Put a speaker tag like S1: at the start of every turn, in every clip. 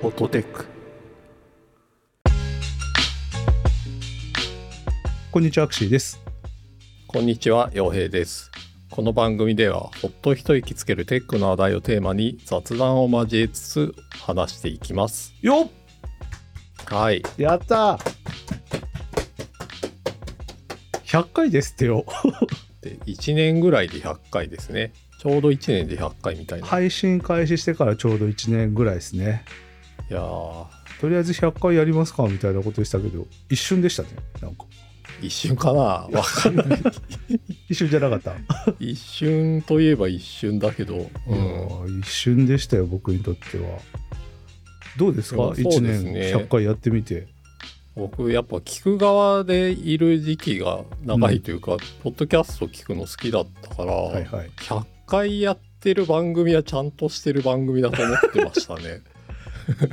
S1: フォトテック
S2: こんにちは、アクシーです。
S1: こんにちは陽平ですこの番組ではほっと一息つけるテックの話題をテーマに雑談を交えつつ話していきます
S2: よ
S1: はい
S2: っやったー !100 回ですって よ。
S1: で1年ぐらいで100回ですねちょうど1年で100回みたいな、い、
S2: 配信開始してからちょうど1年ぐらいですね。
S1: やー
S2: とりあえず100回やりますかみたいなことでしたけど、一瞬でしたね。なんか。
S1: 一瞬かなわかんない
S2: 一瞬じゃなかった。
S1: 一瞬といえば一瞬だけど、うん、
S2: うん、 一瞬でしたよ、僕にとっては。どうですか、
S1: そう
S2: 一
S1: そうです
S2: 年
S1: ね
S2: 100回やってみて。
S1: 僕やっぱ聞く側でいる時期が長いというか、ポッドキャスト聞くの好きだったから、
S2: はいはい。
S1: 100回やってる番組はちゃんとしてる番組だと思ってましたね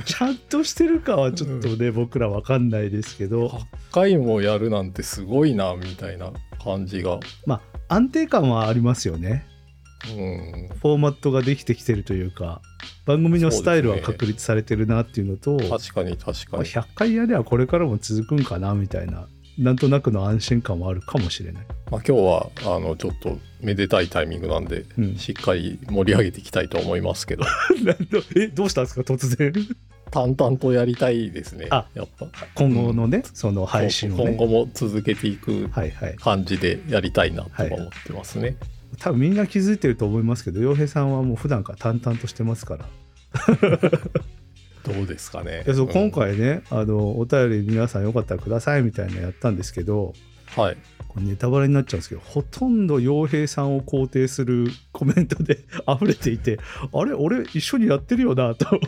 S2: ちゃんとしてるかはちょっとね、僕らわかんないですけど、
S1: 100回もやるなんてすごいなみたいな感じが
S2: 安定感はありますよね。
S1: うん
S2: フォーマットができてきてるというか番組のスタイルは
S1: そうですね
S2: 確立されてるなっていうのと
S1: 確かに確
S2: ま
S1: か
S2: あ
S1: に
S2: 100回やりゃこれからも続くんかなみたいななんとなくの安心感もあるかもしれない、
S1: まあ、今日はあのちょっとめでたいタイミングなんで
S2: うん、
S1: しっかり盛り上げていきたいと思いますけど
S2: えどうしたんですか突然
S1: 淡々とやりたいですね
S2: あ
S1: やっぱ
S2: 今後のね、その配信を
S1: 今
S2: ね
S1: 後も続けていく
S2: はいはい
S1: 感じでやりたいなとは思ってますね。
S2: 多分みんな気づいてると思いますけど洋平さんはもう普段から淡々としてますから
S1: どうですかね
S2: い。やそう
S1: うん
S2: 今、回ね、あのお便り皆さんよかったらくださいみたいなのやったんですけど
S1: はい。
S2: これネタバレになっちゃうんですけどほとんど洋平さんを肯定するコメントで 溢れていてあれ俺一緒にやってるよなと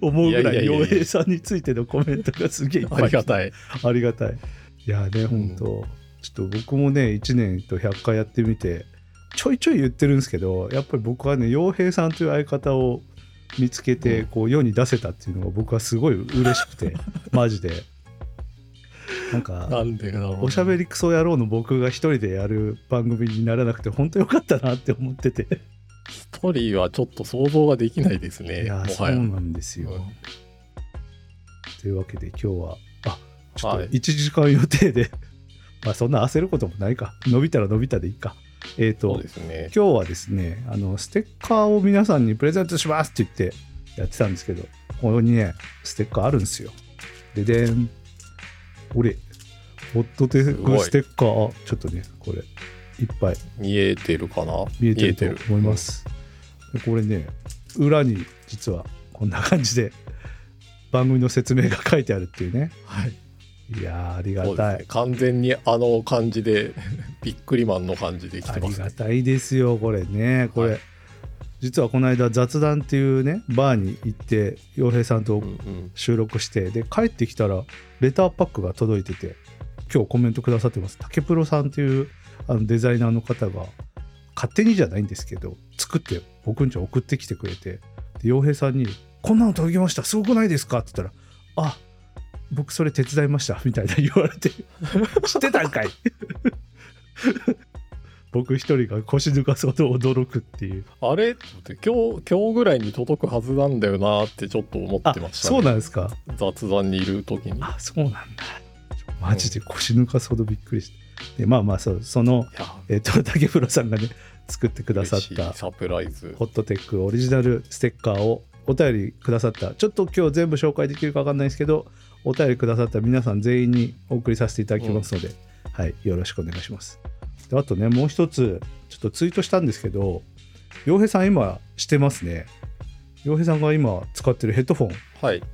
S2: 思うぐら
S1: いや
S2: い
S1: いやいやい
S2: 洋
S1: や
S2: 平さんについてのコメントがすげえいっぱ
S1: あ
S2: い
S1: りが
S2: 来て
S1: たい。
S2: ありがたいいやね本当、ちょっと僕もね1年と100回やってみてちょいちょい言ってるんですけどやっぱり僕はね洋平さんという相方を見つけて
S1: うん
S2: こう世に出せたっていうのが僕はすごい嬉しく てマジでなんか
S1: なんでだろう、
S2: おしゃべ
S1: り。
S2: りクソ野郎の僕が一人でやる番組にならなくて本当よかったなって思ってて
S1: 一人はちょっと想像ができないですね。
S2: いやー
S1: も
S2: そ
S1: は
S2: う
S1: や。
S2: なんですよ、
S1: うん
S2: というわけで今日はあちょっと
S1: はい
S2: 1時間予定で まあそんな焦ることもないか伸びたら伸びたでいいかえっ、
S1: そう
S2: と
S1: ですね。
S2: 今日はですねあのステッカーを皆さんにプレゼントしますって言ってやってたんですけどここにねステッカーあるんですよででん俺ホットテックステッカーあちょっとねこれいっぱい
S1: 見えてるかな
S2: 見えてると思いま。す。でこれね裏に実はこんな感じで番組の説明が書いてあるっていうね
S1: うんはい。
S2: いやーありが
S1: そうで
S2: た
S1: す
S2: い、
S1: ね。完全にあの感じで、 ビックリマンの感じで来
S2: あ
S1: てま
S2: り
S1: す、ね
S2: が。たいですよこれねこれ、
S1: はい
S2: 実はこの間雑談っていうねバーに行って洋平さんと
S1: うんうん。
S2: 収録して、で帰ってきたらレターパックが届いてて今日コメントくださってます竹プロさんというあのデザイナーの方が勝手にじゃないんですけど作って僕んち送ってきてくれてで洋平さんに「こんなの届きましたすごくないですか?」って言ったら「あ僕それ手伝いました」みたいな 言われて知ってたんかい僕一人が腰抜かそうと驚くっていう
S1: あれと思って今日、今日ぐらいに届くはずなんだよなーってちょっと思
S2: あ
S1: ってました、ね。
S2: そうなんですか
S1: 雑談にいる時に。い
S2: あそうなんだマジで腰抜かすほどびっくりしてでまあまあそうその、
S1: や
S2: えっと 竹風呂さんがね作ってくださっ
S1: 嬉
S2: た
S1: しいサプライズ。
S2: ホットテックオリジナルステッカーをお便りくださったちょっと今日全部紹介できるか分かんないですけどお便りくださった皆さん全員にお送りさせていただきますので、はいよろしくお願いしますであとねもう一つちょっとツイートしたんですけど洋平さん今してますね洋平さんが今使ってるヘッドフォン
S1: はい。
S2: こ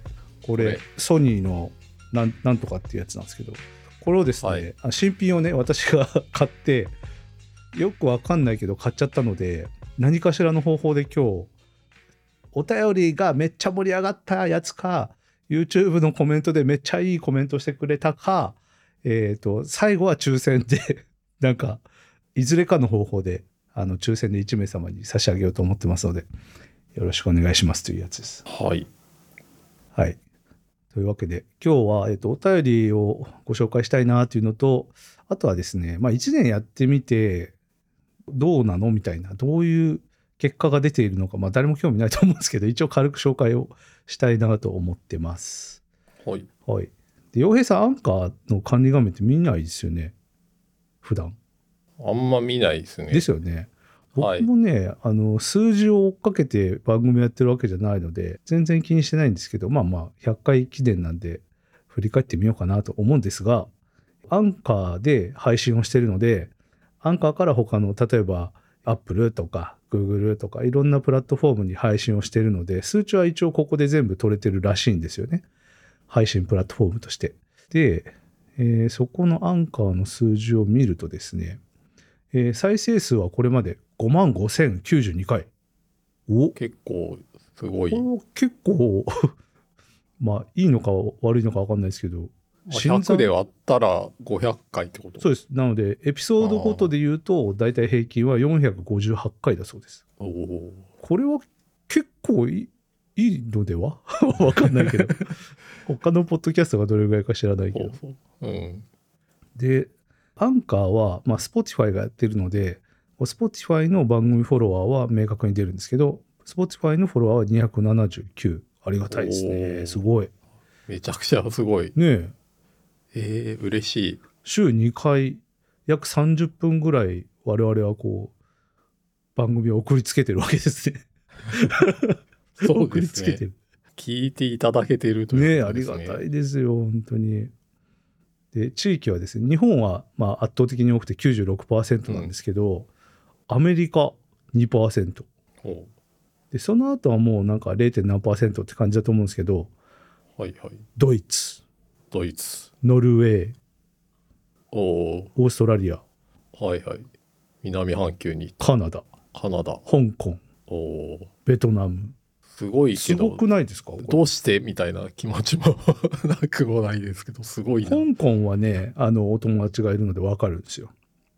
S1: こ
S2: れ
S1: れ
S2: ソニーのなんなんとかっていうやつなんですけどこれをですね、
S1: はい
S2: あ新品をね私が 買ってよくわかんないけど買っちゃったので何かしらの方法で今日お便りがめっちゃ盛り上がったやつか YouTube のコメントでめっちゃいいコメントしてくれたかえっ、と最後は抽選で なんかいずれかの方法であの抽選で1名様に差し上げようと思ってますのでよろしくお願いしますというやつです。
S1: はい。
S2: はい。というわけで、今日は、えっと、お便りをご紹介したいなというのと、あとはですね、まあ、1年やってみて、どうなのみたいな、どういう結果が出ているのか、まあ、誰も興味ないと思うんですけど一応軽く紹介をしたいなと思ってます。
S1: はい。
S2: はい。で洋平さんアンカーの管理画面って見ないですよね普段
S1: あんま見ないですね。
S2: ですよね。
S1: はい
S2: 僕もね、あの数字を追っかけて番組やってるわけじゃないので全然気にしてないんですけどまあまあ100回記念なんで振り返ってみようかなと思うんですがアンカーで配信をしてるのでアンカーから他の例えば Apple とか Google とかいろんなプラットフォームに配信をしてるので数値は一応ここで全部取れてるらしいんですよね配信プラットフォームとして。で、えーそこのアンカーの数字を見るとですねえー再生数はこれまで5万5092回。おこ
S1: 結構すごい
S2: れ。は結構 まあいいのか悪いのか分かんないですけど
S1: まあ
S2: 新
S1: 100
S2: 参
S1: で割ったら500回ってこと
S2: そうですなのでエピソードごとで言うと大体平均は458回だそうです
S1: おお
S2: これは結構いいいいのでは 分かんないけ ど他のポッドキャストがどれぐらいか知らないけ
S1: そ
S2: ど
S1: うそう。うん。
S2: で、アンカーは、まあ、Spotify がやってるので、Spotify の番組フォロワーは明確に出るんですけど、Spotify のフォロワーは279。ありがたいです
S1: お
S2: ね。
S1: ー
S2: すごい。
S1: めちゃくちゃすごい。
S2: ねえ、
S1: えー、嬉しい。
S2: 週2回、約30分ぐらい、我々はこう、番組を送りつけてるわけですね。
S1: そう
S2: 送
S1: で
S2: り
S1: す
S2: つけて
S1: ね。
S2: る。
S1: 聞いていただけていると
S2: ね
S1: い
S2: え
S1: う
S2: あ
S1: こと
S2: り
S1: です
S2: が
S1: ね。
S2: たいですよ、本当に。で、地域はですね、日本はまあ圧倒的に多くて96%なんですけど、アメリカ2%。
S1: お
S2: で、その後はもうなんか 0. 何パーセントって感じだと思うんですけど、
S1: はいはい。
S2: ドイツ、
S1: ドイツ。
S2: ノルウェー、
S1: おお
S2: オーストラリア、
S1: はいはい。南半球に
S2: カナダ、
S1: カナダ。
S2: 香港、
S1: おお
S2: ベトナム。
S1: すごいけ
S2: す
S1: ど
S2: ごくないですかこれ
S1: どうしてみたいな気持ちも なくもないですけど、すごいな。
S2: 香港はね、あの、お友達がいるのでわかるんですよ。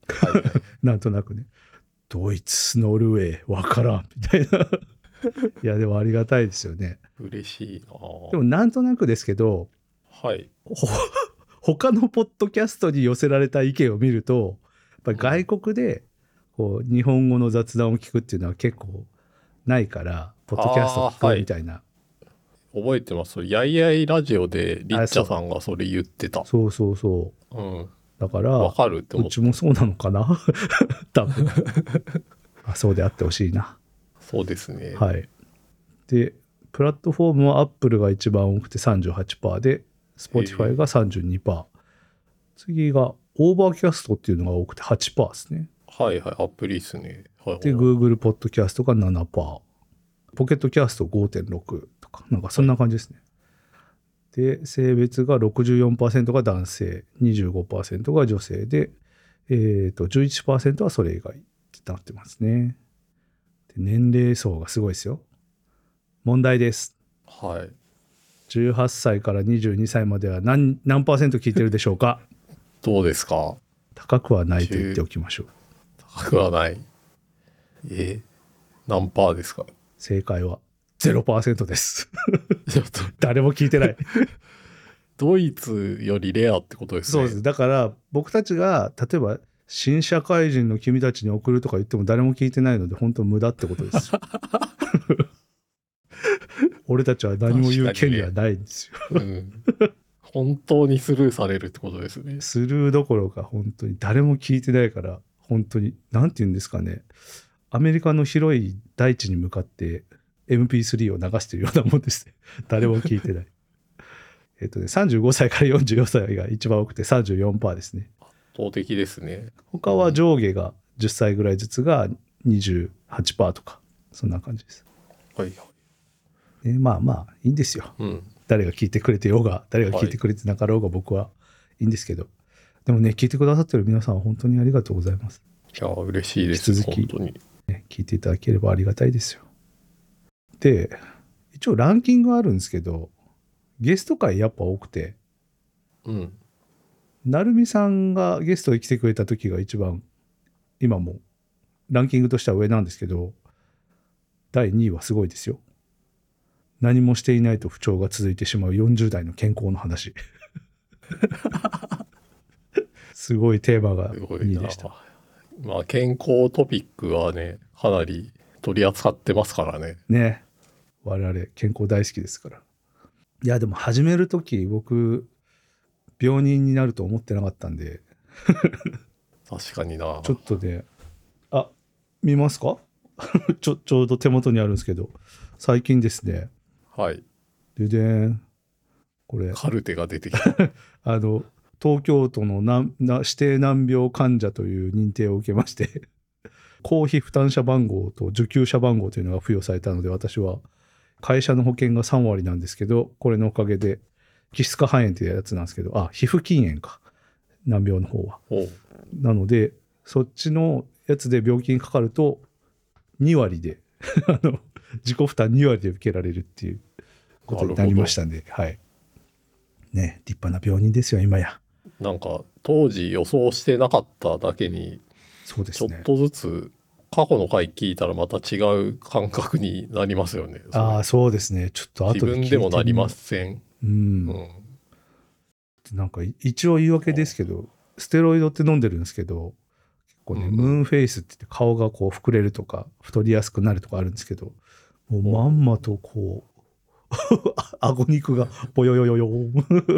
S1: はいはい
S2: なんとなくね。ドイツ、ノルウェー、わからん、みたいな。いや、でもありがたいですよね。
S1: 嬉しいな
S2: でもなんとなくですけど、
S1: はい。
S2: ほ他のポッドキャストに寄せられた意見を見るとやっぱり外国でこう日本語の雑談を聞くっていうのは結構ないからポッドキャストを
S1: あー
S2: 聞
S1: は
S2: く
S1: い
S2: みたいな、
S1: 覚えてます。やいやいラジオでリッチャさんがそれ言ってた。
S2: そうそうそ
S1: うん。
S2: うだか
S1: わ
S2: ら
S1: かるって思
S2: う
S1: って。
S2: ちもそうなのかな 多 分あそうであってほしいな
S1: そうですね。
S2: はいでプラットフォームはアップルが一番多くて38%で Spotify が32%、次がオーバーキャストっていうのが多くて8%ですね
S1: はいはい。アプリですね。はいはい。
S2: で、Google ポッドキャストが7%、ポケットキャスト5.6とか、なんかそんな感じですね。で、性別が64%が男性、25%が女性で、えー、と11%はそれ以外ってなってますね。で年齢層がすごいですよ。問題です。
S1: はい。
S2: 18歳から22歳までは何何パーセント聞いてるでしょうか
S1: どうですか
S2: 高くはないと言っておきましょう。
S1: 高くはない。え何パーですか
S2: 正解は0%です。
S1: ちょっと、
S2: 誰も聞いてない。
S1: ドイツよりレアってことです
S2: そう
S1: ね。
S2: です、。だから僕たちが例えば新社会人の君たちに送るとか言っても誰も聞いてないので本当無駄ってことです 俺たちは何も言う権利はないんですよ、
S1: うん。本当にスルーされるってことですね。
S2: スルーどころか本当に誰も聞いてないから本当に何て言うんですかねアメリカの広い大地に向かって MP3 を流してるようなもん ですね誰も聞いてないえっとね35歳から44歳が一番多くて34%ですね
S1: 圧倒的ですね。
S2: 他は上下が10歳ぐらいずつが28%とかそんな感じです、
S1: はいはい。
S2: ね、まあまあいいんですよ
S1: うん。
S2: 誰が聞いてくれてようが誰が聞いてくれてなかろうが僕はいいんですけど、でもね聞いてくださってる皆さんは本当にありがとうございます、
S1: いや、嬉しいです。
S2: 引き続き
S1: 本当に。
S2: ね、聞いていただければありがたいですよで一応ランキングはあるんですけどゲスト回やっぱ多くて
S1: うん。
S2: なるみさんがゲストに来てくれた時が一番今もランキングとしては上なんですけど第2位はすごいですよ何もしていないと不調が続いてしまう40代の健康の話すごいテーマが
S1: すご
S2: 2
S1: い
S2: 位
S1: な
S2: でした。
S1: まあ、健康トピックはね、かなり取り扱ってますからね。
S2: ね我々健康大好きですからいやでも始める時僕病人になると思ってなかったんで
S1: 確かにな
S2: ちょっとねあ見ますか ちょちょうど手元にあるんですけど最近ですね
S1: はい。
S2: ででんこれ
S1: カルテが出てきた。
S2: あの東京都の難な指定難病患者という認定を受けまして 公費負担者番号と受給者番号というのが付与されたので私は会社の保険が3割なんですけどこれのおかげで気質化肺炎というやつなんですけどあ皮膚禁煙か難病の方は
S1: おう
S2: なのでそっちのやつで病気にかかると2割で あの自己負担2割で受けられるっていうことになりましたんではいね立派な病人ですよ今や
S1: なんか当時予想してなかっただけに
S2: そうで
S1: ち
S2: す
S1: ょ
S2: ね
S1: っとずつ過去の回聞いたらまた違う感覚になりますよね。
S2: ああそうですねちょっと
S1: そ
S2: 後
S1: れ
S2: で
S1: 自分でもなりますせん。
S2: うん、
S1: うん、
S2: なんかい一応言い訳ですけどステロイドって飲んでるんですけど結構ね、
S1: うん
S2: ムーンフェイスって言って顔がこう膨れるとか太りやすくなるとかあるんですけどもうまんまとこう 顎肉がぼよよよよー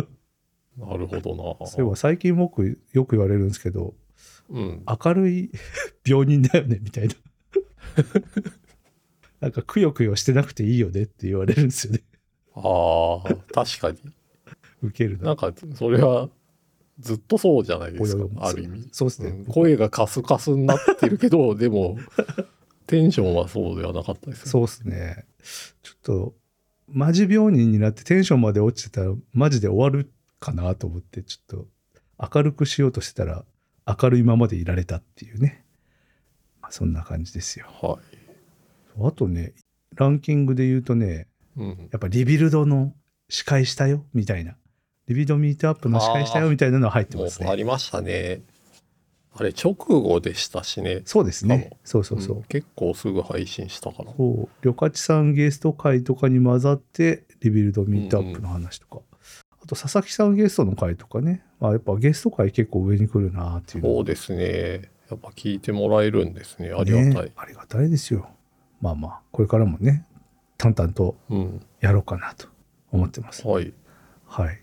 S1: なるほどな。
S2: そういえば最近僕よく言われるんですけど
S1: うん、
S2: 明るい病人だよねみたいな なんかくよくよしてなくていいよねって言われるんですよね
S1: ああ確かに
S2: 受けるな
S1: なんかそれはずっとそうじゃないで
S2: ぼ
S1: す
S2: よ
S1: か
S2: よ
S1: ある意味、
S2: そうです
S1: う
S2: ね、
S1: ん声がカスカスになってるけどでもテンションはそうではなかったですよ
S2: そうですね。ちょっと、マジ病人になってテンションまで落ちてたら、マジで終わるかなと思って、ちょっと、明るくしようとしてたら、明るいままでいられたっていうね。まあ、そんな感じですよ。
S1: は
S2: あとね、ランキングで言うとね、
S1: い、うん、
S2: やっぱリビルドの司会したよ、みたいな。リビルドミートアップの司会したよ、みたいなのは入って
S1: も
S2: ま
S1: う
S2: す
S1: あ
S2: ね。
S1: りましたねあれ直後でしたしね
S2: そうです
S1: しか
S2: ね
S1: も。
S2: そうそうそう。
S1: ん結構すぐ配信したから
S2: そう、旅客さんゲスト会とかに混ざって、リビルドミートアップの話とか、あと佐々木さんゲストの会とかね、まあ、やっぱゲスト会結構上に来るなっていうのが
S1: そうですねやっぱ聞いてもらえるんですねありがたい、
S2: ねありがたいですよ。まあまあ、これからもね、淡々と
S1: うん
S2: やろうかなと思ってます。
S1: はい
S2: はい。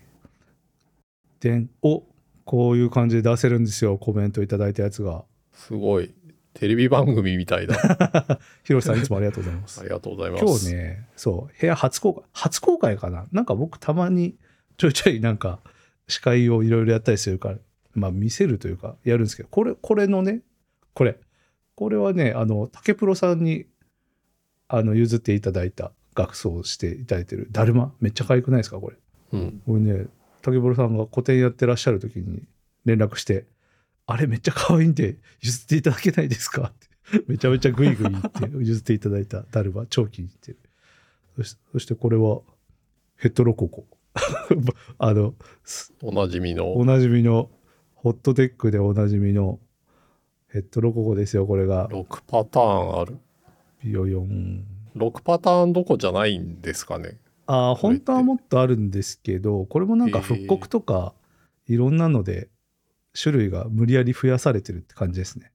S2: でん、おこういう感じで出せるんですよ、コメントいただいたやつが。
S1: すごいテレビ番組みたいだ あ
S2: ひろしさん、いつもありがとうございます。
S1: りがとうございます
S2: 今日ねそう部屋初公開初公開かななんか僕たまにちょいちょいなんか司会をいろいろやったりするからまあ見せるというかやるんですけどこれこれのねこれこれはねあの竹プロさんにあの譲っていただいた学装していただいてるだるまめっちゃ可愛くないですかこれ
S1: うん、
S2: これね竹プロさんが個展やってらっしゃる時に連絡して「あれめっちゃ可愛いんで譲っていただけないですか?」って めちゃめちゃグイグイ言って 譲っていただいたダルバ長期にってそしてそしてこれはヘッドロココ あの
S1: おなじみの
S2: おなじみのホットテックでおなじみのヘッドロココですよこれが
S1: 6パターンある
S2: ビヨヨン
S1: 6パターンどこじゃないんですかね
S2: ああ
S1: これ
S2: 本
S1: って
S2: 当はもっとあるんですけどこれもなんか復刻とかいろんなので種類が無理やり増やされてるって感じですね。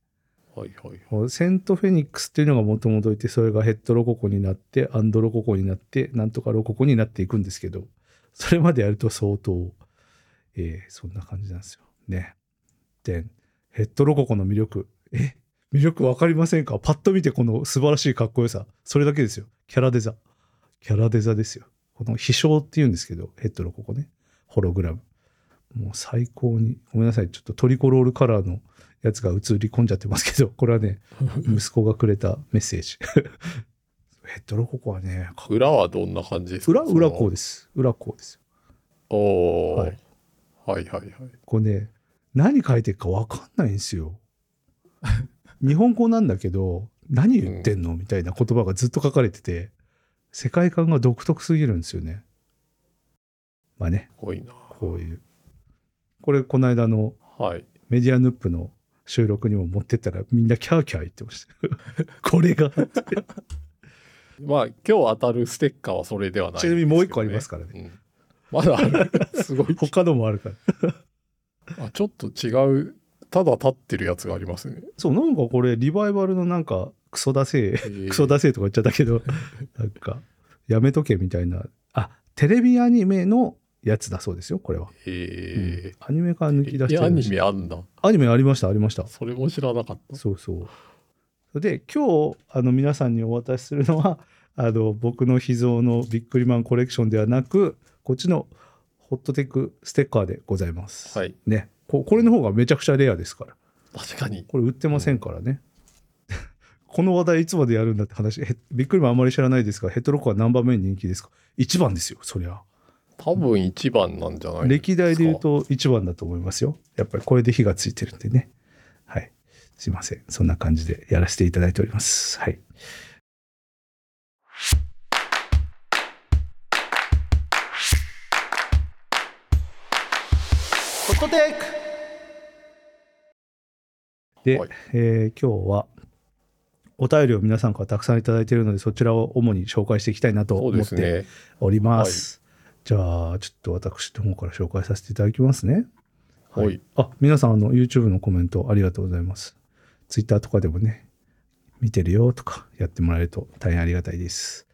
S1: はいはい
S2: こうセント・フェニックスっていうのがもともといてそれがヘッドロココになってアンドロココになってなんとかロココになっていくんですけどそれまでやると相当、えーそんな感じなんですよ。ね。でヘッドロココの魅力え魅力わかりませんかパッと見てこの素晴らしいかっこよさそれだけですよキャラデザキャラデザですよこの飛翔っていうんですけどヘッドロココねホログラムもう最高にごめんなさいちょっとトリコロールカラーのやつが映り込んじゃってますけどこれはね息子がくれたメッセージ ヘッドロココはねか
S1: 裏はどんな感じです
S2: 裏
S1: か
S2: 裏
S1: こ
S2: こうです裏こうですよ
S1: おおー、
S2: は
S1: はいい、はいはい
S2: これね何書いてるか分かんないんです よ日本語なんだけど何言ってんのみたいな言葉がずっと書かれてて世界観が独特すぎるんですよねまあね
S1: すごいな
S2: こういうこれこの間の
S1: はい
S2: メディアヌップの収録にも持ってったらみんなキャーキャー言ってま したこれが
S1: まあ今日当たるステッカーはそれではない、
S2: ちなみにもう一個ありますからね、
S1: うん、まだあるすご い
S2: 他のもあるから
S1: あちょっと違うただ立ってるやつがありますね
S2: そうなんかこれリバイバルのなんかクソだせえクソだせえとか言っちゃったけ どなんかやめとけみたいなあテレビアニメのやつだそうですよこれは、
S1: へえ
S2: アニメから抜き出し
S1: い
S2: て
S1: やア
S2: るら
S1: ニ
S2: しい
S1: メあんだ
S2: アニメありましたありました
S1: それも知らなかった
S2: そうそうそれで今日あの皆さんにお渡しするのは あの僕の秘蔵のビックリマンコレクションではなくこっちのホットテックステッカーでございます、
S1: はい
S2: ねここれの方がめちゃくちゃレアですから
S1: 確かに
S2: これ売ってませんからね、 この話題いつまでやるんだって話へビックリマンあまり知らないですがヘッドロックは何番目に人気ですか1番ですよそりゃ、
S1: 多分一番なんじゃない
S2: 歴代で言うと1番だと思いますよやっぱりこれで火がついてるんでねはいすいませんそんな感じでやらせていただいておりますはいここでで、
S1: はい
S2: えー今日はお便りを皆さんからたくさんいただいているのでそちらを主に紹介していきたいなと
S1: そう
S2: 思
S1: で
S2: っ
S1: す
S2: て
S1: ね
S2: おります。じゃあ、ちょっと私の方から紹介させていただきますね。
S1: はい、
S2: あ、皆さん、あの、YouTube のコメントありがとうございます。Twitter とかでもね、見てるよとかやってもらえると大変ありがたいです。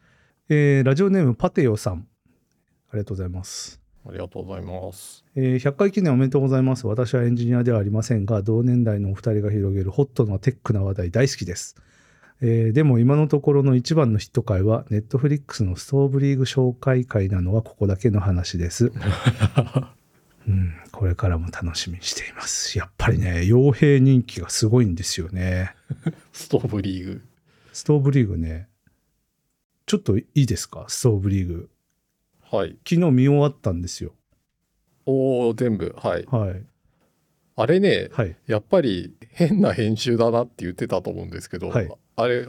S2: えーラジオネームパテヨさん。ありがとうございます。
S1: ありがとうございます
S2: えー100回記念おめでとうございます。私はエンジニアではありませんが、同年代のお二人が広げるホットなテックな話題大好きです。えーでも今のところの一番のヒット回は、ネットフリックスのストーブリーグ紹介会なのはここだけの話です。うん、これからも楽しみにしています。やっぱりね、傭兵人気がすごいんですよね。
S1: ストーブリーグ
S2: ストーブリーグね、ちょっといいですか、ストーブリーグ。
S1: はい
S2: 昨日見終わったんですよ。
S1: おお全部はい
S2: はい。
S1: あれね
S2: はい。
S1: やっぱり変な編集だなって言ってたと思うんですけど、
S2: はい
S1: あれ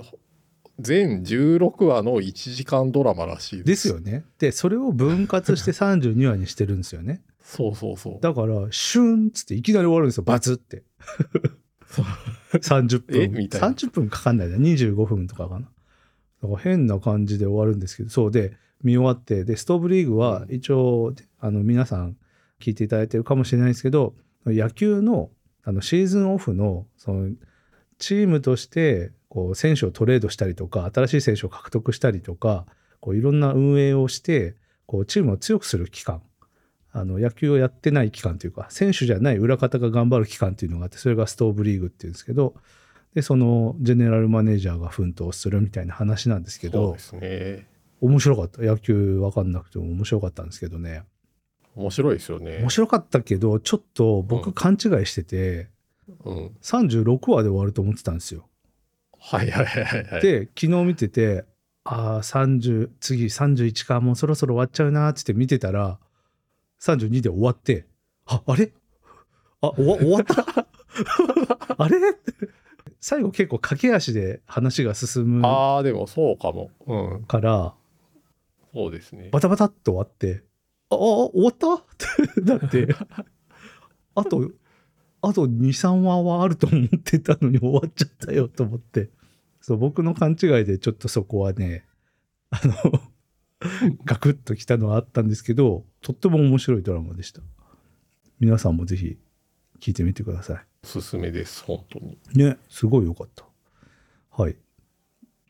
S1: 全16話の1時間ドラマらしい
S2: ですよね。で、それを分割して32話にしてるんですよね。
S1: そうそうそう
S2: だから、シュンっつっていきなり終わるんですよ、バツって。30
S1: え
S2: 分。
S1: みたいな
S2: 30分かかんないな、25分とかかな。だから変な感じで終わるんですけど、そうで、見終わって、で、ストーブリーグは一応、あの、皆さん聞いていただいてるかもしれないですけど、野球のあのシーズンオフの、その、チームとして、こう、選手をトレードしたりとか、新しい選手を獲得したりとか、こう、いろんな運営をして、こう、チームを強くする期間。あの野球をやってない期間というか選手じゃない裏方が頑張る期間っていうのがあってそれがストーブリーグっていうんですけどでそのジェネラルマネージャーが奮闘するみたいな話なんですけ
S1: そう
S2: ど
S1: ですね
S2: 面白かった野球分かんなくても面白かったんですけどね
S1: 面白いですよね
S2: 面白かったけどちょっと
S1: う
S2: 僕
S1: ん
S2: 勘違いしてて、
S1: うん、
S2: 36話で終わると思ってたんですよ。
S1: はいはいはいはい
S2: で昨日見ててああ30次31かもうそろそろ終わっちゃうなーっつって見てたら32で終わってああれあ終わ終わった あれ最後結構駆け足で話が進むか
S1: ああでもそうかもうん
S2: ら
S1: そうですね
S2: バタバタっと終わってああ終わったってなってあとあと23話はあると思ってたのに終わっちゃったよと思ってそう僕の勘違いでちょっとそこはねあのガクッときたのはあったんですけどとっても面白いドラマでした皆さんもぜひ聞いてみてくださ
S1: おすすめです本当に
S2: いねすごい良かったはい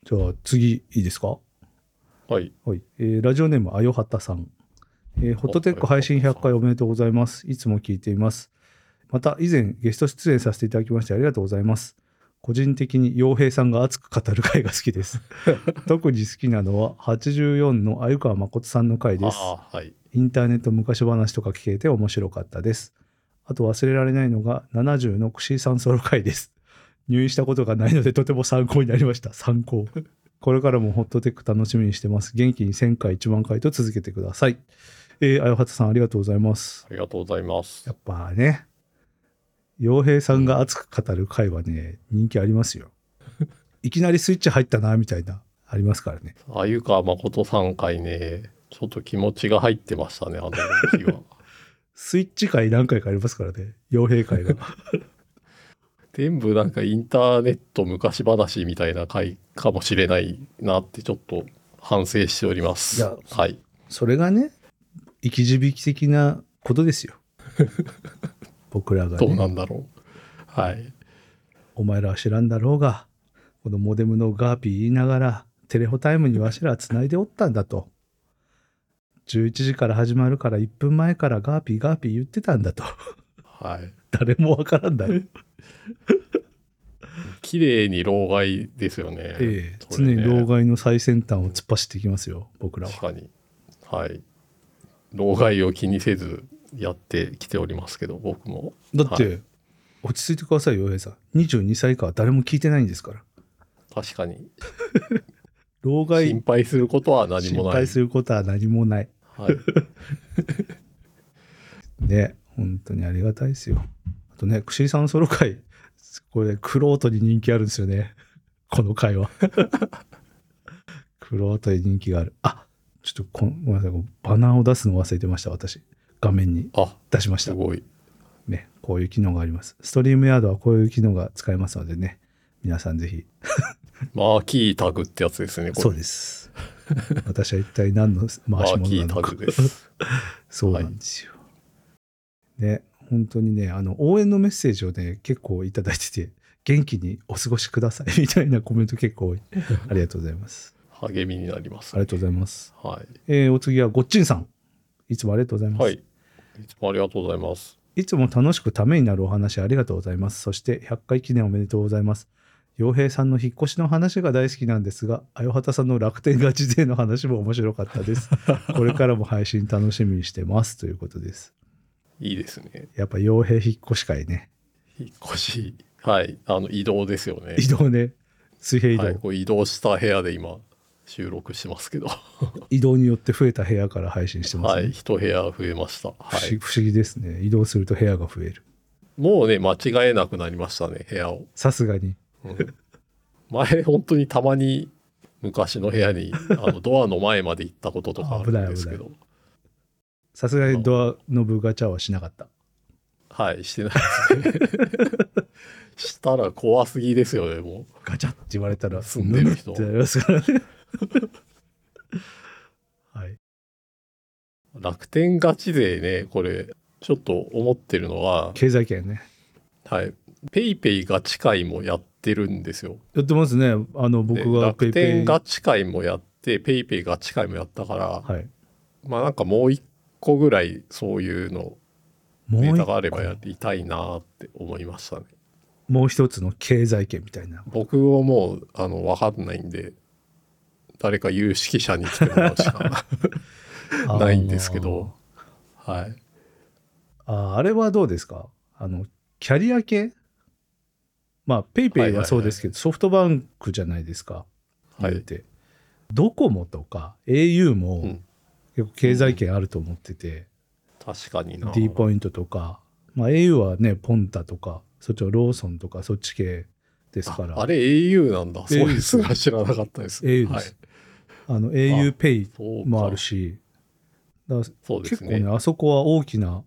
S2: じゃあ次いいですか
S1: はい
S2: はい、えーラジオネームあよはたさん、えーホットテック配信100回おめでとうございますいつも聞いていますまた以前ゲスト出演させていただきましてありがとうございます個人的に洋平さんが熱く語る回が好きです 特に好きなのは84の鮎川誠さんの回です
S1: ああはい
S2: インターネット昔話とか聞けて面白かったです。あと忘れられないのが70のクシーさんソロ回です。 入院したことがないのでとても参考になりました。参考。 これからもホットテック楽しみにしてます。元気に1000回、1万回と続けてください。えー、あよはたさんありがとうございます。
S1: ありがとうございます
S2: やっぱね、洋平さんが熱く語る回はね、人気ありますよ。 いきなりスイッチ入ったな、みたいな、ありますからね。
S1: あゆか誠さん回ねちょっと気持ちが入ってましたねあの時 は
S2: スイッチ回何回かありますからね、洋平回が。
S1: 全部なんかインターネット昔話みたいな回かもしれないなってちょっと反省しております
S2: いや
S1: はい
S2: それがね、生き字引的なことです よ。僕らが、
S1: どうな
S2: ね、
S1: んだろうはい
S2: お前らは知らんだろうが、このモデムのガーピー言いながら、テレホタイムにわしらは繋いでおったんだと。11時から始まるから1分前からガーピーガーピー言ってたんだと。
S1: はい。
S2: 誰もわからんだろ。
S1: 綺麗に老害ですよね。
S2: ええ
S1: それ
S2: 常
S1: ね
S2: に老害の最先端を突っ走っていきますよ、僕らは
S1: 確。かに。はい。老害を気にせずやってきておりますけど、僕も。
S2: だって、
S1: は
S2: 落ち着いてくださいよ、洋平さん。22歳以下は誰も聞いてないんですから。
S1: 確かに。
S2: 老害
S1: 心配することは何
S2: 心
S1: もない。
S2: 配することは何もない。
S1: はい。
S2: ね、本当にありがたいですよ。あとね、くしりさんソロ会、これ、クロートに人気あるんですよね。この会は。クロートに人気がある。あちょっとこんごめんなさい、こうバナーを出すの忘れてました、私。画面に
S1: あ、
S2: 出しまし
S1: す
S2: た。
S1: ごい。
S2: ね、こういう機能があります。ストリームヤードはこういう機能が使えますのでね、皆さんぜひ。
S1: マーキータグってやつですね、これ
S2: そうです。 私は一体何の回し
S1: マーキ
S2: 物な
S1: ータ
S2: のか
S1: グ。です。
S2: そうなんですよ。ね、本当にね、あの、応援のメッセージをね、結構いただいてて、 元気にお過ごしください みたいなコメント結構 多い。ありがとうございます。
S1: 励みになります。
S2: ありがとうございます。
S1: は
S2: えーお次はごっちんさん。いつもありがとうござい
S1: い。
S2: ます。
S1: はい。いつもありがとうございます。
S2: いつも楽しくためになるお話ありがとうございます。そして100回記念おめでとうございます。洋平さんの引っ越しの話が大好きなんですが、あよはたさんの楽天ガチ勢の話も面白かった です。これからも配信楽しみにしてますということです。
S1: いいですね。
S2: やっぱ洋平引っ越し会ね。
S1: 引っ越し。はい。あの、移動ですよね。
S2: 移動ね。水平移動。
S1: はい、こう移動した部屋で今、収録してますけど。
S2: 移動によって増えた部屋から配信してます
S1: は
S2: ね。
S1: い。一部屋増えました。は
S2: 不思
S1: い。
S2: 不思議ですね。移動すると部屋が増える。
S1: もうね、間違えなくなりましたね、部屋を。
S2: さすがに。
S1: うん 前、本当にたまに昔の部屋に、あ の、ドアの前まで行ったこととかあるんですけど。
S2: さすがにドアのブガチャはしなかった。
S1: はい、してないですね。 したら怖すぎですよね、も
S2: ガチャって言われたら、
S1: 住んでる人
S2: ってなりますからね。はい。
S1: う。楽天ガチ勢ね、これ、ちょっと思ってるのは、
S2: 経済圏ね。
S1: はい、ペイペイガチ会もやってるんですよ。
S2: やってますね。あの、
S1: で
S2: 僕がペ
S1: 楽
S2: イペ
S1: 天
S2: イ。
S1: ガチ会もやって、ペイペイガチ会もやったから、
S2: はい。
S1: まあなんかもう一個ぐらいそういうの
S2: も
S1: デー
S2: う
S1: タ
S2: 一
S1: があればやりたいなって思いましたね。
S2: もう一つの経済圏みたいな。
S1: 僕はもうあのわかんないんで、誰か有識者に来てもらうしか ないんですけど、はい。
S2: あー。あーあれはどうですかあの、キャリア系まあ、ペイペイはそうですけど、ソフトバンクじゃないですか。
S1: は
S2: 言う
S1: い。
S2: てドコモとか au
S1: う
S2: も
S1: ん
S2: 結構経済圏あると思ってて、
S1: 確かにな。
S2: D ポイントとか、まあ、au はねポンタとかそっちのローソンとかそっち系ですか
S1: あ
S2: ら
S1: あれ au なんだ。そういうすら知らなかったです。
S2: au で
S1: はい
S2: す、あの auPay
S1: そうか
S2: もあるしだから
S1: そうで
S2: 結
S1: す
S2: 構ね
S1: ね。
S2: あそこは大きな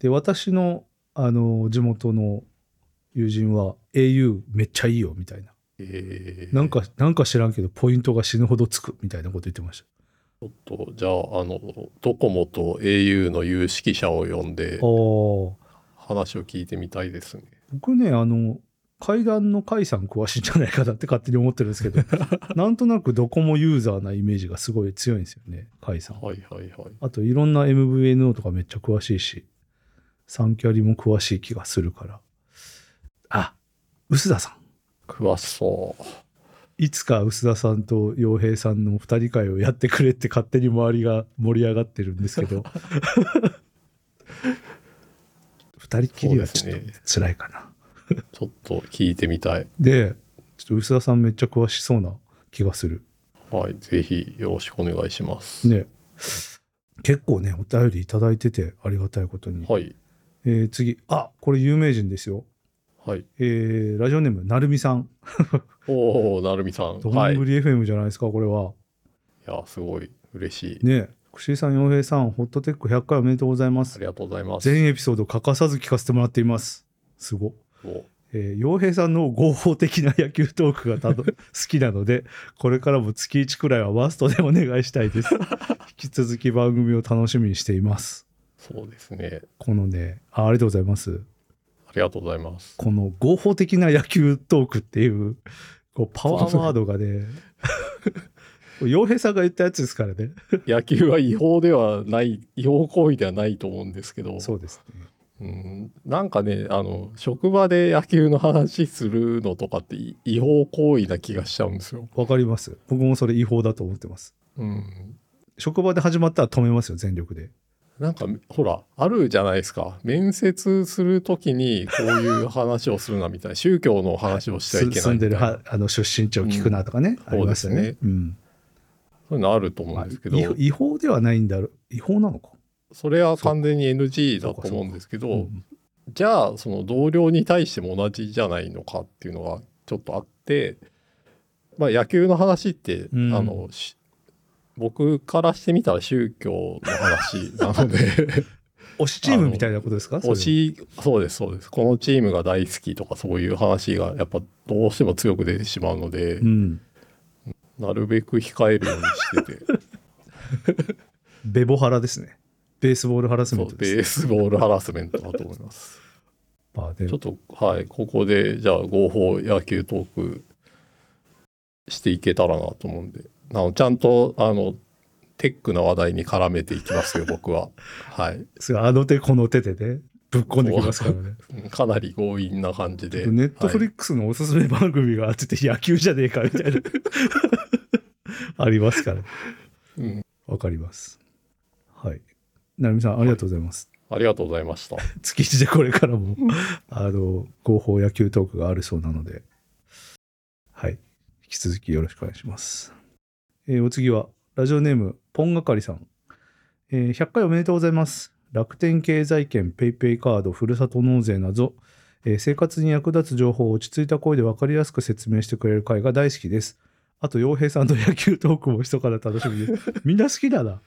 S2: で私のあの地元の友人は au めっちゃいいよみたいな
S1: えー
S2: なんかなんか知らんけどポイントが死ぬほどつくみたいなこと言ってました
S1: ちょっとじゃああのドコモと au の有識者を呼んで
S2: ああ
S1: 話を聞いてみたいですね。
S2: 僕ねあの階段の甲斐さん詳しいんじゃないかなって勝手に思ってるんですけどなんとなくドコモユーザーなイメージがすごい強いんですよね甲斐さん
S1: はいはいはい。
S2: あといろんな MVNO とかめっちゃ詳しいしサンキャリも詳しい気がするからあ臼田さん
S1: 詳しそう。
S2: いつか臼田さんと洋平さんの二人会をやってくれって勝手に周りが盛り上がってるんですけど二人きりはちょっと辛いかな
S1: ちょっと聞いてみたい。
S2: で、ちょっと薄田さんめっちゃ詳しそうな気がする。
S1: はい、ぜひよろしくお願いします。
S2: ね。結構ね、お便りいただいててありがたいことに。
S1: はい、
S2: えー次、あこれ有名人ですよ。
S1: はい。
S2: えーラジオネーム、なるみさん。
S1: おお、なるみさん。
S2: ど
S1: はい。
S2: ん
S1: い
S2: ぶり FM じゃないですか、これは。
S1: や、すごい嬉しい。
S2: ね。串井さん、洋平さん、ホットテック100回おめでとうございま
S1: あ
S2: す。
S1: りがとうございます。
S2: 全エピソード欠かさず聞かせてもらっています。すごっ。
S1: お
S2: えー洋平さんの合法的な野球トークがたど好きなのでこれからも月1くらいはワーストでお願いしたいです 引き続き番組を楽しみにしています
S1: そうですね。
S2: このねあありがとうございます
S1: ありがとうございます。
S2: この合法的な野球トークっていうこうパワーワードが ねこれ洋平さんが言ったやつですからね
S1: 野球は違法ではない違法行為ではないと思うんですけど
S2: そうですね
S1: うんなんかねあの職場で野球の話するのとかってい違法行為な気がしちゃうんですよ。
S2: わかります僕もそれ違法だと思ってます
S1: うん、
S2: 職場で始まったら止めますよ全力で
S1: なんかほらあるじゃないですか面接する時にこういう話をするなみたいな宗教の話をしちゃいけ
S2: す
S1: ない
S2: 住ん
S1: みた
S2: で
S1: い
S2: る
S1: な
S2: はあの出身地を聞くなとかね、
S1: うん
S2: ありましたね
S1: そうです
S2: うん
S1: そういうのあると思うんですけど、
S2: まあ違違法ではないんだろう違法なのか、
S1: それは完全に NG だと思うんですけど、
S2: うん
S1: じゃあその同僚に対しても同じじゃないのかっていうのがちょっとあって、まあ、野球の話って、
S2: うん
S1: あのし僕からしてみたら宗教の話なので
S2: 推しチームみたいなことですかそれ
S1: 推しそうですそうですこのチームが大好きとかそういう話がやっぱどうしても強く出てしまうので、
S2: うん
S1: なるべく控えるようにし てて
S2: ベボハラですねベースボールハラス
S1: そ
S2: メン
S1: う
S2: ト
S1: ベ
S2: です
S1: ースボールハラスメントだと思います。
S2: まあで
S1: ちょっと、はい、ここで、じゃあ、合法野球トークしていけたらなと思うんで、あのちゃんと、あの、テックな話題に絡めていきますよ、僕は。はい。
S2: すごいあの手この手でねぶっ込んできますからね
S1: かなり強引な感じで。
S2: ネットフリ
S1: ッ
S2: ックスのおすすめ番組があってて野球じゃねえかみた いなありますから
S1: ク、はいうん。
S2: わかりますはい成美さんありがとうございます、
S1: ありがとうございました。
S2: 月一でこれからもあの合法野球トークがあるそうなのではい引き続きよろしくお願いします、えーお次はラジオネームポンがかりさん、えー100回おめでとうございます楽天経済圏ペイペイカードふるさと納税など、えー生活に役立つ情報を落ち着いた声で分かりやすく説明してくれる回が大好きですあと洋平さんと野球トークも密かな楽しみですみんな好きだな、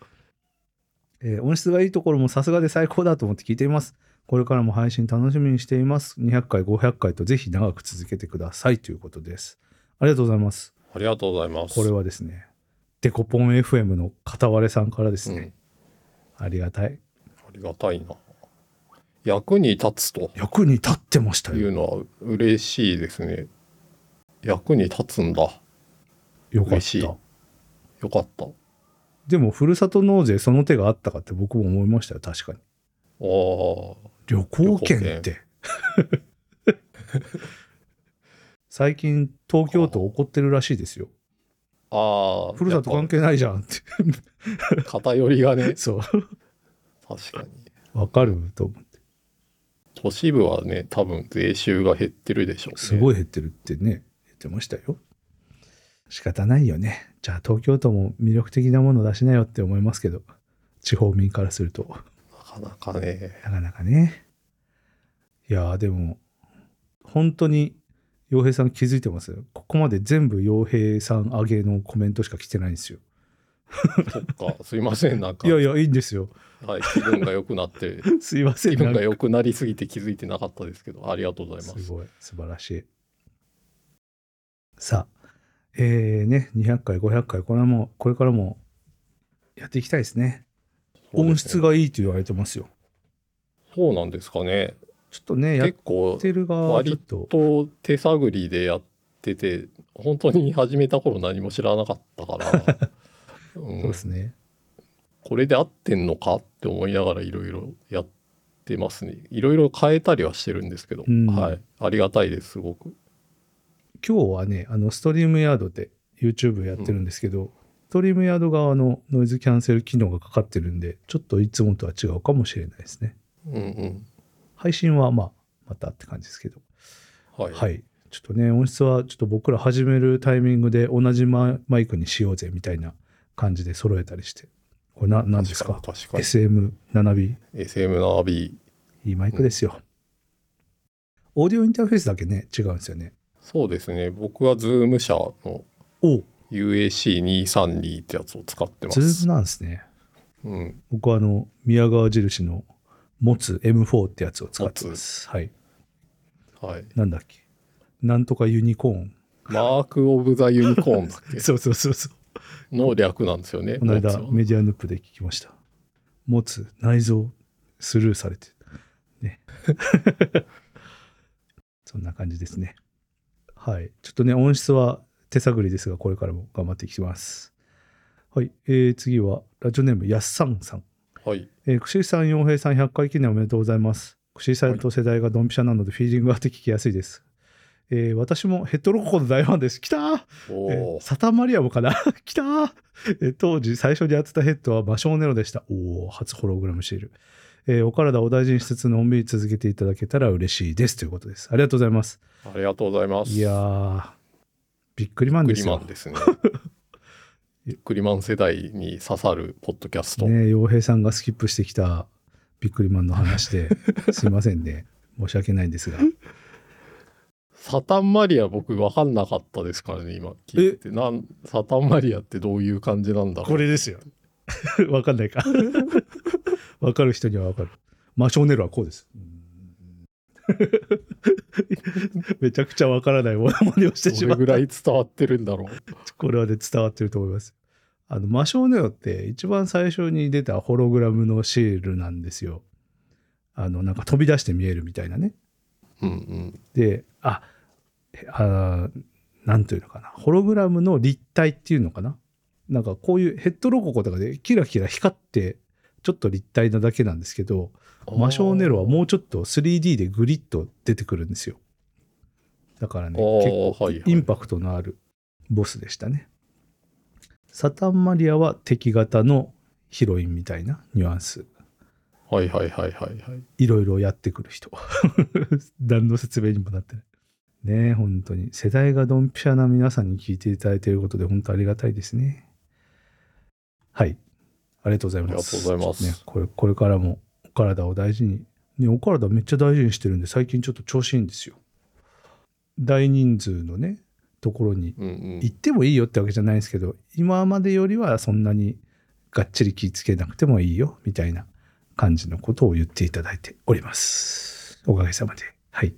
S2: えー音質がいいところもさすがで最高だと思って聞いていますこれからも配信楽しみにしています。200回、500回とぜひ長く続けてくださいということです。ありがとうございます。
S1: ありがとうございます。
S2: これはですね、デコポン FM の片割れさんからです
S1: うん、
S2: ね、ありがたい。
S1: ありがたいな。役に立つと
S2: 役に立ってました
S1: い
S2: よ。
S1: うのは嬉しいですね。役に立つんだ。
S2: よかっ
S1: 嬉しい
S2: た。
S1: よかった。あ
S2: でも、ふるさと納税、その手があったかって僕も思いましたよ、確かに。
S1: あ。
S2: 旅行券って。 最近、東京都怒ってるらしいですよ。
S1: ああ。
S2: ふるさと関係ないじゃんって。、
S1: やっぱ偏りがね
S2: そう。
S1: 確かに。
S2: わかると思う
S1: 都市部はね多分税収が減ってるでしょう、ね、
S2: すごい減ってるってね、言ってましたよ。仕方ないよね。じゃあ東京都も魅力的なもの出しなよって思いますけど、地方民からすると、
S1: なかなかね
S2: なかなかね。いやーでも、本当に洋平さん気づいてますここまで全部洋平さん上げのコメントしか来てないんですよ。
S1: そっかすいませんなんか
S2: いやいや、いいんですよ。
S1: はい、気分が良くなって
S2: すいません。
S1: 気
S2: な
S1: 分が
S2: んか
S1: 良くなりすぎて気づいてなかったですけどありがとうございます
S2: すごい、素晴らしい。さあ、えーね、200回、500回、これはもう、これからもやっていきたいですね。
S1: そうですね
S2: 音質がいいと言われてますよ。
S1: そうなんですかね
S2: ちょっとね、やっ
S1: 結構
S2: てる側はちょっと、
S1: と手探りでやってて本当に始めた頃何も知らなかっ たから、う
S2: そ
S1: ん
S2: うですね。
S1: これで合ってんのかって思いながらいろいろやってますねいろいろ変えたりはしてるんですけど、
S2: うん
S1: はいありがたいですすごく
S2: 今日はね、あの、ストリームヤードで YouTube やってるんですけど、ストリームヤード側のノイズキャンセル機能がかかってるんで、ちょっといつもとは違うかもしれないですね。
S1: うんうん
S2: 配信はまあ、またって感じですけど。
S1: はい、
S2: はい。ちょっとね、音質はちょっと僕ら始めるタイミングで同じママイクにしようぜみたいな感じで揃えたりして。これな、なんですか
S1: 確かに確
S2: ?SM7B。
S1: かに SM のアビー
S2: いいマイクですよ。オーディオインターフェースだけね、違うんですよね。
S1: そうですね僕はズーム社の
S2: お
S1: UAC232 ってやつを使ってま
S2: ズ
S1: す
S2: ームなんですね。
S1: うん、
S2: 僕はあの、宮川印の持つ M4 ってやつを使ってます。はい。
S1: はい、
S2: なんだっけ。なんとかユニコーン。
S1: マーク・オブ・ザ・ユニコーンだっ け
S2: そうそうそうそう。
S1: の略なんですよね
S2: この
S1: やつ
S2: 間
S1: は
S2: メディアヌップで聞きました。持つ内臓スルーされ て。ね。そんな感じですね。はい。ちょっとね、音質は手探りですが、これからも頑張っていきます。はい。えー次は、ラジオネーム、やっさんさん。
S1: はい。
S2: えー、串井さん、洋平さん、100回記念おめでとうございます。串井さんと世代がドンピシャなので、フィーリングがあって聞きやすいです。えー私もヘッドロココの大ファンです。きたーえー
S1: おー
S2: サタンマリアムかな 来たーえー当時最初に当てたヘッドはマショーネロでした。おお、初ホログラムシール。えーお体お大事にしつつのんびり続けていただけたら嬉しいですということです。ありがとうございます。
S1: ありがとうございます。
S2: いやー、びっくりマンで
S1: ビック
S2: す
S1: リマ
S2: よ
S1: ン。ですね。 ビックリマン世代に刺さるポッドキャスト。
S2: ね、洋平さんがスキップしてきたびっくりマンの話 ですいませんね。申し訳ないんですが。
S1: サタンマリア僕分かんなかったですからね、今聞いて。なんサタンマリアってどういう感じなんだろう。
S2: れですよ。 わかんないか。 わかる人にはわかる。マショーネロはこうです。 めちゃくちゃわからないものまねをしてし
S1: ど
S2: ま
S1: れ
S2: う
S1: ぐらい伝わってるんだろう。
S2: これはね伝わってると思います。あの、マショーネロって一番最初に出たホログラムのシールなんですよ。あの、なんか飛び出して見えるみたいなね。
S1: うんうん。
S2: でああーなんというのかなホログラムの立体っていうのかななんかこういうヘッドロココとかでキラキラ光ってちょっと立体なだけなんですけどマショーネロはもうちょっと 3D でグリッと出てくるんですよだからね
S1: おー
S2: 結構
S1: はいはい
S2: インパクトのあるボスでしたね、サタンマリアは敵型のヒロインみたいなニュアンス
S1: はいはいはいはいはい。
S2: いろいろやってくる人。 何の説明にもなってない。ねえ、本当に。世代がドンピシャな皆さんに聞いていただいていることで、本当ありがたいですね。はい。ありがとうございます。
S1: ありがとうございます
S2: ちょっね、これ、これからもお体を大事に。ね、お体めっちゃ大事にしてるんで、最近ちょっと調子いいんですよ。大人数のね、ところに
S1: うんうん。
S2: 行ってもいいよってわけじゃないんですけど今までよりはそんなにがっちり気ぃつけなくてもいいよみたいな感じのことを言っていただいておりますおかげさまではい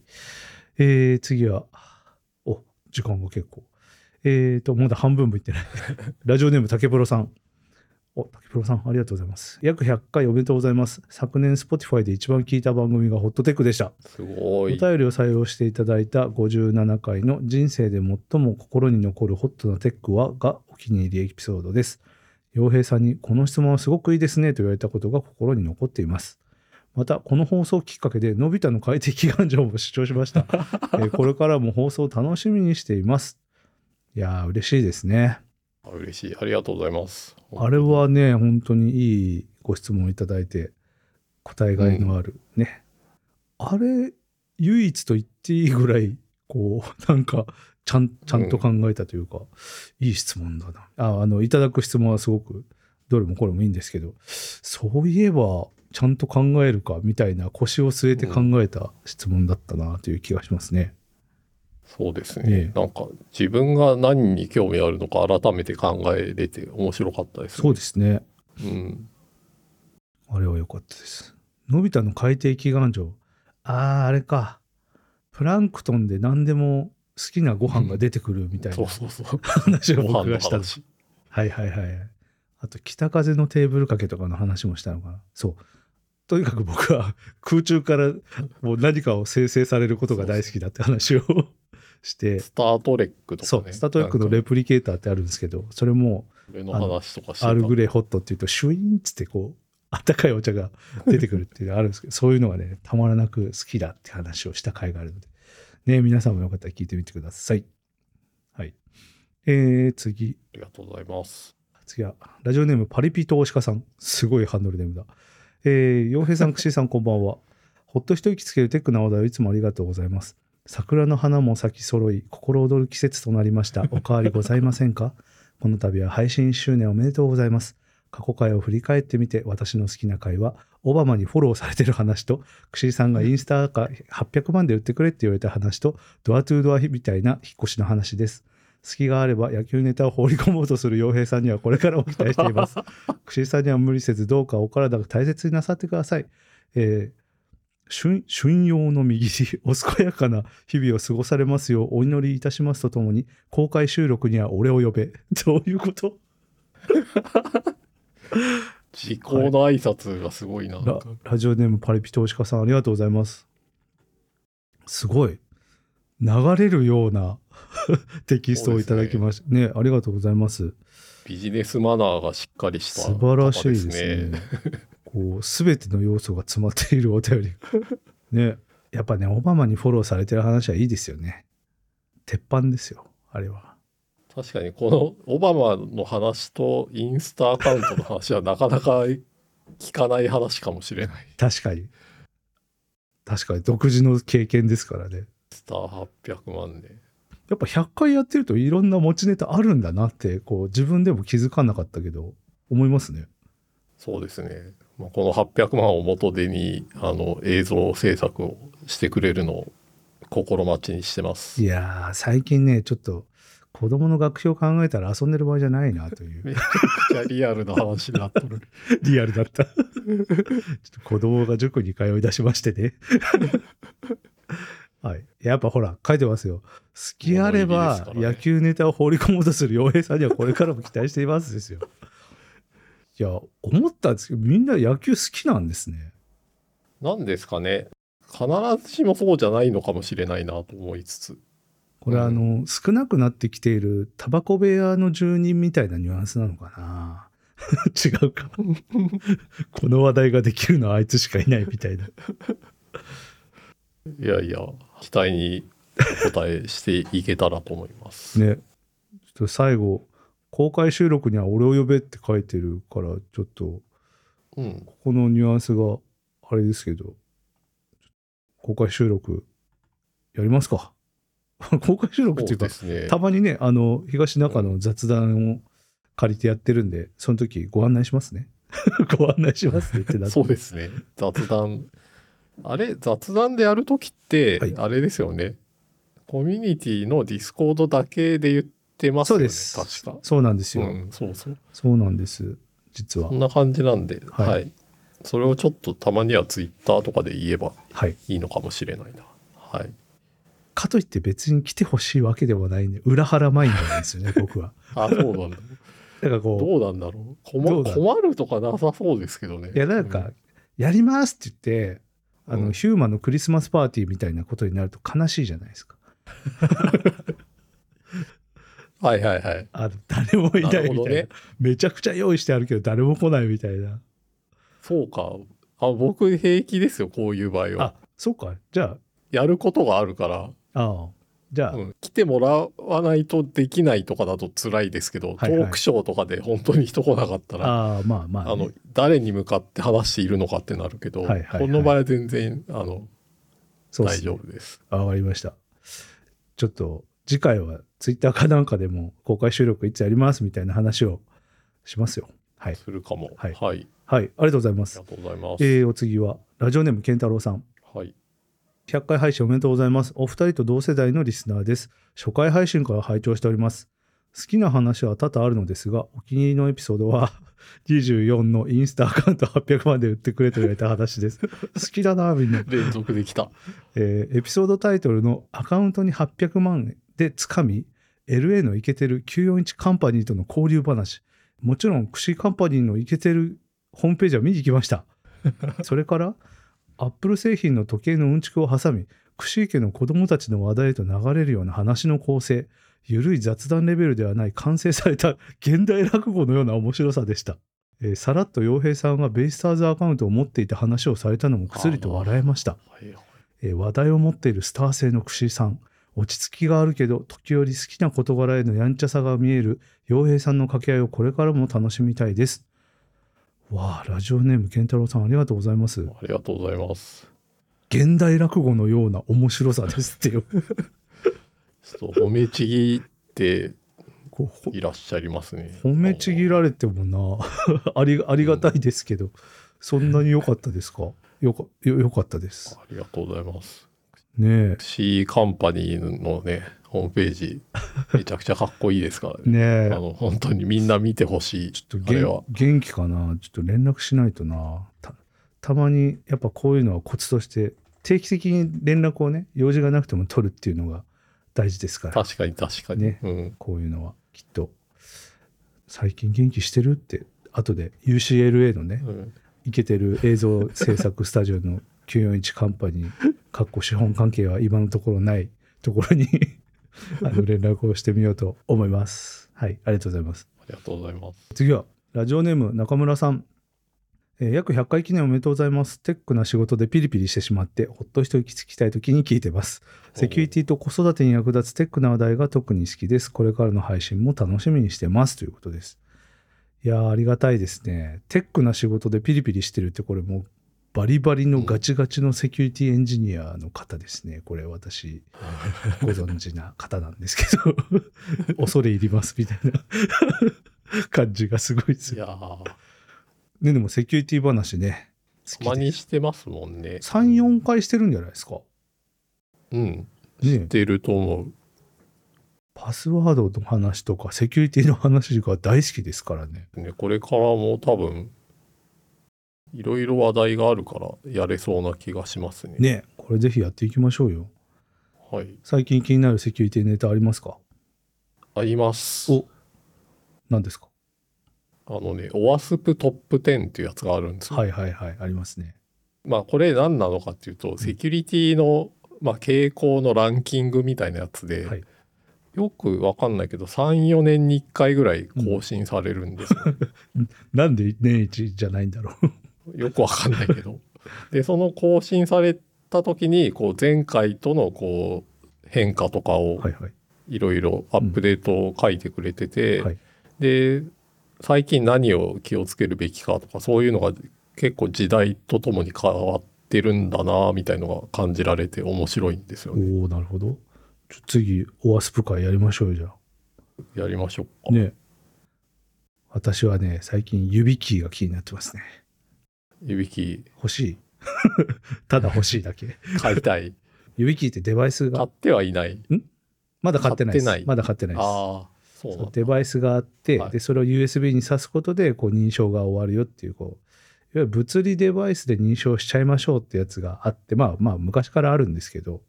S2: えー、次はお時間が結構えーとまだ半分もいって ないラジオネーム竹プロさんお竹プロさんありがとうございます約100回おめでとうございます昨年 Spotify で一番聞いた番組がホットテックでした
S1: すご
S2: お
S1: い。
S2: 便りを採用していただいた57回の「人生で最も心に残るホットなテックは?」がお気に入りエピソードです。洋平さんに「この質問はすごくいいですね」と言われたことが心に残っています。またこの放送きっかけでのび太の快適願望も主張しました、えーこれからも放送を楽しみにしています。いやー嬉しいですね。
S1: あ嬉しい。ありがとうございます。
S2: あれはね、本当にいいご質問をいただいて、答えがいのある、ね。あれ、唯一と言っていいぐらい、こう、なんか、ちゃん、ちゃんと考えたというか、いい質問だな。あ、あの、いただく質問はすごく、どれもこれもいいんですけど、そういえば、ちゃんと考えるか、みたいな腰を据えて考えた質問だったな、という気がしますね。
S1: そうです
S2: え
S1: ね。なんか自分が何に興味あるのか改めて考えれて面白かったです
S2: そう
S1: ね。
S2: ですね。
S1: うん。
S2: あれは良かったです。のび太の海底祈願場。ああ、あれか。プランクトンで何でも好きなご飯が出てくるみたい
S1: そ
S2: な
S1: うそうそう。
S2: 話を
S1: ご
S2: 僕
S1: 飯の
S2: がしたんです。
S1: 話。
S2: はいはいはい。あと、北風のテーブル掛けとかの話もしたのかな。そう。とにかく僕は 空中からもう何かを生成されることが大好きだって話をして、
S1: スタートレックとかね。
S2: そう、スタートレックの
S1: なん
S2: レプリケーターってあるんですけど、それも
S1: か俺の話とかしてた
S2: アールグレイホットっていうとシュイーンっつってこうあったかいお茶が出てくるっていうのがあるんですけどそういうのがねたまらなく好きだって話をした回があるのでね皆さんもよかったら聞いてみてくださいはいえー、次
S1: ありがとうございます。
S2: 次はラジオネームパリピ投資家さんすごいハンドルネームだえー、洋平さん、くしさん、こんばんは。 ほっと一息つけるテックな話題をいつもありがとうございます。桜の花も咲き揃い、心躍る季節となりました。おかわりございませんか この度は配信1周年おめでとうございます。過去回を振り返ってみて、私の好きな回は、オバマにフォローされてる話と、くしさんがインスタか800万で売ってくれって言われた話と、ドアトゥードアみたいな引っ越しの話です。隙があれば野球ネタを放り込もうとする洋平さんにはこれからも期待してい ます。串井さんには無理せずどうかお体を大切になさってください。えー春春陽の右利お健やかな日々を過ごされますようお祈りいたしますとともに公開収録には俺を呼べ どういうこと
S1: 時効の挨拶がすごいな。
S2: ララジオネームパリピ投資家さんありがとうございますすごい流れるような テキストをいただきましたねありがとうございます
S1: ビジネスマナーがしっかりした
S2: 素晴らしいですね
S1: 方で
S2: こう全ての要素が詰まっているお 便りねやっぱねオバマにフォローされてる話はいいですよね鉄板ですよあれは
S1: 確かにこのオバマの話とインスタアカウントの話はなかなか聞かない話かもしれない。
S2: 確かに確かに独自の経験ですからね
S1: スター800万で。
S2: やっぱ100回やってるといろんな持ちネタあるんだなってこう自分でも気づかなかったけど思いますね
S1: そうですね。まあ、この800万を元手にあの映像制作をしてくれるのを心待ちにしてます
S2: い。やー最近ねちょっと子供の学費を考えたら遊んでる場合じゃないなという
S1: めちゃくちゃリアルな話になっとる。
S2: リアルだった ちょっと子供が塾に通い出しまして ねはいやっぱほら書いてますよ好きあれ
S1: 物言いで
S2: ば
S1: すからね
S2: 野球ネタを放り込もうとする洋平さんにはこれからも期待していますですよいや思ったんですけどみんな野球好きなんですね
S1: なんですかね。必ずしもそうじゃないのかもしれないなと思いつつ。
S2: これ
S1: うん
S2: あの、少なくなってきているタバコ部屋の住人みたいなニュアンスなのかな 違う かこの話題ができるのはあいつしかいないみたいない
S1: やいや、期待にお応えしていけたらと思います。
S2: ねちょっと最後公開収録には俺を呼べって書いてるからちょっと
S1: うん。
S2: ここのニュアンスがあれですけど公開収録やりますか 公開収録っていうか
S1: そうですね
S2: た。まにねあの東中の雑談を借りてやってるんでその時ご案内しますね ご案内しますって言ってな
S1: そうですね。雑談。あれ、雑談でやるときって
S2: はい、
S1: あれですよね、コミュニティのディスコードだけで言ってます
S2: そ
S1: よ
S2: う
S1: ね。
S2: です
S1: 確か。
S2: そうなんです
S1: う
S2: よ、
S1: ん、そうそう。
S2: そうなんです実は
S1: こんな感じなんで、
S2: は
S1: はいい、それをちょっとたまにはツイッターとかで言えば
S2: はい
S1: いいのかもしれないな。はい。
S2: かといって別に来てほしいわけではないんで裏腹マインドなんですよね僕は
S1: あ、そうなんだ。
S2: だからこ
S1: どうなんだろう。
S2: どう
S1: 困
S2: だ
S1: 困るとかなさそうですけどね。
S2: ういやなん
S1: う
S2: か、やりますって言ってあの、
S1: うん
S2: ヒューマンのクリスマスパーティーみたいなことになると悲しいじゃないですか
S1: はいはいはい。
S2: あの誰もいないみた
S1: ないる
S2: な
S1: ほどね。
S2: めちゃくちゃ用意してあるけど誰も来ないみたいな
S1: そうか。あ僕平気ですよ、こういう場合は
S2: あ。そうかじゃ
S1: やることがあるから、
S2: あああじゃあ、
S1: うん来てもらわないとできないとかだと辛いですけど、
S2: はいはい
S1: トークショーとかで本当に人来なかったら、
S2: ああまあまあね、
S1: あの誰に向かって話しているのかってなるけど、
S2: はいはいはい
S1: この場合は全然あの
S2: そうっ
S1: 大
S2: すね
S1: 丈夫です。
S2: あわかりましたちょっと次回はツイッターかなんかでも公開収録いつやりますみたいな話をしますよはい
S1: するかも。
S2: は
S1: はいい、あり
S2: はいありがとうございます
S1: がとうございます。
S2: えー、お次はラジオネーム健太郎さん
S1: はい。
S2: 100回配信おめでとうございます。お二人と同世代のリスナーです。初回配信から拝聴しております。好きな話は多々あるのですが、お気に入りのエピソードは 24のインスタアカウント800万で売ってくれと言われた話です。好きだな、みんな。
S1: 連続できた。
S2: えーエピソードタイトルのアカウントに800万でつかみ LA のイケてる941カンパニーとの交流話もちろん串カンパニーのイケてるホームページは見に行きましたそれからアップル製品の時計のうんちくを挟み串池の子供たちの話題へと流れるような話の構成ゆるい雑談レベルではない完成された 現代落語のような面白さでした、えーさらっと洋平さんがベイスターズアカウントを持っていた話をされたのもくすりと笑えました
S1: はい
S2: えー話題を持っているスター性の串井さん落ち着きがあるけど時折好きな事柄へのやんちゃさが見える洋平さんの掛け合いをこれからも楽しみたいですわあラジオネーム健太郎さんありがとうございます
S1: ありがとうございます。
S2: 現代落語のような面白さですって よ
S1: ちょっと褒めちぎって
S2: こうほ
S1: いらっしゃいますね。
S2: 褒めちぎられてもな ありありがたいですけど、そんなに良かったですかよかよよかったです
S1: ありがとうございます。
S2: ね
S1: C カンパニーのね、ホームページ、めちゃくちゃかっこいいですからね
S2: え。ねえ
S1: あの本当にみんな見てほしい。
S2: ちょっと
S1: あれは
S2: 元元気かなちょっと連絡しないとなたたまにやっぱこういうのはコツとして定期的に連絡をね用事がなくても取るっていうのが大事ですから
S1: 確かに確かに。
S2: ね
S1: うん、
S2: こういうのはきっと最近元気してるって後で UCLA のね
S1: うん
S2: イケてる映像制作スタジオの941カンパニーかっこ資本関係は今のところないところにあの連絡をしてみようと思います。はい、ありがとうございます。
S1: ありがとうございます。
S2: 次はラジオネーム中村さん、えー約100回記念おめでとうございますテックな仕事でピリピリしてしまってほっと一息つきたい時に聞いてますセキュリティと子育てに役立つテックな話題が特に好きですこれからの配信も楽しみにしてますということですいやーありがたいですねテックな仕事でピリピリしてるってこれもうバリバリのガチガチのセキュリティエンジニアの方ですねこれ私ご存知な方なんですけど 恐れ入りますみたいな感じがすごいです
S1: い
S2: よ
S1: やー、
S2: ねでもセキュリティ話ね
S1: たまにしてますもんね。
S2: 34回してるんじゃないですか
S1: うん、
S2: ね
S1: してると思う。
S2: パスワードの話とかセキュリティの話が大好きですからね
S1: ね、これからも多分いろいろ話題があるからやれそうな気がしますね。
S2: ねこれぜひやっていきましょうよ
S1: はい。
S2: 最近気になるセキュリティネタありますか
S1: あります。
S2: お何ですか
S1: あのね、オワスプトップ10っていうやつがあるんですよ。
S2: はいはいはいありますね
S1: まあこれ何なのかっていうと、セキュリティの、まあ、傾向のランキングみたいなやつで、
S2: はい
S1: よくわかんないけど34年に1回ぐらい更新される んですよ、
S2: なんで年一じゃないんだろ う
S1: よくわかんないけど。でその更新された時にこう前回とのこう変化とかを
S2: はいはい
S1: いろいろアップデートを書いてくれてて、
S2: うんはい
S1: で最近何を気をつけるべきかとかそういうのが結構時代とともに変わってるんだなみたいのが感じられて面白いんですよね。
S2: おおなるほどちょ次オアスプ会やりましょうよじゃあ
S1: やりましょうか。
S2: ね私はね最近指キーが気になってますね
S1: いびき
S2: 欲 しいただ欲しいだけ
S1: 買い たい
S2: 指キーってデバイス
S1: 買
S2: が
S1: ってはいない。
S2: まだ買ってないです
S1: 買ってない
S2: まだ買ってないです
S1: ああそう
S2: そ
S1: な
S2: うん
S1: だ
S2: デバイスがあって、
S1: はい
S2: でそれを USB に挿すことでこう認証が終わるよっていうこういわゆる物理デバイスで認証しちゃいましょうってやつがあってまあまあ昔からあるんですけど、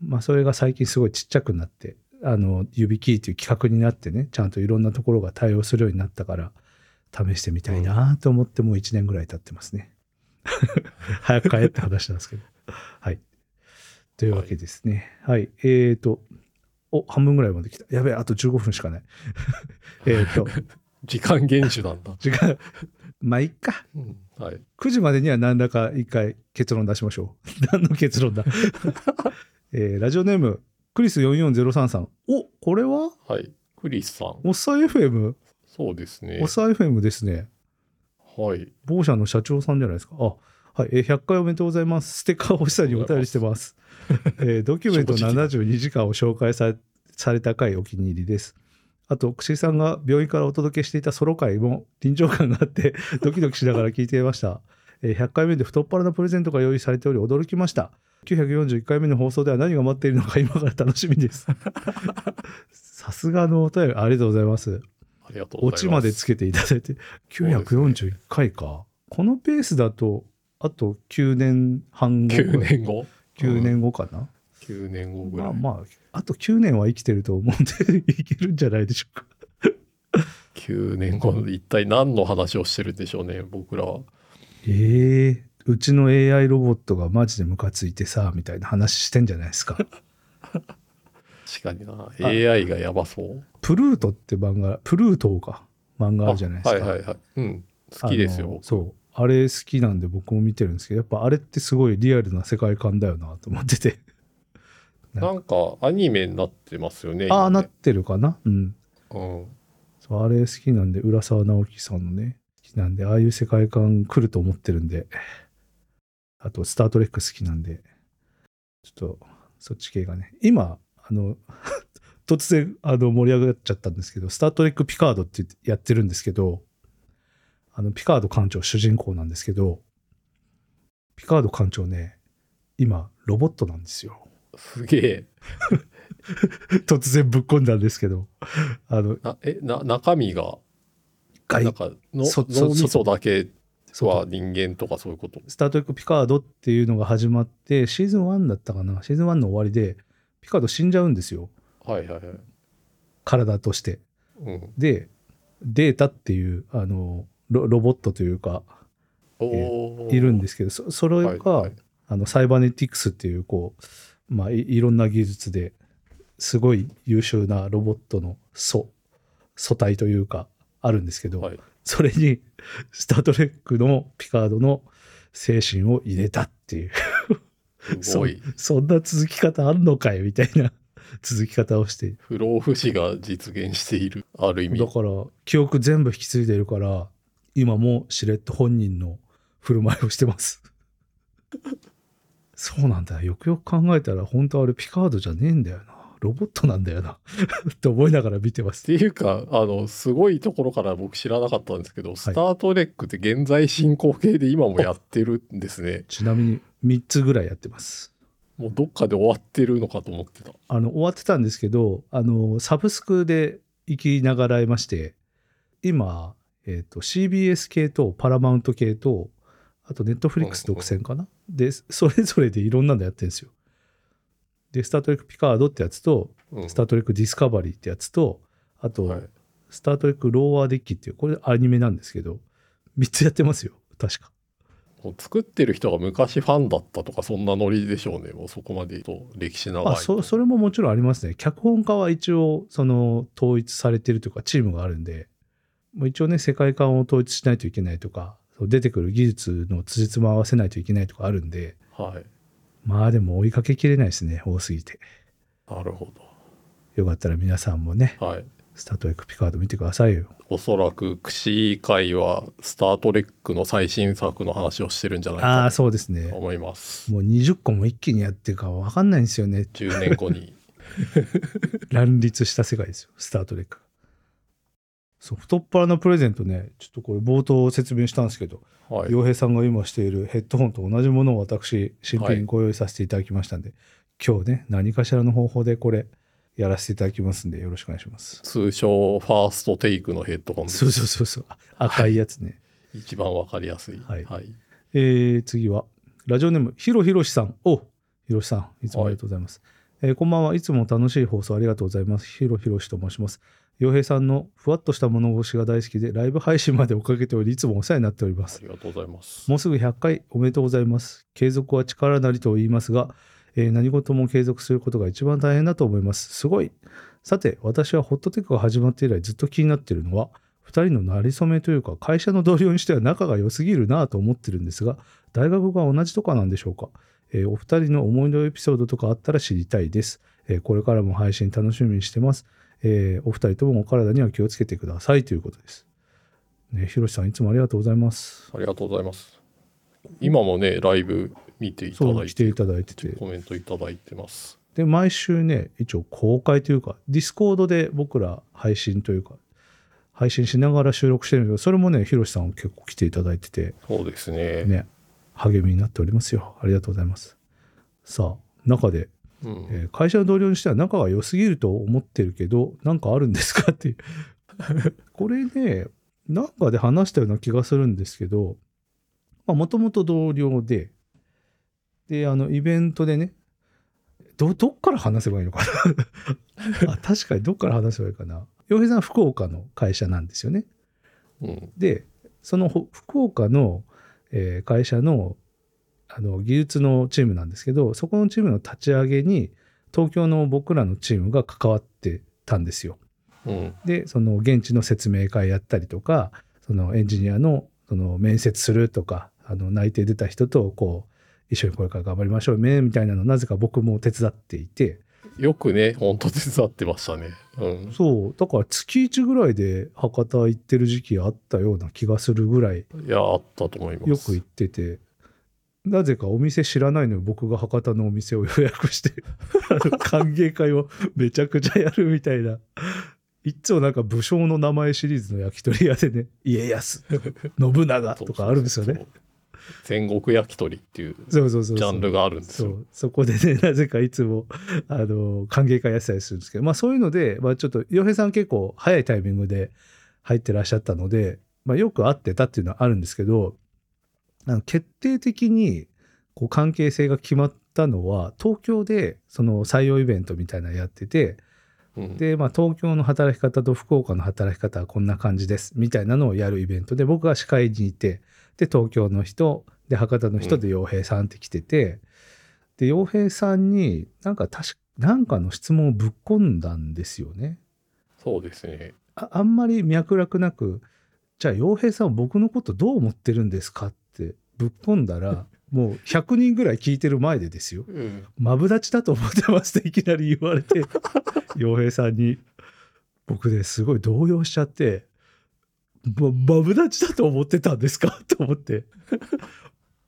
S2: まあ、それが最近すごいちっちゃくなってあの指キーっていう企画になってねちゃんといろんなところが対応するようになったから試してみたいなと思ってもう1年ぐらい経ってます ね。早く帰って話なんですけど。はい。というわけですね。はい。えーと、お、半分ぐらいまで来た。やべえ、あと15分しかない。 えっ と、。
S1: 時間厳守なんだ
S2: 時間、まあ、いっか。
S1: うんはい。
S2: 9時までには何らか一回結論出しましょう。 何の結論だえーラジオネーム、クリス44033さん。お、これは
S1: はい。クリスさん。
S2: おっさん FM?
S1: そうですね
S2: おっ。さん FM ですね。
S1: はい。
S2: 某社の社長さんじゃないですか。あはい、えー100回おめでとうございます。ステッカー欲しさにお便りしてます。えードキュメント
S1: 正直だ
S2: 72時間を紹介さされた回お気に入りです。あと、串井さんが病院からお届けしていたソロ回も臨場感があって、ドキドキしながら聞いていました。えー100回目で太っ腹なプレゼントが用意されており驚きました。941回目の放送では何が待っているのか今から楽しみです。さすがのお便りありがとうございます。
S1: ありがとうござい
S2: 落
S1: ます。
S2: ちまでつけていただい て941回か、このペースだとあと9年半後
S1: 9年後。
S2: 9年後かな、
S1: 9年後ぐら
S2: ま
S1: い。
S2: あまああと9年は生きてると思うんでいけるんじゃないでしょうか
S1: 9年後一体何の話をしてるんでしょうね僕らは
S2: ええうちの AI ロボットがマジでムカついてさみたいな話してんじゃない ですか
S1: 確かにな AI がやばそう
S2: プルートって漫画プルートか漫画あるじゃないですか、
S1: はいはいはいうん好きです
S2: あの
S1: よ
S2: そうあれ好きなんで僕も見てるんですけどやっぱあれってすごいリアルな世界観だよなと思ってて
S1: なんかアニメになってますよね
S2: ああ
S1: 今
S2: な
S1: ね
S2: ってるかなうん
S1: うん
S2: そうあれ好きなんで浦沢直樹さんのね好きなんでああいう世界観来ると思ってるんであと「スター・トレック」好きなんでちょっとそっち系がね今あの 突然あの盛り上がっちゃったんですけど「スター・トレック・ピカード」って言ってやってるんですけどあのピカード艦長主人公なんですけどピカード艦長ね今ロボットなんですよ
S1: すげえ
S2: 突然ぶっ込んだんですけどあの
S1: なえな中身が
S2: 外
S1: なんかの
S2: そそ
S1: 脳みそだけ
S2: そう
S1: は人間とかそういうこと
S2: スター・トレック・ピカードっていうのが始まって、シーズン1だったかな、シーズン1の終わりで、ピカード死んじゃうんですよ、
S1: はいはいはい
S2: 体として。
S1: うん
S2: で、データっていう、あの、ロロボットというか、
S1: おー
S2: いるんですけど、そそれが、
S1: はいはい
S2: あのサイバネティクスっていう、こう、まあ、いいろんな技術ですごい優秀なロボットの素素体というかあるんですけど、
S1: はい
S2: それに「スター・トレック」のピカードの精神を入れたっていう
S1: すごい。
S2: そんな続き方あんのかいみたい な続き方をして
S1: 不老不死が実現している。ある意味。
S2: だから記憶全部引き継いでるから今もしれっと本人の振る舞いをしてます そうなんだよくよく考えたら本当あれピカードじゃねえんだよなロボットなんだよな って思いながら見てま
S1: っ
S2: す
S1: ていうかあのすごいところから僕知らなかったんですけど「スター・トレック」って現在進行形で今もやってるんですね
S2: ちなみに3つぐらいやってます
S1: もうどっかで終わってるのかと思ってた
S2: あの終わってたんですけどあのサブスクで生きながらえまして今、えー、と CBS 系とパラマウント系とあと Netflix 独占かな、でそれぞれでいろんなのやってるんですよで「スター・トレック・ピカード」ってやつと
S1: う
S2: 「
S1: ん
S2: スター・トレック・ディスカバリー」ってやつとあと、
S1: はい
S2: スター・トレック・ローワーデッキ」っていうこれアニメなんですけど3つやってますよ確か
S1: もう作ってる人が昔ファンだったとかそんなノリでしょうねもうそこまで言うと歴史長い
S2: あそそれももちろんありますね脚本家は一応その統一されてるというかチームがあるんでもう一応ね世界観を統一しないといけないとかそう出てくる技術のつじつま合わせないといけないとかあるんで
S1: はい
S2: まあでも追いかけきれないですね多すぎて
S1: なるほ
S2: よかったら皆さんもね
S1: どはい
S2: 「スター・トレック・ピカード」見てくださいよ
S1: おそらくクシー会は「スター・トレック」の最新作の話をしてるんじゃない
S2: ああ
S1: か
S2: そうです
S1: と
S2: ね
S1: 思います
S2: もう20個も一気にやってるかわかんないんですよね
S1: 10年 後に
S2: 乱立した世界ですよ、スター・トレック。そう、太っ腹なプレゼントね、ちょっとこれ冒頭説明したんですけど、
S1: はい
S2: 洋平さんが今しているヘッドホンと同じものを私、新品にご用意させていただきましたんで、今日ね、何かしらの方法でこれ、やらせていただきますんで、よろしくお願いします。
S1: 通称ファーストテイクのヘッドホンです
S2: そうそうそうそう、あ赤いやつね。
S1: 一番わかりやすい
S2: はい
S1: はい
S2: えー次は、ラジオネーム、ひろひろしさん。おひろしさん、いつもありがとうございます。えーこんばんはいつも楽しい放送ありがとうございます。ひろひろしと申します。洋平さんのふわっとした物腰が大好きで、ライブ配信まで追っかけており、いつもお世話になっておりま
S1: あ
S2: す。
S1: りがとうございます。
S2: もうすぐ100回おめでとうございます。継続は力なりと言いますが、えー何事も継続することが一番大変だと思います。すごい。さて、私はホットテックが始まって以来ずっと気になっているのは、2人の馴れ初めというか、会社の同僚にしては仲が良すぎるなぁと思ってるんですが、大学が同じとかなんでしょうか。えーお二人の思い出エピソードとかあったら知りたいです。えーこれからも配信楽しみにしてます。えーお二人ともお体には気をつけてくださいということです。ね、ひろしさんいつもありがとうございます。
S1: ありがとうございます。今もね、ライブ見ていた
S2: そ
S1: だ
S2: う
S1: い
S2: 来て
S1: て、
S2: いただいてて
S1: コメントいただいてます。
S2: で毎週ね一応公開というかディスコードで僕ら配信というか配信しながら収録してるんですけどそれもねひろしさん結構来ていただいてて
S1: そうですね。
S2: ね励みになっておりますよありがとうございますさあ中で、
S1: うん
S2: えー会社の同僚にしては仲が良すぎると思ってるけどなんかあるんですかっていうこれねなんかで話したような気がするんですけどもともと同僚でであのイベントでねどどっから話せばいいのかな あ確かにどっから話せばいいかな洋平さんは福岡の会社なんですよね
S1: うん、
S2: でそのほ福岡の、えー会社のあの技術のチームなんですけどそこのチームの立ち上げに東京の僕らのチームが関わってたんですよ。
S1: うん、
S2: でその現地の説明会やったりとかそのエンジニアのその面接するとかあの内定出た人とこう一緒にこれから頑張りましょうねみたいなのなぜか僕も手伝っていて
S1: よくね、本当手伝ってましたね。うん、
S2: そうだから月1ぐらいで博多行ってる時期あったような気がするぐらい
S1: いや、あったと思います。
S2: よく行っててなぜかお店知らないのに僕が博多のお店を予約 してあの歓迎会をめちゃくちゃやるみたいないっつもなんか武将の名前シリーズの焼き鳥屋でね家康とか信長
S1: そう
S2: とかあるんですよ。
S1: そ
S2: ね
S1: うそう戦国焼き鳥っていう
S2: そうそうそう
S1: ジ
S2: そ
S1: ャン
S2: う
S1: ルがあるんです
S2: そ
S1: よ。
S2: うそこでね なぜかいつもあの歓迎会やってたりするんですけどまあそういうので、まあ、ちょっと洋平さん結構早いタイミングで入ってらっしゃったので、まあ、よく会ってたっていうのはあるんですけどあの決定的にこう関係性が決まったのは東京でその採用イベントみたいなのやってて
S1: うん、
S2: で、まあ、東京の働き方と福岡の働き方はこんな感じですみたいなのをやるイベントで僕が司会にいてで東京の人で博多の人で洋平さんって来てて、で洋平さんになんか確かなんかの質問をぶっ込んだんですよね。
S1: そうですね。
S2: ああんまり脈絡なく「じゃあ洋平さんは僕のことどう思ってるんですか?」ってぶっ込んだらもう100人ぐらい聞いてる前でですよ
S1: うん。
S2: 「マブダチだと思ってます」 っていきなり言われて洋平さんに僕ですごい動揺しちゃって「ま、マブダチだと思ってたんですか?」 と思って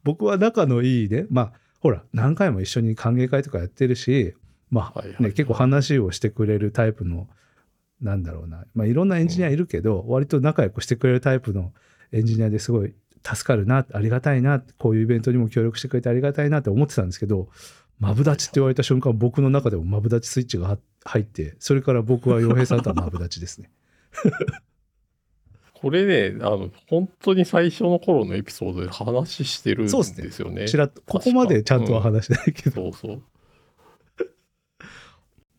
S2: 僕は仲のいいねまあほら何回も一緒に歓迎会とかやってるしまあ
S1: はいはい。
S2: ね、結構話をしてくれるタイプのなんだろうな、まあ、いろんなエンジニアいるけど、割と仲良くしてくれるタイプのエンジニアですごい助かるなありがたいなこういうイベントにも協力してくれてありがたいなって思ってたんですけどマブダチって言われた瞬間僕の中でもマブダチスイッチがは入ってそれから僕は洋平さんとはマブダチ ですね。
S1: これね、あの、本当に最初の頃のエピソードで話してるん
S2: そうっすね
S1: ですよね。
S2: ちらっとここまでちゃんとは話してないけど、
S1: そうそう。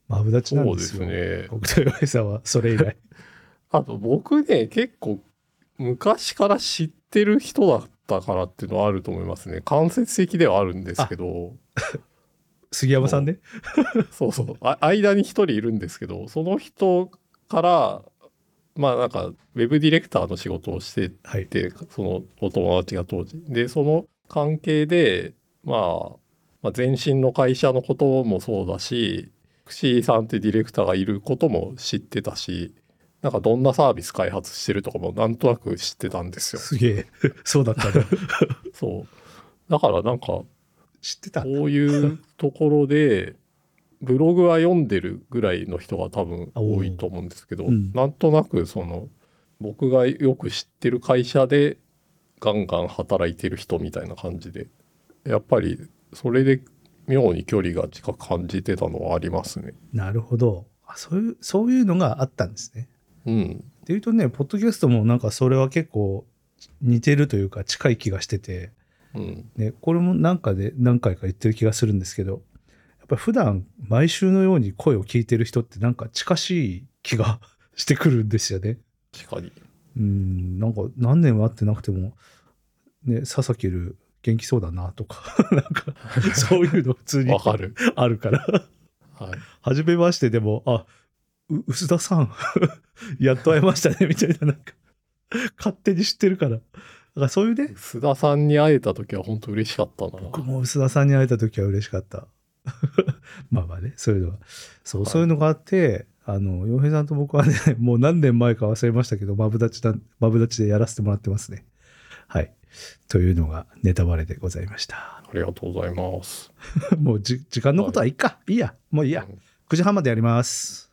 S2: マブダチなん
S1: そう
S2: で
S1: ですす
S2: よ。
S1: ね。
S2: 僕と洋平さんはそれ以来。
S1: あと僕ね、結構昔から知ってる人だったからっていうのはあると思いますね。間接的ではあるんですけど、
S2: 杉山さんね。
S1: そうそう。あ間に一人いるんですけど、その人から、まあなんか、ウェブディレクターの仕事をして
S2: はい。
S1: でそのお友達が当時でその関係で、まあ、まあ前身の会社のこともそうだし串井さんってディレクターがいることも知ってたしなんかどんなサービス開発してるとかもなんとなく知ってたんですよ。
S2: すげえ。そうだ ったんだ。
S1: そうだからなんかこ
S2: 知ってた
S1: う。いうところでブログは読んでるぐらいの人が多分多いと思うんですけど、
S2: おーうん
S1: なんとなくその僕がよく知ってる会社でガンガン働いてる人みたいな感じでやっぱりそれで妙に距離が近く感じてたのはありますね。
S2: なるほどあそういう。そういうのがあったんですね。
S1: うん、
S2: っていうとね、ポッドキャストもなんかそれは結構似てるというか近い気がしてて、
S1: うん、
S2: ね、これもなんかで何回か言ってる気がするんですけど、やっぱり普段毎週のように声を聞いてる人ってなんか近しい気が してくるんですよね。
S1: 確かに。
S2: うん、なんか何年も会ってなくても、ね、佐々木る元気そうだなとか、なんかそういうの普通に
S1: わかる。
S2: あるから。
S1: はい、
S2: 初めましてでも、あ、う薄田さん、 やっと会えましたね、み たいな、なんか、勝手に知ってるから。だからそういうね、
S1: 須田さんに会えた時は本当嬉しかったな。
S2: 僕も薄田さんに会えた時は嬉しかった。 まあまあね、そういうのは。そう、
S1: はい
S2: そういうのがあって、あの、洋平さんと僕はね、 もう何年前か忘れましたけど、マブダチだ、マブダチでやらせてもらってますね。はい。というのがネタバレでございました。
S1: ありがとうございます。
S2: もうじ時間のことはいいか。いいや。もういいや
S1: うん。
S2: 9時半までやり ます。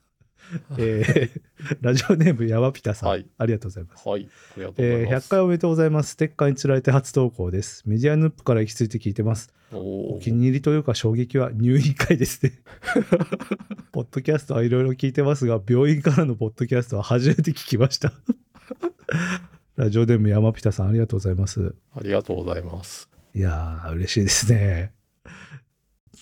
S2: えー ラジオネームやわぴたさん、
S1: はい
S2: ありがとうございます。
S1: はい、ありがとうござ
S2: え
S1: い
S2: ー
S1: ます。
S2: 100回おめでとうございます。ステッカーにつられて初投稿です。メディアヌップから行き着いて聞いてます。
S1: お
S2: お
S1: ー
S2: 気に入りというか衝撃は入院会です ね。ポッドキャストはいろいろ聞いてますが、病院からのポッドキャストは初めて聞きま した。ラジオネームやまぴたさん、ありがとうございます。
S1: ありがとうございます。
S2: いやー、嬉しいですね。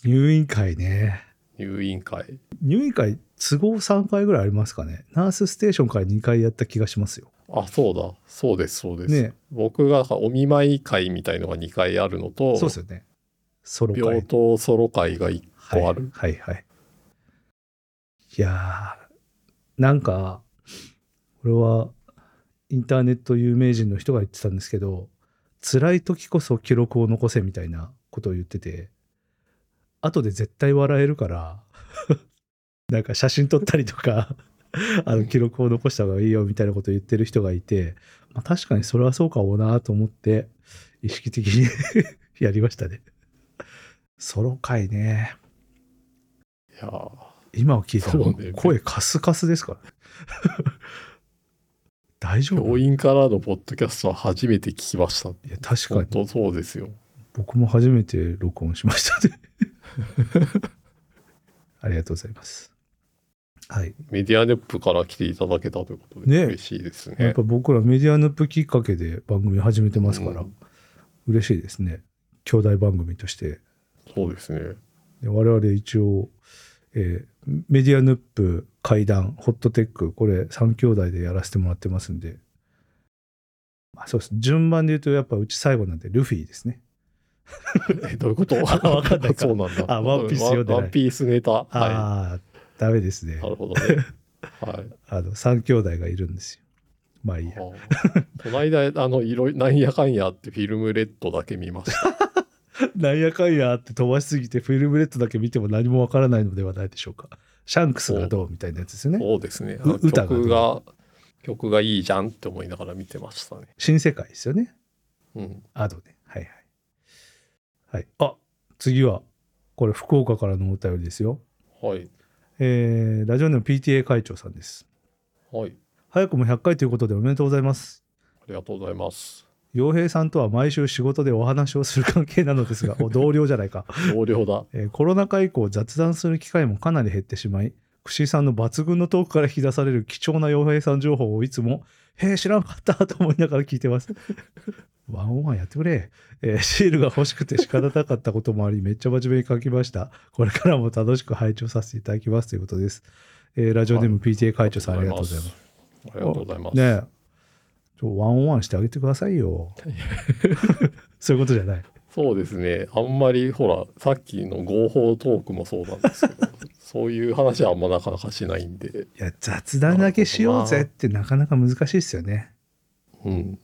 S2: 入院会ね。
S1: 入院会。
S2: 入院会都合3回ぐらいありますかねナースステーションから2回やった気がしますよ
S1: あ、そうだ。そうです、そうです。
S2: ね
S1: 僕がお見舞い会みたいのが2回あるのと、
S2: そうですよねソロ
S1: 病
S2: 会
S1: 棟ソロ会が1個ある。
S2: はいはいはいいやーなんかこれはインターネット有名人の人が言ってたんですけど辛い時こそ記録を残せみたいなことを言ってて後で絶対笑えるから なんか写真撮ったりとか あの記録を残した方がいいよみたいなことを言ってる人がいて、まあ、確かにそれはそうかもなと思って意識的に やりましたねソロ回ね
S1: いやー
S2: 今を聞いた
S1: そうだよ
S2: ら
S1: ね
S2: 声カスカスですからね 大丈夫
S1: 病
S2: い
S1: 院からのポッドキャストは初めて聞きました。
S2: や確か
S1: 本
S2: に
S1: 当そうですよ。
S2: 僕も初めて録音しました ねありがとうございますはい、
S1: メディアネップから来ていただけたということで、
S2: ね
S1: 嬉しいですね。
S2: やっぱ僕らメディアヌップきっかけで番組始めてますから、
S1: うん
S2: 嬉しいですね兄弟番組として
S1: そうですね。
S2: で我々一応、えーメディアヌップ怪談ホットテックこれ3兄弟でやらせてもらってますんで、まあ、そうです順番で言うとやっぱうち最後なんでルフィですね
S1: えどういうこと わ
S2: かんないか
S1: そうなんだ。
S2: あワンピース読んでない
S1: ワンピースネタ。は
S2: ああ、ダメですね
S1: い。な。るほどね。はい。
S2: あの、三兄弟がいるんですよ。まあ いいや。
S1: あーこの間、あの、いろいなんやかんやってフィルムレッドだけ見ました。
S2: なんやかんやって飛ばしすぎて、フィルムレッドだけ見ても何もわからないのではないでしょうか。シャンクスがどうみたいなやつですよね。
S1: そうですね。あ
S2: う
S1: の
S2: 歌が
S1: 曲が、曲がいいじゃんって思いながら見てましたね。
S2: 新世界ですよね。
S1: うん。
S2: アドね。はいはい。はい。あ、次は、これ福岡からのお便りですよ。
S1: はい。
S2: えー、ラジオネーム PTA 会長さんです。
S1: はい。
S2: 早くも100回ということでおめでとうございます。
S1: ありがとうございます。
S2: 洋平さんとは毎週仕事でお話をする関係なのですが、 お同僚じゃないか、
S1: 同僚だ。
S2: えーコロナ禍以降雑談する機会もかなり減ってしまい、串井さんの抜群のトークから引き出される貴重な洋平さん情報をいつも、へえ、知らんかったと思いながら聞いて ます。ワンオンワンやってくれ、えーシールが欲しくて仕方なかったこともあり、めっちゃ真面目に書きました。これからも楽しく拝聴させていただきますということです。えーラジオネーム PTA 会長さんありがとうございます。
S1: ありがとうございます。
S2: ねえちょワンオンワンしてあげてください よそういうことじゃない
S1: そうですね。あんまりほら、さっきの合法トークもそうなんで すけど、そういう話はあんまなかなかしないんで、
S2: いや雑談だけしようぜってなかなか難しいですよね
S1: うん。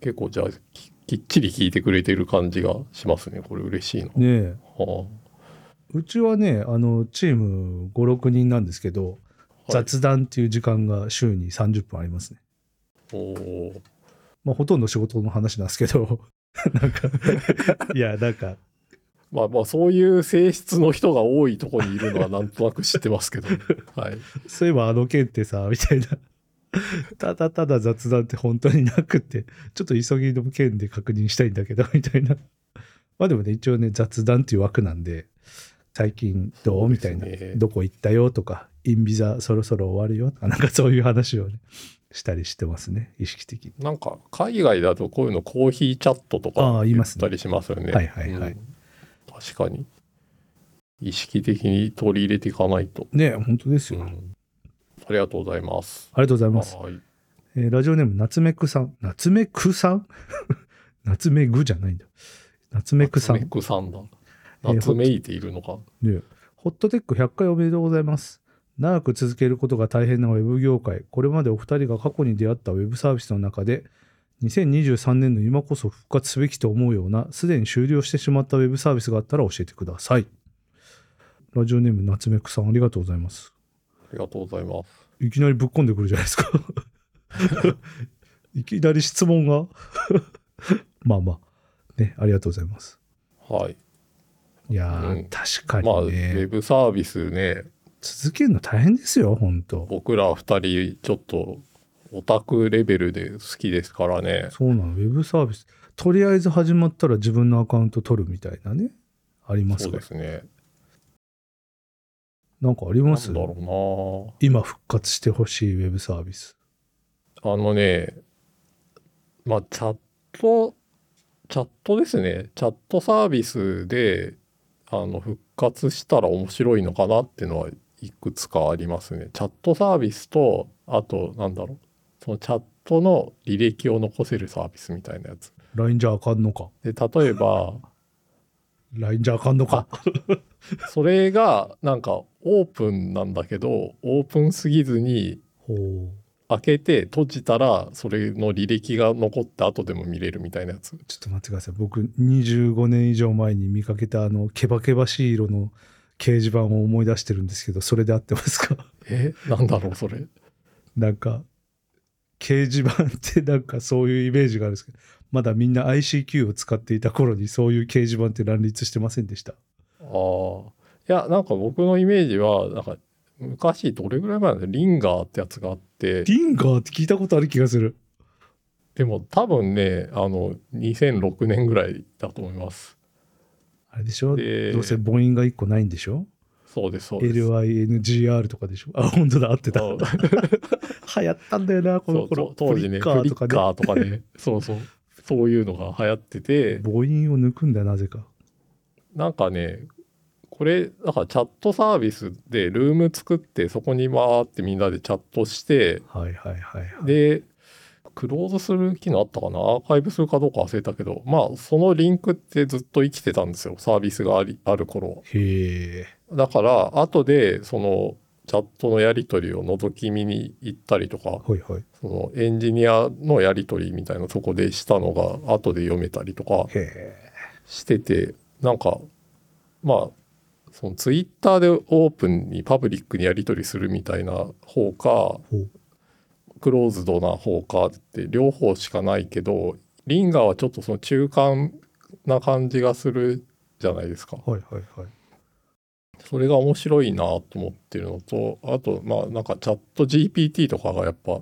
S1: 結構じゃあき、きっちり聞いてくれてる感じがしますね。これ嬉しいな。
S2: ねえ
S1: は
S2: うちはねあのチーム56人なんですけど、
S1: い
S2: 雑談っていう時間が週に30分ありますね
S1: あ、おー
S2: まあほとんど仕事の話なんですけど なんかいやなんか
S1: まあまあ、そういう性質の人が多いとこにいるのはなんとなく知ってます けど、はい。
S2: そういえばあの件ってさみたいな ただただ雑談って本当になくてちょっと急ぎの件で確認したいんだけどみたいなまあでもね一応ね雑談っていう枠なんで最近どう
S1: そう
S2: み
S1: で
S2: た
S1: す
S2: い
S1: ね
S2: な、どこ行ったよとかインビザそろそろ終わるよとかなんかそういう話をねしたりしてますね意識的に
S1: なんか、海外だとこういうのコーヒーチャットと
S2: あ
S1: か
S2: あ言い
S1: 言
S2: ま
S1: っ
S2: すね
S1: たりしますよね。
S2: はいはいはい
S1: うん確かに。意識的に取り入れていかないと。
S2: ね本当です
S1: う
S2: よ、
S1: ん
S2: あり
S1: ありがとうございます。
S2: がとうございます、
S1: はい。
S2: えーラジオネームナツメクさんナツメクさん ナツメグじゃないんだナツメクさん
S1: メクさんだ。
S2: えー
S1: 夏めいているのか。
S2: ねホットテック100回おめでとうございます。長く続けることが大変なウェブ業界。これまでお二人が過去に出会ったウェブサービスの中で、2023年の今こそ復活すべきと思うような、すでに終了してしまったウェブサービスがあったら教えてください。ラジオネーム夏目くさん、ありがとうございます。
S1: ありがとうございます。
S2: いきなりぶっこんでくるじゃないですか。 いきなり質問が。 まあまあ。ね、ありがとうございます。
S1: はい。
S2: いやー、
S1: うん
S2: 確か
S1: まあ、ウ
S2: にね、
S1: ェブサービスね、
S2: 続けるの大変ですよ、本当
S1: 僕ら二人、ちょっと、オタクレベルで好きですからね。
S2: そうなの、ウェブサービス。とりあえず始まったら自分のアカウント取るみたいなね。あります
S1: そう
S2: か
S1: ですね。
S2: なんかあり
S1: な
S2: ま
S1: ん
S2: す
S1: だろ
S2: 今復活してほしいウェブサービス。
S1: うな。あのね、まあ、チャット、チャットですね。チャットサービスで、あの、復活したら面白いのかなっていうのは、いくつかありますね。チャットサービスと、あと、なんだろう。そのチャットの履歴を残せるサービスみたいなやつ。
S2: LINE じゃあかんのか。
S1: で、例えば、
S2: LINE じゃあかんのか。
S1: それがなんかオープンなんだけどオープンすぎずに
S2: ほう。
S1: 開けて閉じたらそれの履歴が残って後でも見れるみたいなやつ
S2: ちょっと待ってください。僕、25年以上前に見かけた、あの、ケバケバしい色の掲示板を思い出してるんですけど、それで合ってますか
S1: えなんだろうそれ
S2: なんか、掲示板って なんかそういうイメージがあるんですけど、まだみんな ICQ を使っていた頃にそういう掲示板って乱立してませんでした。
S1: ああいやなんか僕のイメージはなんか昔どれぐらい前なんだリンガーってやつがあって
S2: リンガーって聞いたことある気がする。
S1: でも多分ねあの2006年ぐらいだと思います
S2: あれでしょど
S1: で
S2: うせ母音が1個ないんでしょ
S1: そうですそうです
S2: ?LINGR とかでしょあ、本当だ、合ってた。
S1: あ
S2: 流行ったんだよな、こ
S1: そ
S2: の
S1: うと
S2: 頃。
S1: 当時ね
S2: フリ
S1: フ
S2: ッ
S1: リ
S2: カーと
S1: ッ
S2: か
S1: カ
S2: ね。
S1: ーとかねそうそうそういうのが流行ってて
S2: 母音を抜くんだよ、なぜか。
S1: なんかねこれだからチャットサービスでルーム作ってそこにわーってみんなでチャットして
S2: はいはいはいはい。
S1: でクローズする機能あったかなアーカイブするかどうか忘れたけど、まあ、そのリンクってずっと生きてたんですよ。サービスがありある頃
S2: へえ。
S1: は。だから、後で、その、チャットのやり取りを覗き見に行ったりとか、
S2: はいはい。
S1: そのエンジニアのやり取りみたいなとこでしたのが、後で読めたりとか、
S2: へえ。
S1: しててなんかまあそのツイッターでオープンにパブリックにやり取りするみたいな方か
S2: ほう
S1: クローズドな方かって両方しかないけどリンガーはちょっとその中間な感じがするじゃないですか。
S2: はいはいはい。
S1: それが面白いなと思ってるのとあとまあなんかチャット GPT とかがやっぱ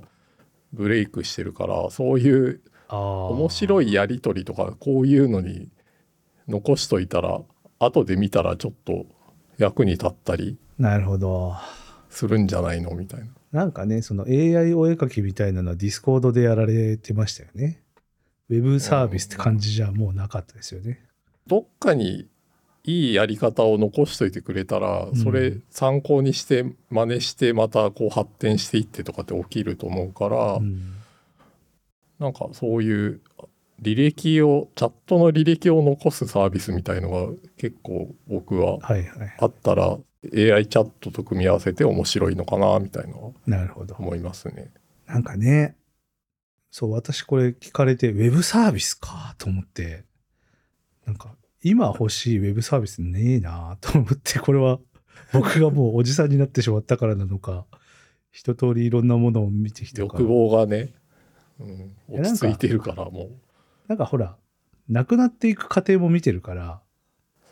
S1: ブレイクしてるからそういう
S2: ああ。
S1: 面白いやり取りとかこういうのに残しといたら後で見たらちょっと役に立ったり
S2: なるほど。
S1: するんじゃないのみたいな
S2: なんかね、その AI お絵描きみたいなのはディスコードでやられてましたよね。ウェブサービスって感じじゃもうなかったですよね。
S1: どっかにいいやり方を残しといてくれたら
S2: ん
S1: それ参考にして真似してまたこう発展していってとかって起きると思うから、
S2: うん、
S1: なんかそういう履歴をチャットの履歴を残すサービスみたいのが結構僕は
S2: はいはい。
S1: あったら AI チャットと組み合わせて面白いのかなみたいなのは
S2: なるほど。
S1: 思いますね。
S2: なんかね、そう、私これ聞かれて、ウェブサービスかと思って、なんか、今欲しいウェブサービスねえなと思って、これは僕がもうおじさんになってしまったからなのか、一通りいろんなものを見てきて
S1: 欲望がね、うん、
S2: や
S1: 落ち着いてるからもう
S2: なんかほら、なくなっていく過程も見てるから、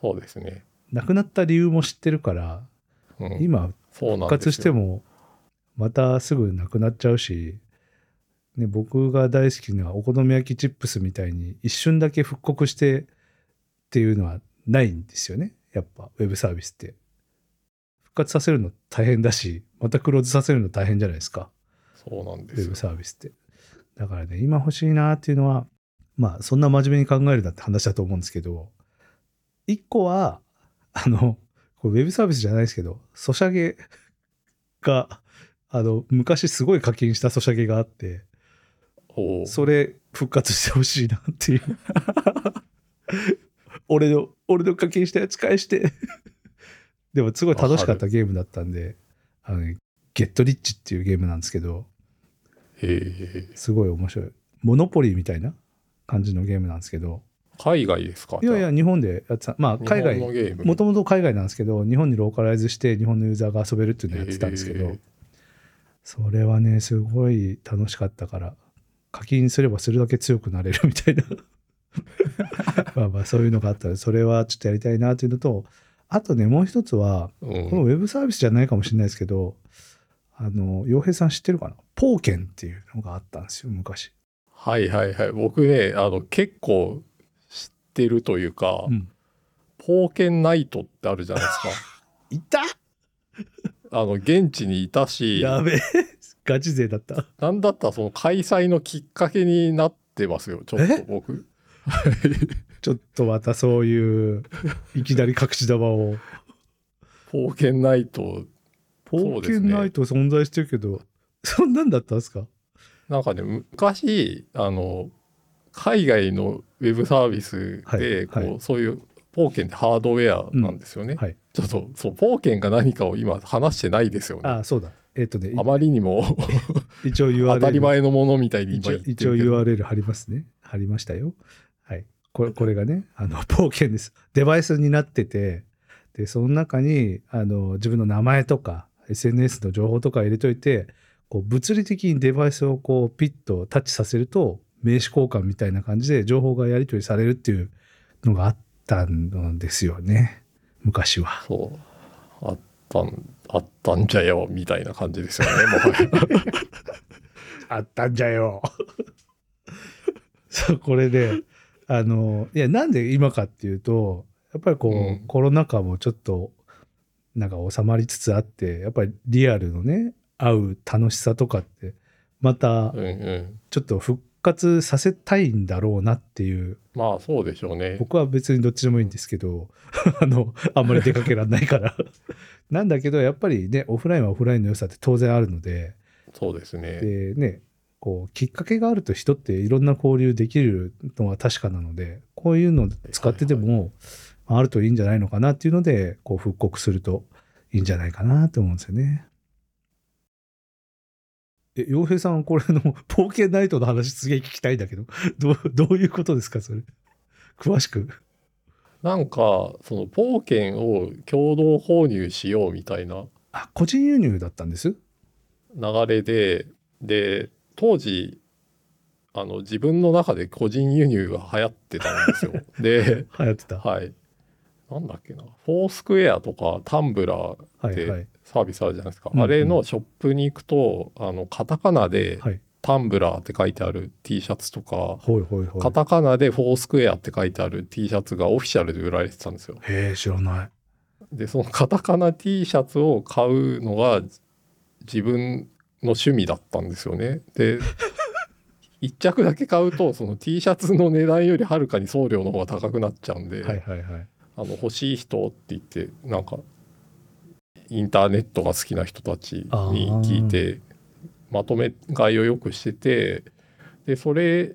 S1: そうですね、
S2: なくなった理由も知ってるから、
S1: うん、
S2: 今
S1: そうなん
S2: 復
S1: です
S2: 活して
S1: も
S2: もまたすぐなくなっちゃうし、ね、僕が大好きなお好み焼きチップスみたいに一瞬だけ復刻してっていうのはないんですよねやっぱウェブサービスって復活させるの大変だしまたクローズさせるの大変じゃないですか
S1: そうなんで
S2: ウ
S1: す
S2: ェ
S1: よ
S2: ブサービスってだからね今欲しいなっていうのはまあそんな真面目に考えるなって話だと思うんですけど一個はあのこれウェブサービスじゃないですけどソシャゲがあの昔すごい課金したソシャゲがあって
S1: おう
S2: それ復活してほしいなって いう俺の俺の課金したやつ返してでもすごい楽しかったゲームだったんであの、ね、ゲットリッチっていうゲームなんですけど
S1: へえ
S2: すごい面白い。モノポリーみたいな感じのゲームなんですけど、
S1: 海外ですか
S2: いやい
S1: じゃ
S2: や、日本でやってた、まあ、
S1: あ
S2: 海
S1: 日本の
S2: 外、
S1: ゲーム
S2: もともと海外なんですけど、日本にローカライズして、日本のユーザーが遊べるっていうのをやってたんですけ
S1: へ
S2: ど
S1: え、
S2: それはね、すごい楽しかったから、課金すればするだけ強くなれるみたい な、まあまあ、そういうのがあったら、それはちょっとやりたいなというのと、あとね、もう一つは、
S1: うん
S2: このウェブサービスじゃないかもしれないですけど、あの、洋平さん知ってるかなポーケンっていうのがあったんですよ、昔。
S1: はいはいはい僕ねあの結構知ってるというか、
S2: うん
S1: ポーケンナイトってあるじゃないで
S2: い
S1: す
S2: た
S1: かあの現地にいたし
S2: やべえ。 ガチ勢だった。
S1: なんだったらその開催のきっかけになってますよちょっ
S2: え
S1: と僕
S2: ちょっとまたそういう、いきなり隠し玉を。
S1: ポーケンナイト
S2: ポ
S1: そう
S2: ー
S1: で
S2: ケ
S1: すね
S2: ンナイト存在してるけど、そんなんだったんですか
S1: なんかね昔あの海外のウェブサービスでこ
S2: は
S1: う、
S2: いは
S1: そういうポーケンってハードウェアなんですよね、
S2: うんはい
S1: ちょっとそうポーケンが何かを今話してないですよね
S2: ああ、そうだ。えっ、とね
S1: あ、まりにも
S2: 一応 URL。
S1: 当たり前のものみたいに
S2: 一応
S1: 今言ってる
S2: 一
S1: けど
S2: 応 URL 貼りますね。貼りましたよ。はい。これ、これがね、あの、冒険です。デバイスになってて、で、その中に、あの、自分の名前とか、SNS の情報とか入れといて、こう、物理的にデバイスをこう、ピッとタッチさせると、名刺交換みたいな感じで情報がやり取りされるっていうのがあったんですよね。昔は。
S1: そうあったんあったんじゃよみたいな感じですよねもはや
S2: あったんじゃよ。 そう、これで、あの、いや、なんで今かっていうと、やっぱりこう、
S1: うん
S2: コロナ禍もちょっと、なんか収まりつつあって、やっぱりリアルのね、会う楽しさとかって、また
S1: うんうん
S2: ちょっと復活させたいんだろうなっていう、
S1: まあそうでしょうね
S2: 僕は別にどっちでもいいんですけど、 あの、あんまり出かけられないから。 なんだけど、やっぱりね、オフラインはオフラインの良さって当然あるので、
S1: そうですね
S2: でねこうきっかけがあると人っていろんな交流できるのは確かなのでこういうのを使っててもあるといいんじゃないのかなっていうのでこう復刻するといいんじゃないかなと思うんですよね。え洋平さんこれの 「冒険ナイト」の話すげえ聞きたいんだけどどうどういうことですかそれ詳しく。
S1: なんかその冒険を共同購入しようみたいな
S2: あ個人輸入だったんです
S1: 流れでで当時あの自分の中で個人輸入が流行ってたんです よ。で、
S2: 流行ってた。は
S1: はい、なんだっけなフォースクエアとかタンブラー
S2: いはい。
S1: サービスあるじゃないですか、
S2: うんうん
S1: あれのショップに行くとあのカタカナで
S2: はい
S1: 「タンブラー」って書いてある T シャツとか、
S2: ほいほいほい。
S1: カタカナで「フォースクエア」って書いてある T シャツがオフィシャルで売られてたんですよ。
S2: へえ、知らない。
S1: でそのカタカナ T シャツを買うのが自分の趣味だったんですよね。で 一着だけ買うとその T シャツの値段よりはるかに送料の方が高くなっちゃうんで、
S2: はいはいはい。
S1: あの欲しい人って言ってなんかインターネットが好きな人たちに聞いてまとめ買いをよくしててでそれ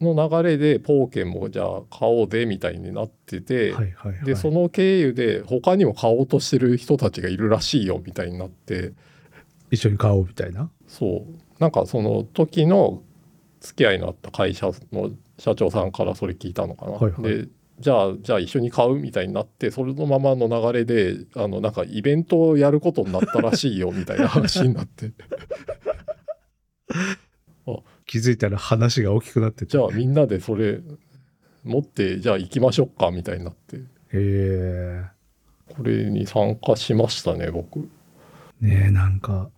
S1: の流れでポーケンもじゃあ買おうぜみたいになってて、
S2: はいはいはい。
S1: でその経由で他にも買おうとしてる人たちがいるらしいよみたいになって
S2: 一緒に買おうみたいな。
S1: そうなんかその時の付き合いのあった会社の社長さんからそれ聞いたのかな。
S2: はいはい
S1: でじゃあじゃあ一緒に買うみたいになってそれのままの流れであのなんかイベントをやることになったらしいよみたいな話になって
S2: 気づいたら話が大きくなって
S1: じ
S2: て。
S1: ゃあみんなでそれ持ってじゃあ行きましょうかみたいになって
S2: へえ。
S1: これに参加しましたね僕。
S2: ねえ、なんか、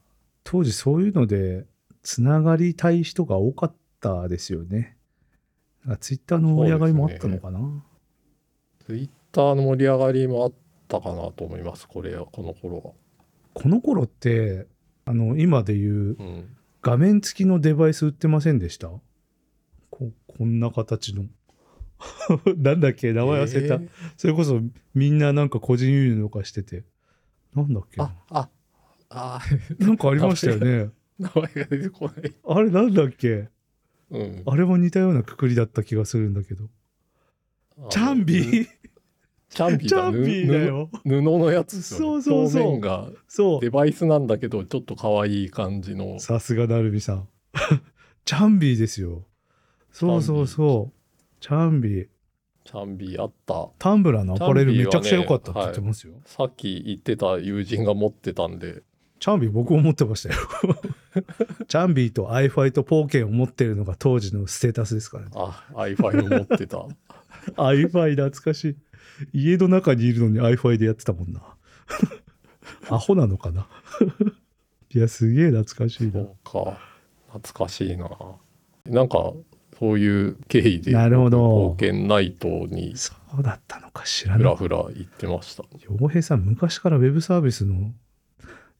S2: 当時そういうので、つながりたい人が多かったですよね。ツイッターの盛り上がりもあったのかな。
S1: ツイッターの盛り上がりもあったかなと思います、これは、この頃
S2: この頃って、あの、今でいう
S1: は。うん。
S2: 画面付きのデバイス売ってませんでしたここんな形の。 なんだっけ名前忘れた。
S1: え
S2: それこそみんななんか個人輸入とかしてて。なんだっけ
S1: ーあ、あ、あ、
S2: なんかありましたよね。
S1: 名前が出てこない。
S2: あれなんだっけ
S1: うん。
S2: あれも似たようなくくりだった気がするんだけど。チャン
S1: ー
S2: ビ
S1: チャン
S2: ー
S1: ビー
S2: チ
S1: だ
S2: ャンビーだよ。
S1: 布布のやつですよね
S2: そうそうそう
S1: 表面が
S2: そ
S1: デバイスなんだけど、ちょっと可愛い感じの
S2: う。。さすがなるみさん。 チャンビーですよ。そうそうそう。チャンビー。
S1: チャンビーあった。
S2: タンブラーのアパレル
S1: チャ
S2: め
S1: ンビーはね
S2: ちゃくちゃ良かったって言ってますよ。
S1: さっき言ってた友人が持ってたんで、
S2: チャンビー僕も持ってましたよ。 チャンビーとアイファイとポーケンを持ってるのが当時のステータスです からね。
S1: あ、iFi を持っ てた。
S2: アイファイ懐かしい。家の中にいるのにアイファイでやってたもんな。 アホなのかな いや、すげえ懐かしい
S1: そ
S2: な。
S1: うか。懐かしいな。なんか、そういう経緯で、
S2: なるほど
S1: 冒。険ナイトに
S2: そうだったのか知ら
S1: ふ
S2: な
S1: ら
S2: い。
S1: ふら行ってました。
S2: 洋平さん、昔からウェブサービスの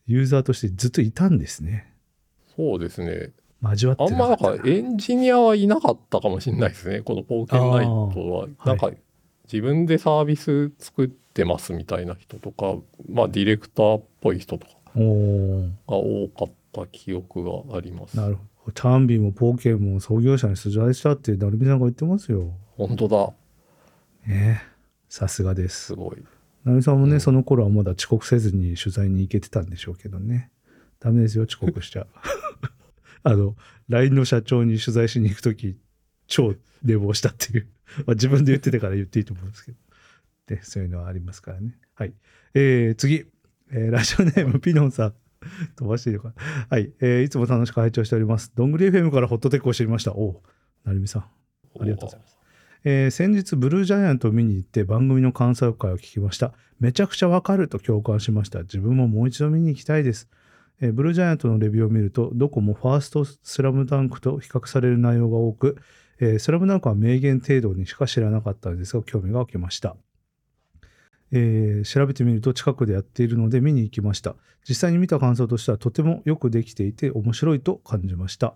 S2: ユーザーとしてずっといたんですね。
S1: そうですね。
S2: 交わって
S1: あん
S2: な
S1: ま
S2: か
S1: なん
S2: ったな
S1: かエンジニアはいなかったかもしれないですね。この冒険ナイトは。
S2: あー
S1: なんか自分でサービス作ってますみたいな人とか、まあディレクターっぽい人とか
S2: おー
S1: が多かった記憶があります。
S2: なるほど。チャンビーもポーケンも創業者に取材したって、なるみさんが言ってますよ。
S1: 本当だ。
S2: ねえさすがですす。
S1: ごい。
S2: なるみさんもね、
S1: うん
S2: その頃はまだ遅刻せずに取材に行けてたんでしょうけどね。ダメですよ、遅刻しちゃ。 あの、LINE の社長に取材しに行くとき、超寝坊したっていう。 まあ自分で言ってたから言っていいと思うんですけど。で、そういうのはありますからね。はい。えー、次。えーラジオネーム、ピノンさん。飛ばしていいのかな。はい。えーいつも楽しく拝聴しております。どんぐり FM からホットテックを知りました。おう、なるみさん。ありがとうござい
S1: ます。
S2: えー先日ブルージャイアントを見に行って番組の感想会を聞きましためちゃくちゃわかると共感しました自分ももう一度見に行きたいです、えーブルージャイアントのレビューを見るとどこもファーストスラムダンクと比較される内容が多く、えースラムダンクは名言程度にしか知らなかったのですが興味が湧きましたえー調べてみると近くでやっているので見に行きました実際に見た感想としてはとてもよくできていて面白いと感じました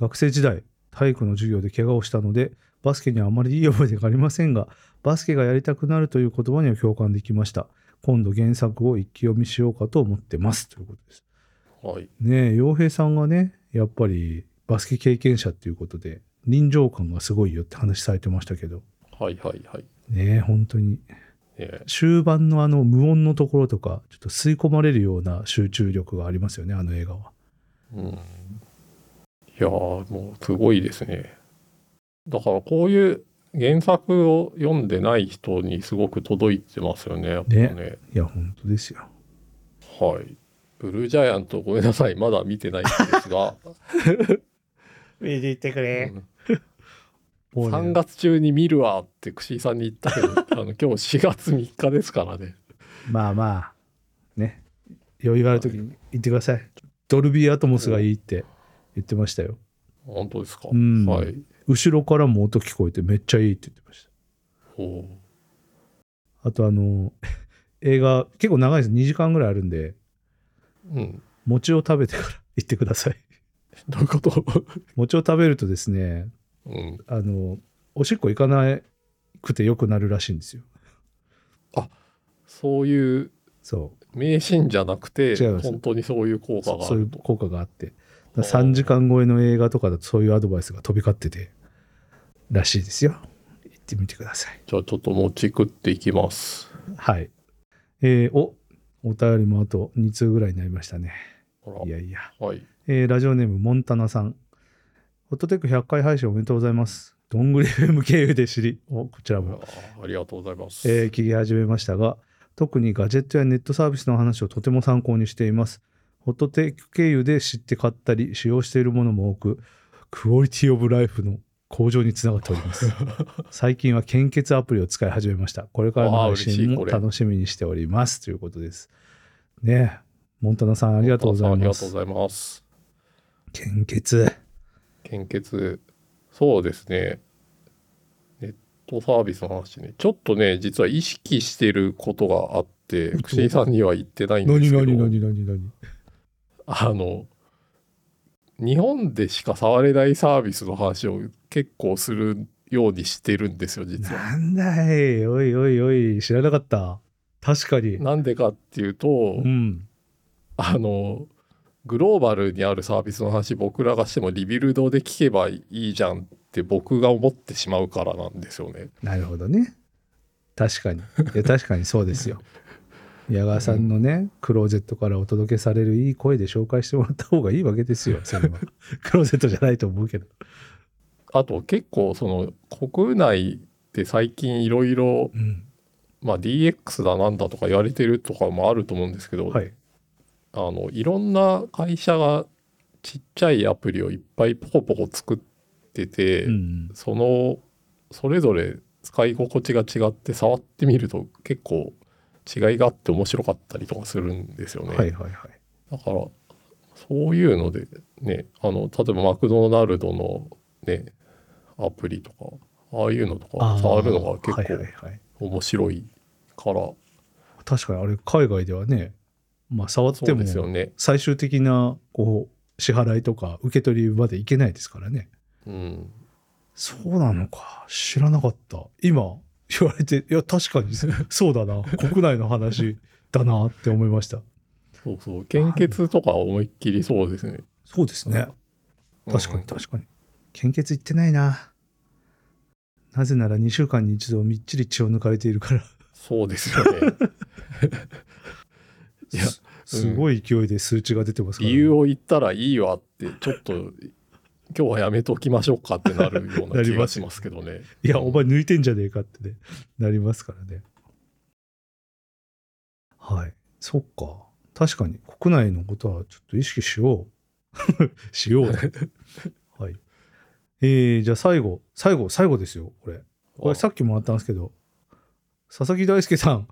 S2: 学生時代体育の授業で怪我をしたのでバスケにはあまりいい思い出がありませんがバスケがやりたくなるという言葉には共感できました今度原作を一気読みしようかと思ってますということです
S1: はい。
S2: ねえ洋平さんがねやっぱりバスケ経験者っていうことで、臨場感がすごいよって話されてましたけど、
S1: はいはいはい。
S2: ねえ本当に。
S1: え
S2: 終盤のあの無音のところとか、ちょっと吸い込まれるような集中力がありますよね、あの映画は。
S1: えうん、いやーもうすごいですね。だからこういう原作を読んでない人にすごく届いてますよね。やっぱね。
S2: いや、本当ですよ。
S1: はい。ブルージャイアントごめんなさいまだ見てないんで すが、
S3: 見に行ってく
S1: う
S3: れ。
S1: ん
S2: もうね
S1: 3月中に見るわって串井さんに言ったけど あの今日4月3日ですからね。
S2: まあまあ、ね。余裕があるときに言ってください。ドルビーアトモスがいいって言ってましたよ。
S1: 本当ですか。
S2: うん
S1: はい。
S2: 後ろからも音聞こえてめっちゃいいって言ってました。
S1: おお。
S2: あとあの、映画結構長いです。2時間ぐらいあるんで、
S1: うん。
S2: 餅を食べてから行ってください。
S1: どういうこと
S2: 餅を食べるとですね、
S1: うん。
S2: あの、おしっこ行かなくて良くなるらしいんですよ。
S1: そういう
S2: そう。
S1: 迷信じゃなくて
S2: 違います
S1: 本当にそういう効果
S2: そ
S1: があ
S2: そうい
S1: る
S2: う
S1: と。
S2: 効果があって
S1: あー
S2: 3時間超えの映画とかだとそういうアドバイスが飛び交っててらしいですよ行ってみてください
S1: じゃあちょっと持ち食っていきます。
S2: はいえーおお便りもあと2通ぐらいになりましたね
S1: ほ
S2: い
S1: ら
S2: やいや、
S1: はい。
S2: えーラジオネームモンタナさんホットテック100回配信おめでとうございますどんぐり FM 経由で知りおこちらも
S1: あありがとうございます。
S2: えー聞き始めましたが特にガジェットやネットサービスの話をとても参考にしていますホットテック経由で知って買ったり使用しているものも多くクオリティオブライフの向上につながっております 最近は献血アプリを使い始めましたこれからの
S1: わあ
S2: 配信
S1: 嬉しい
S2: も
S1: これ
S2: 楽しみにしておりますということですねえモンタナさんありがとうござい
S1: あり
S2: ま
S1: がとう
S2: す
S1: ございます。
S2: 献血
S1: 献血。そうですね。ネットサービスの話ね。ちょっとね、実は意識してることがあって、
S2: と
S1: 串井さんには言ってないんです
S2: 何
S1: けど。
S2: 何何何何
S1: あの日本でしか触れないサービスの話を結構するようにしてるんですよ実は。
S2: なんだいおいおいおい知らなかった確かに
S1: なんでかっていうと、
S2: うん
S1: あのグローバルにあるサービスの話僕らがしてもリビルドで聞けばいいじゃんって僕が思ってしまうからなんですよね。
S2: なるほどね。確かに。いや、確かにそうです よ。矢川さんのね、クローゼットからお届けされるいい声で紹介してもらった方がいいわけですよ、そ れは。クローゼットじゃないと思うけど。
S1: あと結構その国内で最近いろいろ
S2: うん。
S1: まあ DX だなんだとか言われてるとかもあると思うんですけど、
S2: はい。
S1: あのいろんな会社がちっちゃいアプリをいっぱいポコポコ作ってて、
S2: うん。
S1: そのそれぞれ使い心地が違って触ってみると結構違いがあって面白かったりとかするんですよね。
S2: はいはいはい。
S1: だからそういうのでねあの例えばマクドナルドのねアプリとかああいうのとか
S2: ー
S1: 触るのが結
S2: はいはい
S1: 構
S2: はい。
S1: 面白いから、
S2: 確かにあれ、海外ではね、まあ、触っ
S1: そ
S2: て
S1: う
S2: も
S1: ですよね。
S2: 最終的なこう支払いとか受け取りまでいけないですからね。
S1: うん、
S2: そうなのか。知らなかった。今、言われて、いや、確 かに、そうだな。国内の話だなって思いました。
S1: そうそう献血とか思いっきりそうですね。
S2: そうですね。確か
S1: うん
S2: に確かに。献血行ってないな。なぜなら2週間に一度みっちり血を抜かれているから。
S1: そうですよね。いや
S2: すすごい勢いで数値が出てますから
S1: 理
S2: ね、
S1: 由を言ったらいいわって、ちょっと、今日はやめときましょうかってなるよう
S2: な
S1: な
S2: り
S1: 気
S2: ま
S1: が
S2: す
S1: しますけどね。
S2: いや、お前抜いてんじゃねえかってね、なりますからね。はい。そっか。確かに、国内のことはちょっと意識しよう。 しようね。はい。えー、じゃあ最後、最後、最後ですよ、これ。これさっきもらったんですけど、佐々木大輔さん。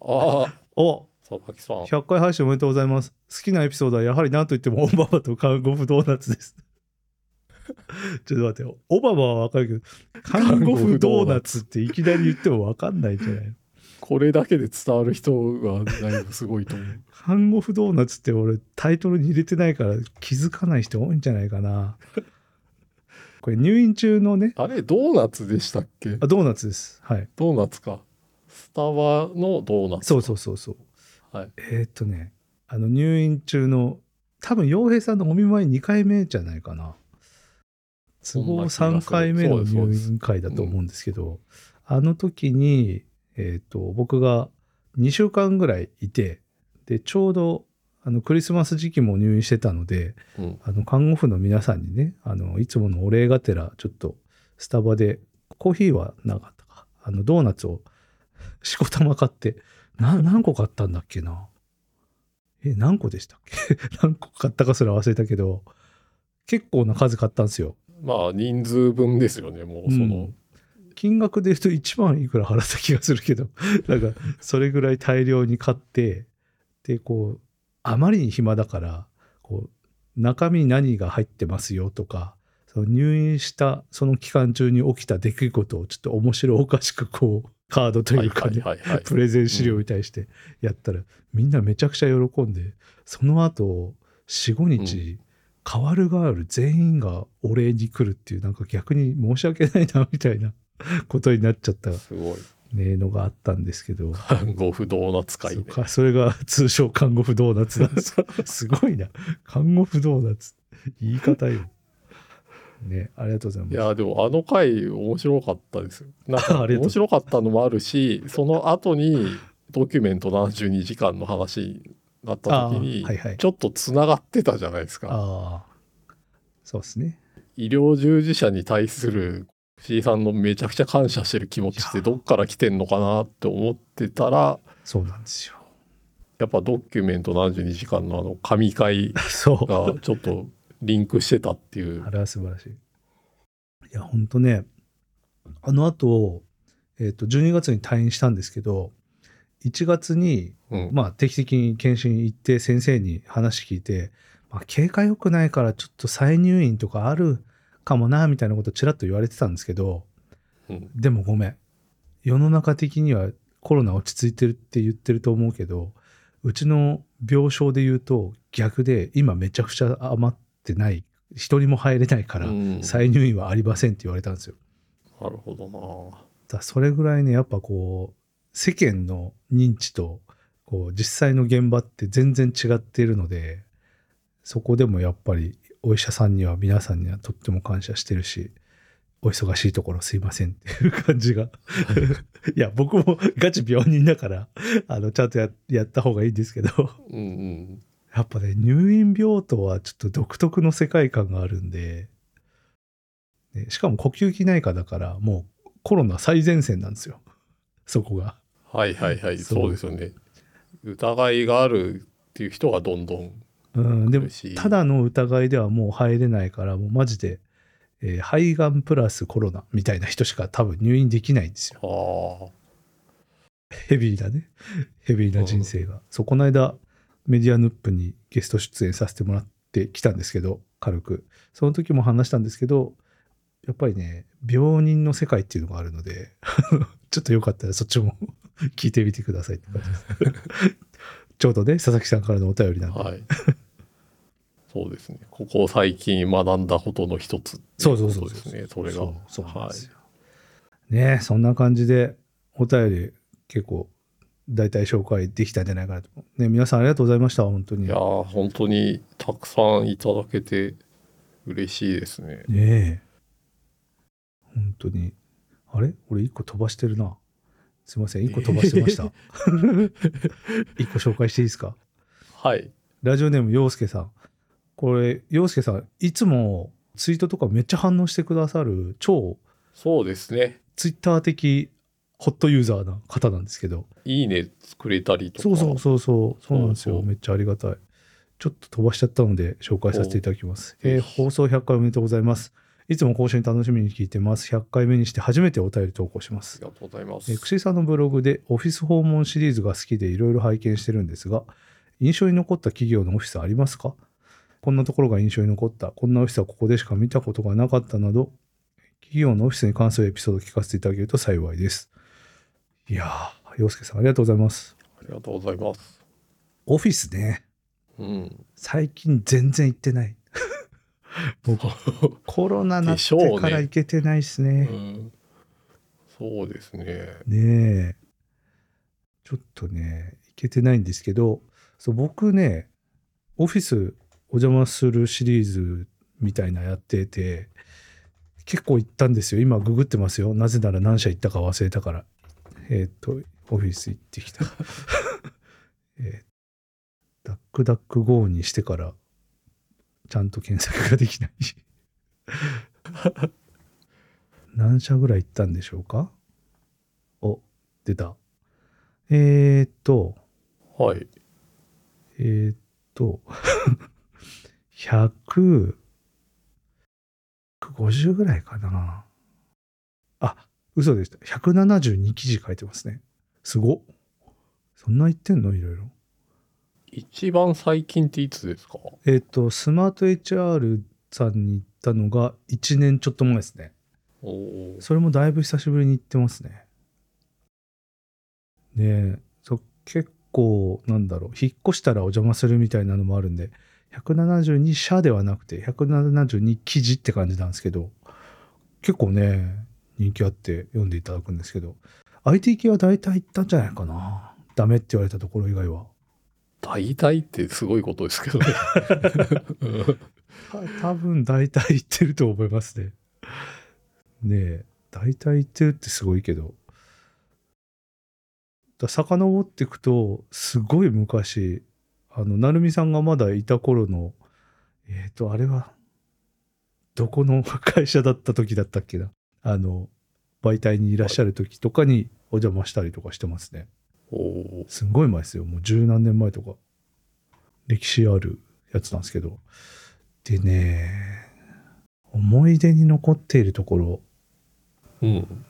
S1: ああ、
S2: お
S1: 佐々木さん。
S2: 100回配信おめでとうございます。好きなエピソードはやはり何と言ってもオバマと韓国ドーナツです。 ちょっと待って、オバマはわかるけど、韓国ドーナツっていきなり言ってもわかんないんじゃないの
S1: これだけで伝わる人がだいぶすごいと思う。
S2: 韓国ドーナツって俺タイトルに入れてないから気づかない人多いんじゃないかな。これ入院中のね、
S1: あれ、ドーナツでしたっけ
S2: あドーナツです。はい。
S1: ドーナツか。スタバのドーナツ。
S2: そうそうそうそう。
S1: はい。
S2: えーっとね、あの入院中の多分洋平さんのお見舞い2回目じゃないかな。都合3回目の入院会だと思うんですけど、あの時に、えー、と僕が2週間ぐらいいてでちょうどあのクリスマス時期も入院してたので
S1: うん
S2: あの看護婦の皆さんにねあのいつものお礼がてらちょっとスタバでコーヒーはなかったかあのドーナツをしこたま買ってな何個買ったんだっけなえ何個でしたっけ 何個買ったかすら忘れたけど結構な数買ったんですよ。
S1: まあ人数分ですよねもうその、
S2: 金額で言うと1万いくら払った気がするけど なんかそれぐらい大量に買ってでこうあまりに暇だからこう中身何が入ってますよとかその入院したその期間中に起きた出来事をちょっと面白おかしくこうカードと
S1: はいいう
S2: か
S1: は
S2: ね
S1: いはいはい
S2: プレゼン資料に対してやったら、みんなめちゃくちゃ喜んでその後45日、変わる変わる全員がお礼に来るっていうなんか逆に申し訳ないなみたいなことになっちゃった
S1: すごい
S2: ねのがあったんですけど。
S1: 看護婦ドーナツ会
S2: そ
S1: で
S2: うかそれが通称看護婦ドーナ ツなんですすごいな看護婦ドーナツ言い方よねありがとうございます
S1: いやでもあの回面白かったですよ。なん か
S2: ありがとう
S1: 面白かったのもあるしその後にドキュメント72時間の話になった時に
S2: あーはいはい
S1: ちょっとつながってたじゃないですか、
S2: ああそうですね
S1: 医療従事者に対する C さんのめちゃくちゃ感謝してる気持ちっ
S2: い
S1: て
S2: や
S1: どっから来てんのかなって思ってたら
S2: そうなんですよ
S1: やっぱドキュメント72時間のあの神回
S2: そう
S1: がちょっとリンクしてたっ ていう
S2: あれは素晴らしい。いや、ほんとね、あの後、えっ、と、12月に退院したんですけど、1月に、
S1: うん
S2: まあ、定期的に検診行って、先生に話聞いて、まあ、経過良くないから、ちょっと再入院とかあるかもな、みたいなことちらっと言われてたんですけど、
S1: うん
S2: でもごめん。世の中的にはコロナ落ち着いてるって言ってると思うけど、うちの病床で言うと逆で今めちゃくちゃ余ってない一人も入れないから
S1: うん
S2: 再入院はありませんって言われたんですよ。
S1: なるほどな。
S2: だからそれぐらいねやっぱこう世間の認知とこう実際の現場って全然違っているのでそこでもやっぱりお医者さんには皆さんにはとっても感謝してるしお忙しいところすいませんっていう感じが いや僕もガチ病人だからあのちゃんとややった方がいいんですけど
S1: うんうん
S2: やっぱね入院病棟はちょっと独特の世界観があるんで、ね、しかも呼吸器内科だからもうコロナ最前線なんですよ そこが
S1: はいはいはい、
S2: そう
S1: そうですよね。疑いがあるっていう人がどんどん
S2: うんでも
S1: 苦しい
S2: ただの疑いではもう入れないからもうマジで、えー肺がんプラスコロナみたいな人しか多分入院できないんですよ
S1: あー
S2: ヘビーだね。ヘビーな人生が。そう、この間、メディアヌップにゲスト出演させてもらってきたんですけど、軽く。その時も話したんですけど、やっぱりね、病人の世界っていうのがあるので、 ちょっとよかったらそっちも 聞いてみてくださいって感じです。 ちょうどね、佐々木さんからのお便りなんで。
S1: はい。そうですね。ここ最近学んだことの一つってい
S2: そう
S1: こ
S2: そう
S1: と
S2: そう
S1: ですね。そ
S2: そう
S1: れが。
S2: そうなん
S1: は
S2: ですよ。ねえそんな感じでお便り結構大体紹介できたんじゃないかなと。ね皆さんありがとうございました本当
S1: い。
S2: に。
S1: いやー本当にたくさんいただけて嬉しいですね。
S2: ねえ。本当に。あれ俺一個飛ばしてるな。すいません、一個飛ばしてました。一個紹介していいですか
S1: はい。
S2: ラジオネーム、陽介さん。これ、陽介さん、いつもツイートとかめっちゃ反応してくださる、超
S1: そうですね。
S2: ツイッター的ホットユーザーな方なんですけど。
S1: いいね作れたりとか。
S2: そうそうそうそう、そうなんです
S1: そう
S2: よ。
S1: そう
S2: めっちゃありがたい。ちょっと飛ばしちゃったので紹介させていただきます。
S1: お
S2: えー
S1: ぜひ
S2: 放送100回おめでとうございます。いつも更新楽しみに聞いてます。100回目にして初めてお便り投稿しま
S1: あ
S2: す
S1: り。がとうございます
S2: えー。くしさんのブログでオフィス訪問シリーズが好きでいろいろ拝見してるんですが印象に残った企業のオフィスありますかこんなところが印象に残ったこんなオフィスはここでしか見たことがなかったなど企業のオフィスに関するエピソードを聞かせていただけると幸いですいやー陽介さんありがとうございます
S1: ありがとうございます。
S2: オフィスね
S1: うん。
S2: 最近全然行って ないもうコロナなっ
S1: でしょうね
S2: てから行けてないです
S1: う
S2: ね
S1: ん、そうですね。
S2: ねえ。ちょっとね、いけてないんですけど、そう僕ね、オフィスお邪魔するシリーズみたいなやってて、結構行ったんですよ。今ググってますよ。なぜなら何社行ったか忘れたから。えーっ、と、オフィス行ってきた。 えーダックダック GO にしてから、ちゃんと検索ができないし。 何社ぐらい行ったんでしょうかお、出た。えーっ、と、
S1: はい。
S2: えーっと、100、150ぐらいかな。あ、嘘でした。172記事書いてますね。すごっ。そんな言ってんのいろいろ。
S1: 一番最近っていつですか
S2: えーっと、スマート HR さんに行ったのが1年ちょっと前ですね。
S1: おお。
S2: それもだいぶ久しぶりに行ってますね。ねえ、そ結構、なんだろう、引っ越したらお邪魔するみたいなのもあるんで、172社ではなくて、172記事って感じなんですけど、結構ね、人気あって読んでいただくんですけど、IT 系は大体行ったんじゃないかな。ダメって言われたところ以外は。
S1: 大体ってすごいことですけ どね。
S2: た 多分大体言ってると思いますね。ねえ大体言ってるってすごいけどだ遡っていくとすごい昔あの成美さんがまだいた頃のえっ、とあれはどこの会社だった時だったっけなあの媒体にいらっしゃる時とかにお邪魔したりとかしてますね。
S1: おお。
S2: すんごい前ですよ。もう十何年前とか。歴史あるやつなんですけど。でね、思い出に残っているところ
S1: うん。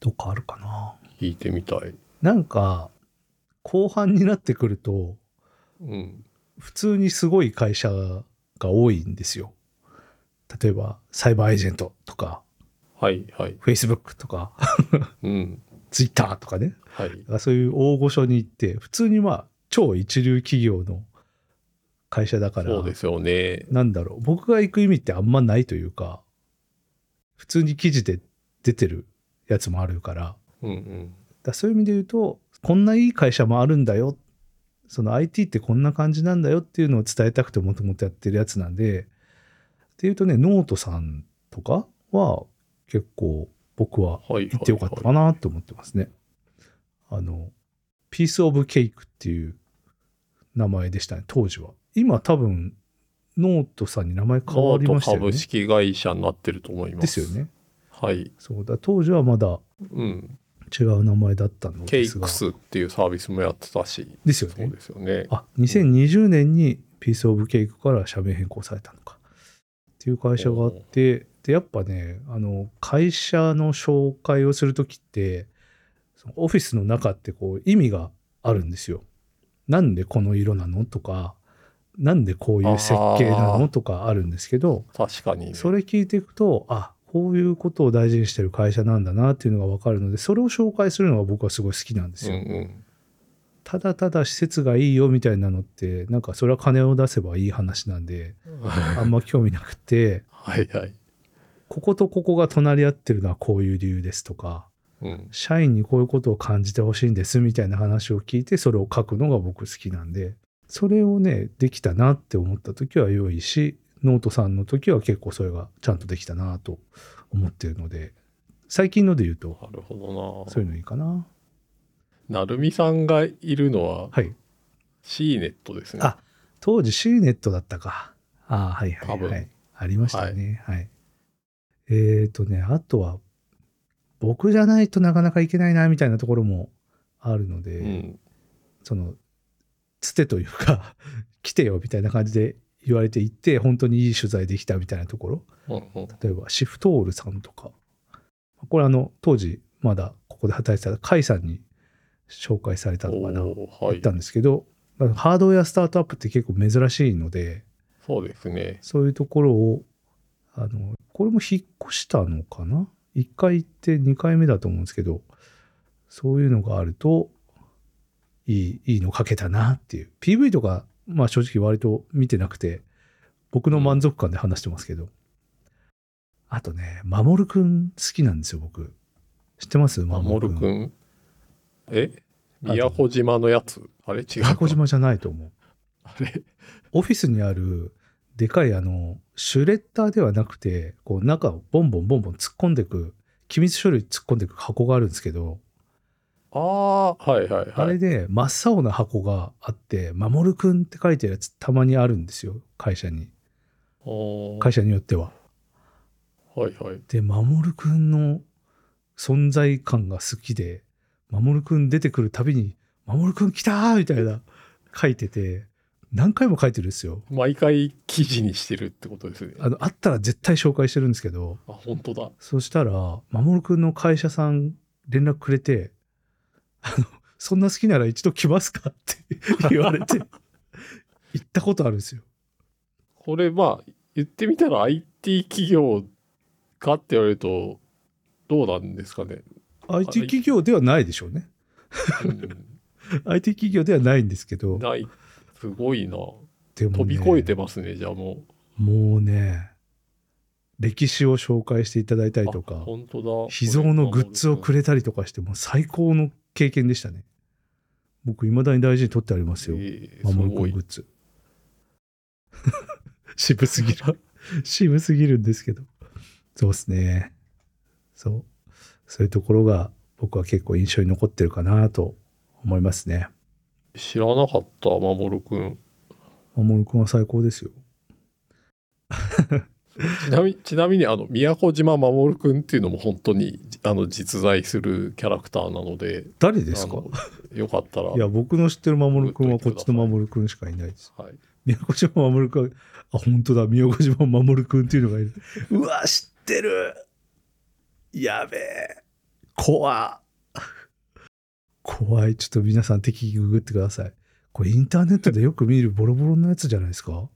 S2: とかあるかな。
S1: 聞いてみたい。
S2: なんか、後半になってくると、
S1: うん。
S2: 普通にすごい会社が多いんですよ。例えば、サイバーエージェントとか、
S1: はいはい。
S2: Facebook とか、
S1: うん。
S2: Twitter とかね。
S1: はい。
S2: あそういう大御所に行って、普通にまあ、超一流企業の会社だから、
S1: そうですよね。
S2: なんだろう、僕が行く意味ってあんまないというか、普通に記事で出てるやつもあるから、
S1: うんうん。
S2: だそういう意味で言うと、こんないい会社もあるんだよ。その IT ってこんな感じなんだよっていうのを伝えたくてもともとやってるやつなんで、っていうとね、ノートさんとかは結構僕は
S1: はいはい、はい。
S2: 行ってよかったかなって思ってますね。あの、ピースオブケイクっていう名前でしたね、当時は。今多分、ノートさんに名前変わりましたよ
S1: ノート
S2: ね
S1: 株。式会社になってると思いま。
S2: ですすよ。ね。
S1: はい。
S2: そうだ、当時はまだ
S1: うん。
S2: 違う名前だったの
S1: ケ
S2: で
S1: イ
S2: すが
S1: ク。スっていうサービスもやってたし、
S2: ですよ
S1: そう
S2: ね。
S1: ですよね。
S2: あ、2020年にピースオブケイクから社名変更されたのか。っていう会社があって、で、やっぱね、あの、会社の紹介をするときって、そのオフィスの中ってこう意味があるんですよ。なんでこの色なのとか、なんでこういう設計なのとかあるんですけど、
S1: 確かに、ね。
S2: それ聞いていくと、あ、こういうことを大事にしてる会社なんだなっていうのがわかるので、それを紹介するのが僕はすごい好きなんです
S1: うん
S2: よ。
S1: うん。
S2: ただただ施設がいいよみたいなのってなんかそれは金を出せばいい話なんであんま興味なくて
S1: はいはい。
S2: こことここが隣り合ってるのはこういう理由ですとか
S1: うん。
S2: 社員にこういうことを感じてほしいんですみたいな話を聞いてそれを書くのが僕好きなんでそれをねできたなって思った時は良いしノートさんの時は結構それがちゃんとできたなと思ってるので最近ので言うと
S1: なるほ
S2: そ
S1: ど
S2: ういうのいいかな
S1: な。なるみさんがいるのは
S2: はい
S1: C ネットですね。
S2: あ当時 C ネットだったか。ああ、はいは
S1: 多
S2: いはい
S1: 分。
S2: ありましたね。はい。えっ、とね、あとは、僕じゃないとなかなかいけないな、みたいなところもあるので、
S1: うん。
S2: その、つてというか、 来てよ、みたいな感じで言われて行って、本当にいい取材できたみたいなところ。
S1: うんうん。
S2: 例えば、シフトールさんとか。これあの、当時、まだここで働いてた甲斐さんに紹介されたのかな。
S1: おーは
S2: 行っ
S1: い
S2: た。んですけど、まあハードウェアスタートアップって結構珍しいので
S1: そうですね。
S2: そういうところをあのこれも引っ越したのかな1回行って2回目だと思うんですけどそういうのがあるといいいいのかけたなっていう PV とかまあ正直割と見てなくて僕の満足感で話してますけど、あとね守くん好きなんですよ僕知ってます
S1: 守
S2: 守
S1: る
S2: くん
S1: くん。え宮古島のやつあれ違うか。
S2: 宮古島じゃないと思う
S1: あれ
S2: オフィスにあるでかいあのシュレッダーではなくてこう中をボンボンボンボン突っ込んでく機密書類突っ込んでく箱があるんですけど、
S1: ああー、はいはい
S2: あ
S1: は
S2: れ
S1: い。
S2: で真っ青な箱があって「まもるくん」って書いてるやつたまにあるんですよ会社に
S1: おー
S2: 会社によっては。
S1: はいはい。
S2: で守くんの存在感が好きで守くん出てくるたびに「守くん来た!」みたいな書いてて何回も書いてるんですよ。
S1: 毎回記事にしてるってことですね。
S2: あのあったら絶対紹介してるんですけど
S1: あ、本当だ。
S2: そしたら守くんの会社さん連絡くれて「あのそんな好きなら一度来ますか?」って 言われて行ったことあるんですよ。
S1: これまあ、言ってみたら IT 企業かって言われると、どうなんですかね。
S2: IT 企業ではないでしょうね。
S1: う
S2: IT 企業ではないんですけど
S1: ん、ない。すごいな。
S2: でも
S1: 飛
S2: ね
S1: び越えてますね、じゃあもう。
S2: もうね歴史を紹介していただいたりと
S1: あ
S2: か
S1: 本当だ。
S2: 秘蔵のグッズをく
S1: れ
S2: れたりとかしてもう最高の経験でしたね僕いまだに大事に取ってありますよ
S1: ええす
S2: 守
S1: ご
S2: 君
S1: い
S2: グ。ッズ 渋すぎる 渋すぎるんですけどそうですねそうそういうところが僕は結構印象に残ってるかなと思いますね
S1: 知らなかった、まもるくん。
S2: 守君は最高ですよ
S1: ちなみちなみに、あの、宮古島まもるくんっていうのも本当に、あの、実在するキャラクターなので、
S2: 誰ですか
S1: あのよかったら。
S2: いや僕の知ってる守君はこっちの守君しかいないです
S1: はい。
S2: 宮古島守くん。あ、本当だ。宮古島守くんっていうのがいる。うわ、知ってる。やべえ。怖。怖い。ちょっと皆さん適宜ググってください。これインターネットでよく見るボロボロのやつじゃないですか。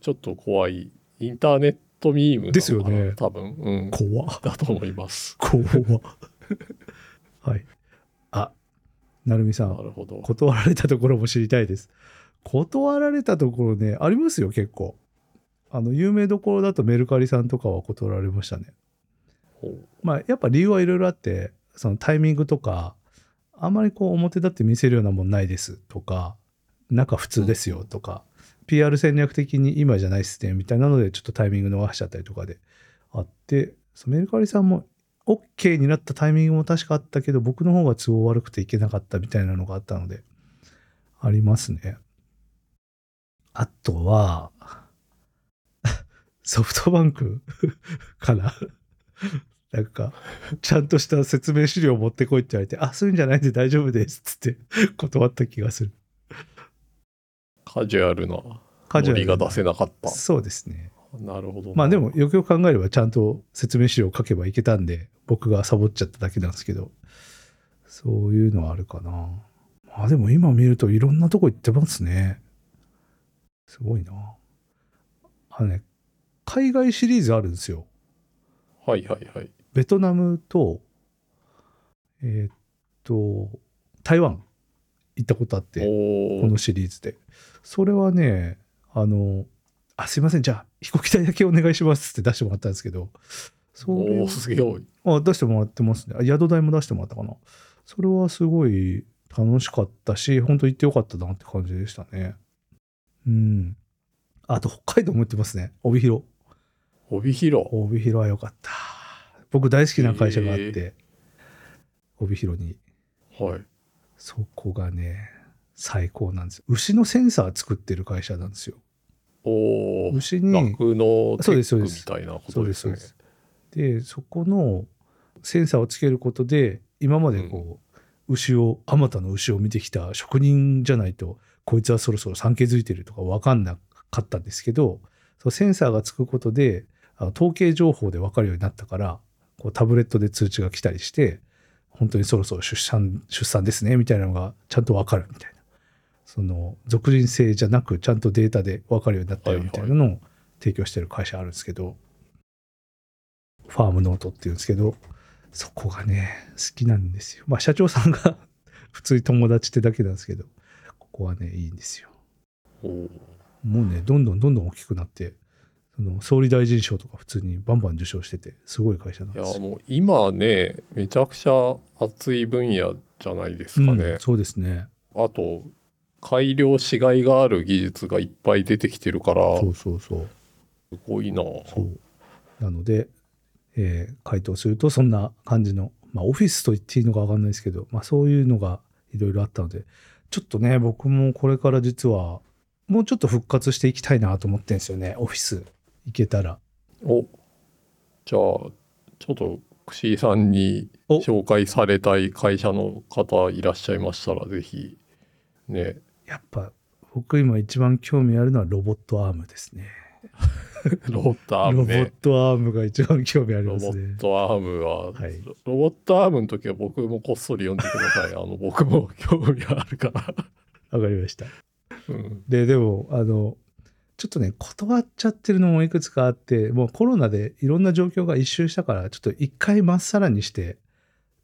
S1: ちょっと怖い。インターネットミームなのかな
S2: ですよね
S1: 多分。うん。
S2: 怖。
S1: だと思います。
S2: 怖。はい。あ、なるみさ。
S1: なんるほど。
S2: 断られたところも知りたいです。断られたところね、ありますよ、結構。あの、有名どころだとメルカリさんとかは断られましたね。
S1: ほう
S2: まあやっぱ理由はいろいろあってそのタイミングとかあんまりこう表立って見せるようなもんないですとか中普通ですよとか、PR 戦略的に今じゃないっすねみたいなのでちょっとタイミング逃しちゃったりとかであってそのメルカリさんも OK になったタイミングも確かあったけど僕の方が都合悪くていけなかったみたいなのがあったのでありますね。あとは ソフトバンク かななんか、ちゃんとした説明資料を持ってこいって言われて、あ、そういうんじゃないんで大丈夫ですっつって 断った気がする。
S1: カジュアルな。
S2: カジュア
S1: ノ
S2: ル
S1: リ
S2: な
S1: が出せなかった。
S2: そうですね。
S1: なるほど。
S2: まあでも、よくよく考えれば、ちゃんと説明資料を書けばいけたんで、僕がサボっちゃっただけなんですけど、そういうのはあるかな。まあでも今見るといろんなとこ行ってますね。すごいな。あのね、海外シリーズあるんですよ。
S1: はいはいはい。
S2: ベトナムと、えーっと、台湾行ったことあって、
S1: お
S2: こ
S1: お
S2: の。シリーズで。それはね、あの、あ、すいません、じゃあ飛行機代だけお願いしますって出してもらったんですけど、それ
S1: おお、すげえ多い。
S2: あ出してもらってますね。あ宿代も出してもらったかな。それはすごい楽しかったし、本当行ってよかったなって感じでしたね。うん。あと北海道も行ってますね。帯広。
S1: 帯広。
S2: 帯広は良かった僕大好きな会社があって、帯広に
S1: はい。
S2: そこがね最高なんですよ牛のセンサー作ってる会社なんですよ
S1: おお。
S2: 牛に
S1: 酪農テ
S2: そうですそ
S1: ッ
S2: うで
S1: クみ
S2: す
S1: たいなこ
S2: そう
S1: と
S2: で
S1: ですす
S2: そう
S1: ね
S2: で。すでそこのセンサーをつけることで今までこう、牛をあまたの牛を見てきた職人じゃないとこいつはそろそろ産気づいてるとか分かんなかったんですけどそのセンサーがつくことであの統計情報で分かるようになったからこうタブレットで通知が来たりして本当にそろそろ出産出産ですねみたいなのがちゃんと分かるみたいなその属人性じゃなくちゃんとデータで分かるようになったよみたいなのを提供してる会社あるんですけど、ファームノートっていうんですけどそこがね好きなんですよまあ社長さんが 普通に友達ってだけなんですけどここはねいいんですよ
S1: おお。
S2: もうねどんどんどんどん大きくなってその総理大臣賞とか普通にバンバン受賞しててすごい会社なん
S1: い
S2: で
S1: や
S2: すよ、
S1: もう今ねめちゃくちゃ熱い分野じゃないです
S2: う
S1: か
S2: ん
S1: ね、
S2: そうですね
S1: あと改良しがいがある技術がいっぱい出てきてるから
S2: そうそうそう
S1: すごいな
S2: そうなので、えー回答するとそんな感じの、まあ、オフィスと言っていいのか分かんないですけど、まあ、そういうのがいろいろあったのでちょっとね僕もこれから実はもうちょっと復活していきたいなと思ってるんですよねオフィス行けたら
S1: おじゃあちょっと串井さんに
S2: お
S1: 紹介されたい会社の方いらっしゃいましたらぜひ ね
S2: やっぱ僕今一番興味あるのはロボットアームですね
S1: ロボットアー
S2: ロ
S1: ム
S2: ボッ
S1: ね
S2: トアームが一番興味あり
S1: ロ
S2: ます
S1: ボ
S2: ね
S1: ットアームは、
S2: はい
S1: ロロボットアームの時は僕もこっそり読んでくださいあの僕も興味あるから、
S2: わかりました
S1: うん、
S2: ででもあのちょっとね断っちゃってるのもいくつかあってもうコロナでいろんな状況が一周したからちょっと一回まっさらにして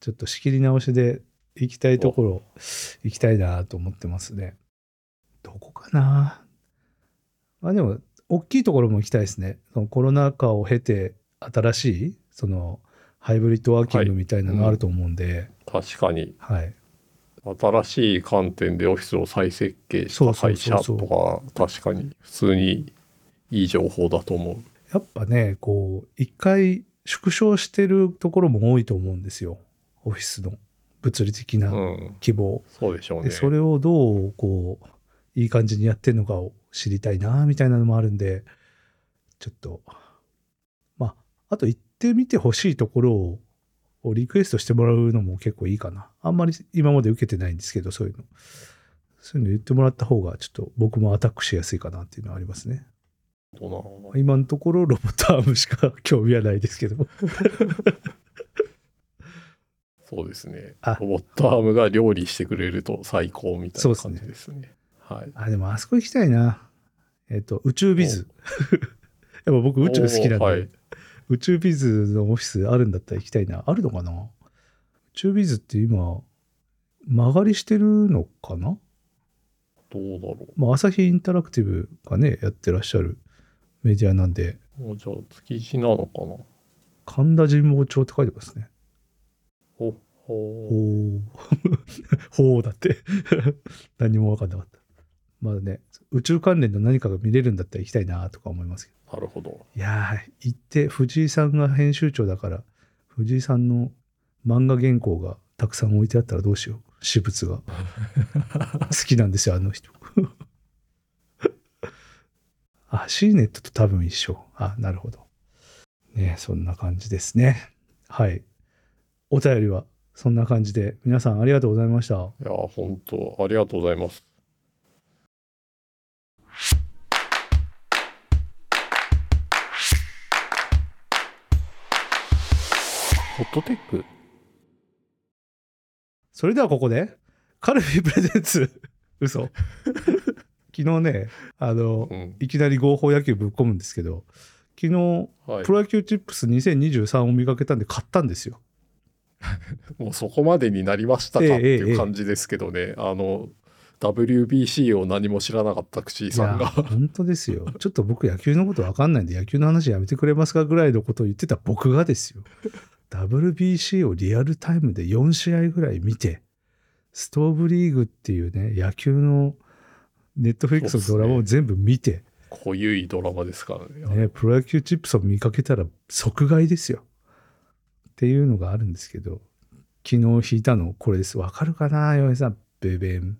S2: ちょっと仕切り直しで行きたいところ行きたいなと思ってますねどこかなまあでも大きいところも行きたいですねそのコロナ禍を経て新しいそのハイブリッドワーキングみたいなのがあると思うんで、
S1: 確かに
S2: はい
S1: 新しい観点でオフィスを再設計した会社
S2: そうそうそう
S1: とか確かに普通にいい情報だと思う
S2: やっぱね、こう、一回縮小してるところも多いと思うんですよ。オフィスの物理的な
S1: うん、
S2: 希望。
S1: そうでしょう
S2: で、
S1: ね。
S2: それをどう、こう、いい感じにやってるのかを知りたいな、みたいなのもあるんで、ちょっと、まあ、あと行ってみてほしいところを、をリクエストしてもらうのも結構いいかな。あんまり今まで受けてないんですけど、そういうの。そういうの言ってもらった方が、ちょっと僕もアタックしやすいかなっていうのはありますね。
S1: そうな
S2: 今のところロボットアームしか興味はないですけど
S1: そうですね
S2: あ。
S1: ロボットアームが料理してくれると最高みたいな
S2: そう
S1: 感
S2: です
S1: じ
S2: ね
S1: ですね。はい。
S2: あでもあそこ行きたいなえっ、と宇宙ビズ やっぱ僕宇宙好きなんで、
S1: おーはい
S2: 宇宙ビズのオフィスあるんだったら行きたいなあるのかな宇宙ビズって今曲がりしてるのかな、
S1: どうだろ
S2: まあ、朝日インタラクティブがねやってらっしゃるメディアなんで
S1: う。もうじゃあ、築地なのかな。
S2: 神田神保町って書いてますね
S1: おほ
S2: ほう。 ほうだって。 何も分かんなかった。まだね、宇宙関連の何かが見れるんだったら行きたいなとか思いますけど。
S1: うなるほど。
S2: いやー、行って、藤井さんが編集長だから、藤井さんの漫画原稿がたくさん置いてあったらどうしよう。私物が。好きなんですよ、あの人。 あ、シーネットと多分一緒。あ、なるほど。ねそんな感じですね。はい。お便りはそんな感じで、皆さんありがとうございました。
S1: いやー、本当ありがとうございます。ホットテック
S2: それではここで、カルビプレゼンツ。嘘。昨日ね、あの
S1: う、ん。
S2: いきなり合法野球ぶっ込むんですけど、昨日、
S1: はい
S2: プ。ロ野球チップス2023を見かけたんで買ったんですよ。
S1: もうそこまでになりましたか
S2: ええ
S1: って
S2: ええ
S1: いう感じですけどね、あの WBC を何も知らなかった口井さん
S2: いや
S1: が
S2: 本当ですよ。ちょっと僕野球のことわかんないんで野球の話やめてくれますかぐらいのことを言ってた僕がですよ。WBC をリアルタイムで4試合ぐらい見て、ストーブリーグっていうね、野球のネットフリックスのドラマを全部見て、
S1: 濃ゆいドラマですからね。
S2: ね、プロ野球チップスを見かけたら即買いですよ。っていうのがあるんですけど、昨日引いたのこれです。わかるかな、洋平さん。ベベン。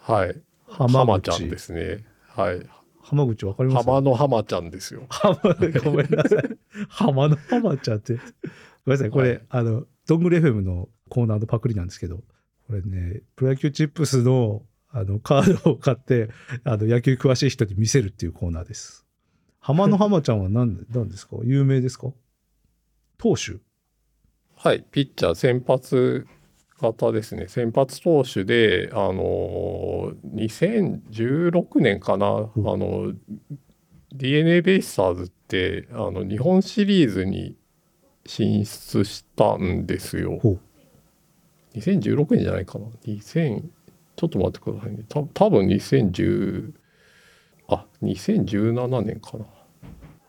S1: はい。
S2: 浜
S1: 浜
S2: 口。
S1: ちゃんですね。はい。
S2: 浜口わかります
S1: 浜の浜ちゃんですよ。
S2: 浜ごめんなさい。浜の浜ちゃんって。ごめんなさい、これ、
S1: はい
S2: あの、ドングレ FM のコーナーのパクリなんですけど、これね、プロ野球チップスのあのカードを買って、あの野球詳しい人に見せるっていうコーナーです。浜の浜ちゃんは何で何ですか有名ですか投手
S1: はい。ピッチャー先発型ですね。先発投手で、あのー2016年かな、あ
S2: うん
S1: の DNA ベイスターズってあの日本シリーズに進出したんですよ。
S2: ほう
S1: 2016年じゃないかな2000ちょっと待ってくださいねた多分2010あ2017年かな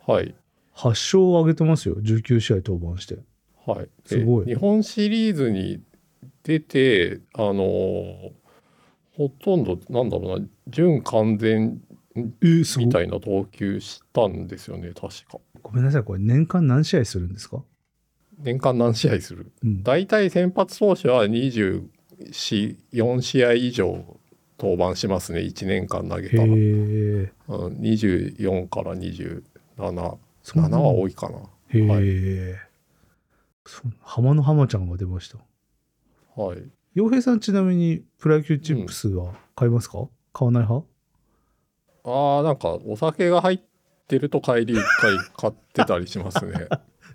S1: はい
S2: 8勝を挙げてますよ、19試合登板して。
S1: はいです
S2: ごい
S1: 日本シリーズに出てあのーほとんどなんだろうな準完全
S2: えー、すご
S1: み
S2: い
S1: たいな投球したんですよね確か
S2: ごめんなさい、これ年間何試合するんですか、
S1: 年間何試合する
S2: うん、
S1: 大体先発投手は24試合以上登板しますね1年間投げ
S2: へ
S1: たら、うん、
S2: え。
S1: 24から277
S2: そんな
S1: は多いかな、
S2: へえ、
S1: は
S2: そう浜の浜ちゃんが出ました。
S1: はい
S2: 洋平さんちなみにプロ野球チップスは買いますか、買わない派
S1: ああなんかお酒が入ってると帰り一回買ってたりしますね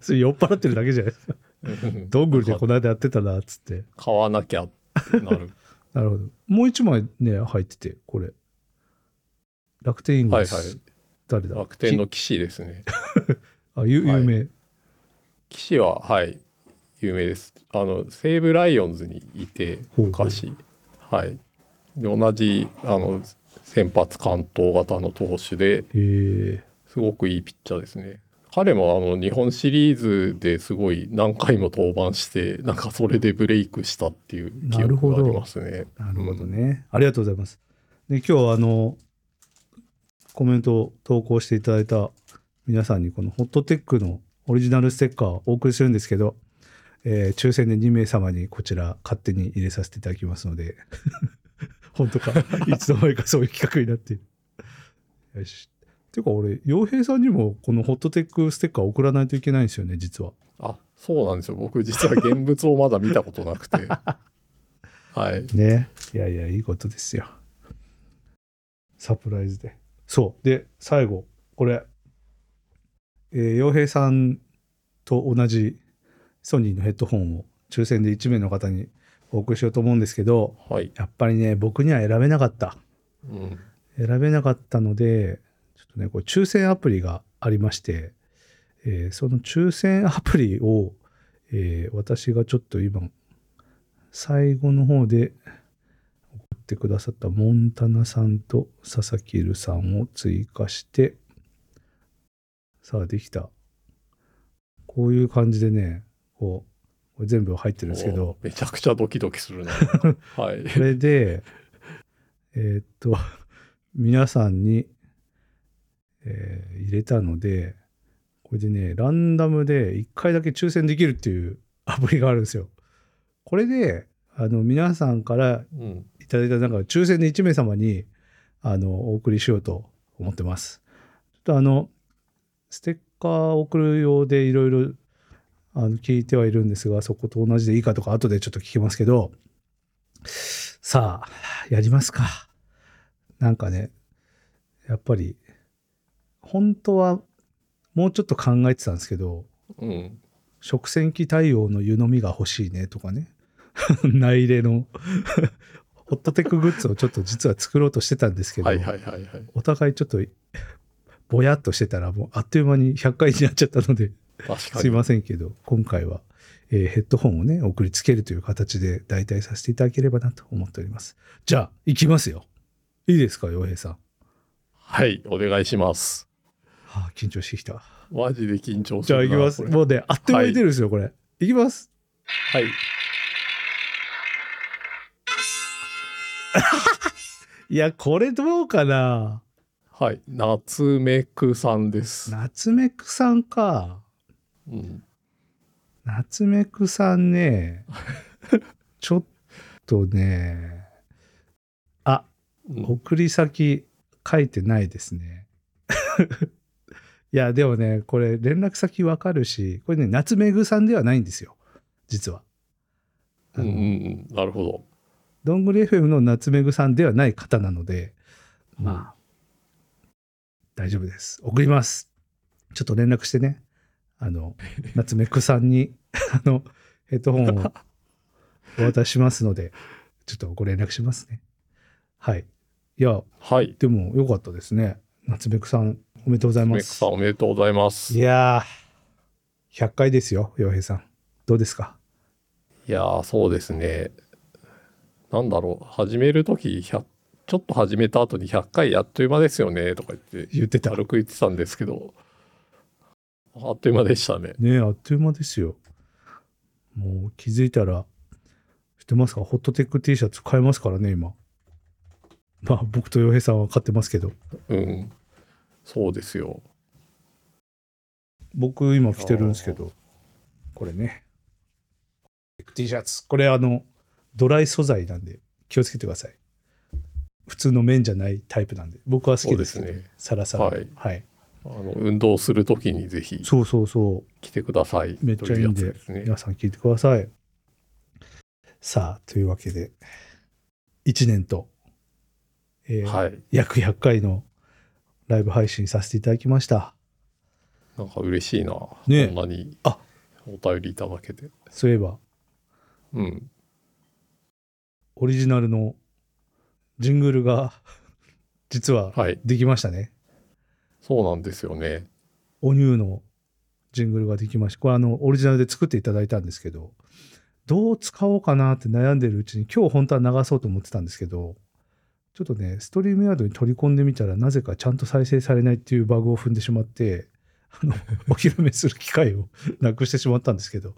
S2: それ酔っ払ってるだけじゃないですか。
S1: うん
S2: どんぐりでこの間やってたなっつって。
S1: 買わなきゃってな る
S2: なるほど。もう一枚ね、入ってて、これ。楽天イング
S1: はい
S2: ル
S1: は
S2: ス。
S1: い
S2: 誰だ
S1: 楽天の
S2: き
S1: 騎士ですね
S2: あ、ゆ
S1: はい
S2: 有名。
S1: 騎士ははい有名ですあの西武ライオンズにいて
S2: ほうほう
S1: 昔はいで同じあの先発関東型の投手で
S2: へえ。
S1: すごくいいピッチャーですね彼もあの日本シリーズですごい何回も登板してなんかそれでブレイクしたっていう記
S2: なるほ
S1: 憶
S2: ど
S1: がありますね
S2: なるほどね、ありがとうございます。で、今日はあの、コメントを投稿していただいた皆さんにこのホットテックのオリジナルステッカーをお送りするんですけど、えー抽選で2名様にこちら勝手に入れさせていただきますので、 本当か、いつの間にかそういう企画になっている。よし。ていうか俺、洋平さんにもこのホットテックステッカー送らないといけないんですよね、実は。
S1: あそうなんですよ僕実は現物をまだ見たことなく てはい
S2: ねいやいやいいことですよサプライズでそうで最後これえー洋、平さんと同じソニーのヘッドホンを抽選で1名の方にお送りしようと思うんですけど
S1: はい、
S2: やっぱりね僕には選べなかった
S1: うん、
S2: 選べなかったのでちょっとねこれ抽選アプリがありまして、えーその抽選アプリを、えー私がちょっと今最後の方で送ってくださったモンタナさんと佐々木ルさんを追加してさあできたこういう感じでねこうこれ全部入ってるんですけど
S1: おめちゃくちゃドキドキす るなはい
S2: これで、えーっと、皆さんに、えー入れたので、これでね、ランダムで1回だけ抽選できるっていうアプリがあるんですよ。これで、あの、皆さんから
S1: うん
S2: いただいた中、抽選で1名様に、あの、お送りしようと思ってます。ちょっとあの、ステッカーを送る用でいろいろ、あの、聞いてはいるんですが、そこと同じでいいかとか、後でちょっと聞きますけど、さあ、やりますか。なんかね、やっぱり、本当は、もうちょっと考えてたんですけど、
S1: うん
S2: 食洗機対応の湯飲みが欲しいねとかね 内入れの ホットテックグッズをちょっと実は作ろうとしてたんですけど、
S1: はいはいはいはい
S2: お互いちょっとぼやっとしてたらもうあっという間に100回になっちゃったので
S1: 確か
S2: すい
S1: に
S2: ませんけど今回は、えーヘッドホンをね送りつけるという形で代替させていただければなと思っておりますじゃあ行きますよいいですか洋平さん、
S1: はいお願いします
S2: はあ、緊張してきた
S1: マジで緊張す
S2: じゃあ
S1: るな
S2: 行きます
S1: これ
S2: もうねあっという間に出るんですよ、これ行きます
S1: はい
S2: いやこれどうかな
S1: はい夏目くさんです、
S2: ナツメクさんか。
S1: うん、
S2: ナツメクさんね。ちょっとね、
S1: うん
S2: 送り先書いてないですね。いや、でもね、これ連絡先わかるし、これね、夏目ぐさんではないんですよ。実は。あ
S1: うんう
S2: の
S1: んうんなるほど
S2: どんぐり FM の夏目ぐさんではない方なので、まあ、大丈夫です。送ります。ちょっと連絡してね、あの、夏目くさんに、あの、ヘッドホンをお渡ししますので、ちょっとご連絡しますね。はい。いや、
S1: はい
S2: でも良かったですね。夏目くさん、おめでとうござい
S1: 夏
S2: ま
S1: 目く
S2: す
S1: さん。おめでとうございます
S2: いやー、100回ですよ、洋平さん。どうですか
S1: いやーそうですねなんだろう始める時100ちょっと始めた後に100回あっという間ですよねとか言って
S2: 言ってた。
S1: 軽く言ってたんですけどあっという間でしたね
S2: ねえあっという間ですよもう気づいたら知ってますかホットテック T シャツ買えますからね今まあ僕と洋平さんは買ってますけど
S1: うん。そうですよ。
S2: 僕今着てるんですけどこれね T シャツこれあのドライ素材なんで気をつけてください普通の綿じゃないタイプなんで僕は好きです
S1: そうです
S2: ね
S1: ね
S2: サラサラ
S1: はい
S2: はい、
S1: あの運動するときにぜひ
S2: そうそうそう
S1: 来てください。
S2: めっちゃいいんで
S1: とうやつすね
S2: 皆さん聞いてください。さあ、というわけで、1年と、えー
S1: はい。
S2: 約100回のライブ配信させていただきました。
S1: なんか嬉しいな。
S2: ね
S1: こんなに
S2: あ
S1: お便りいただけて。
S2: そういえば、
S1: うん。
S2: オリジナルのジングルが、実は
S1: はい。
S2: できましたね。
S1: そうなんですよね。
S2: おニューのジングルができました。これあの、オリジナルで作っていただいたんですけど、どう使おうかなって悩んでるうちに、今日本当は流そうと思ってたんですけど、ちょっとね、ストリームヤードに取り込んでみたらなぜかちゃんと再生されないっていうバグを踏んでしまって、あの お披露目する機会を なくしてしまったんですけど、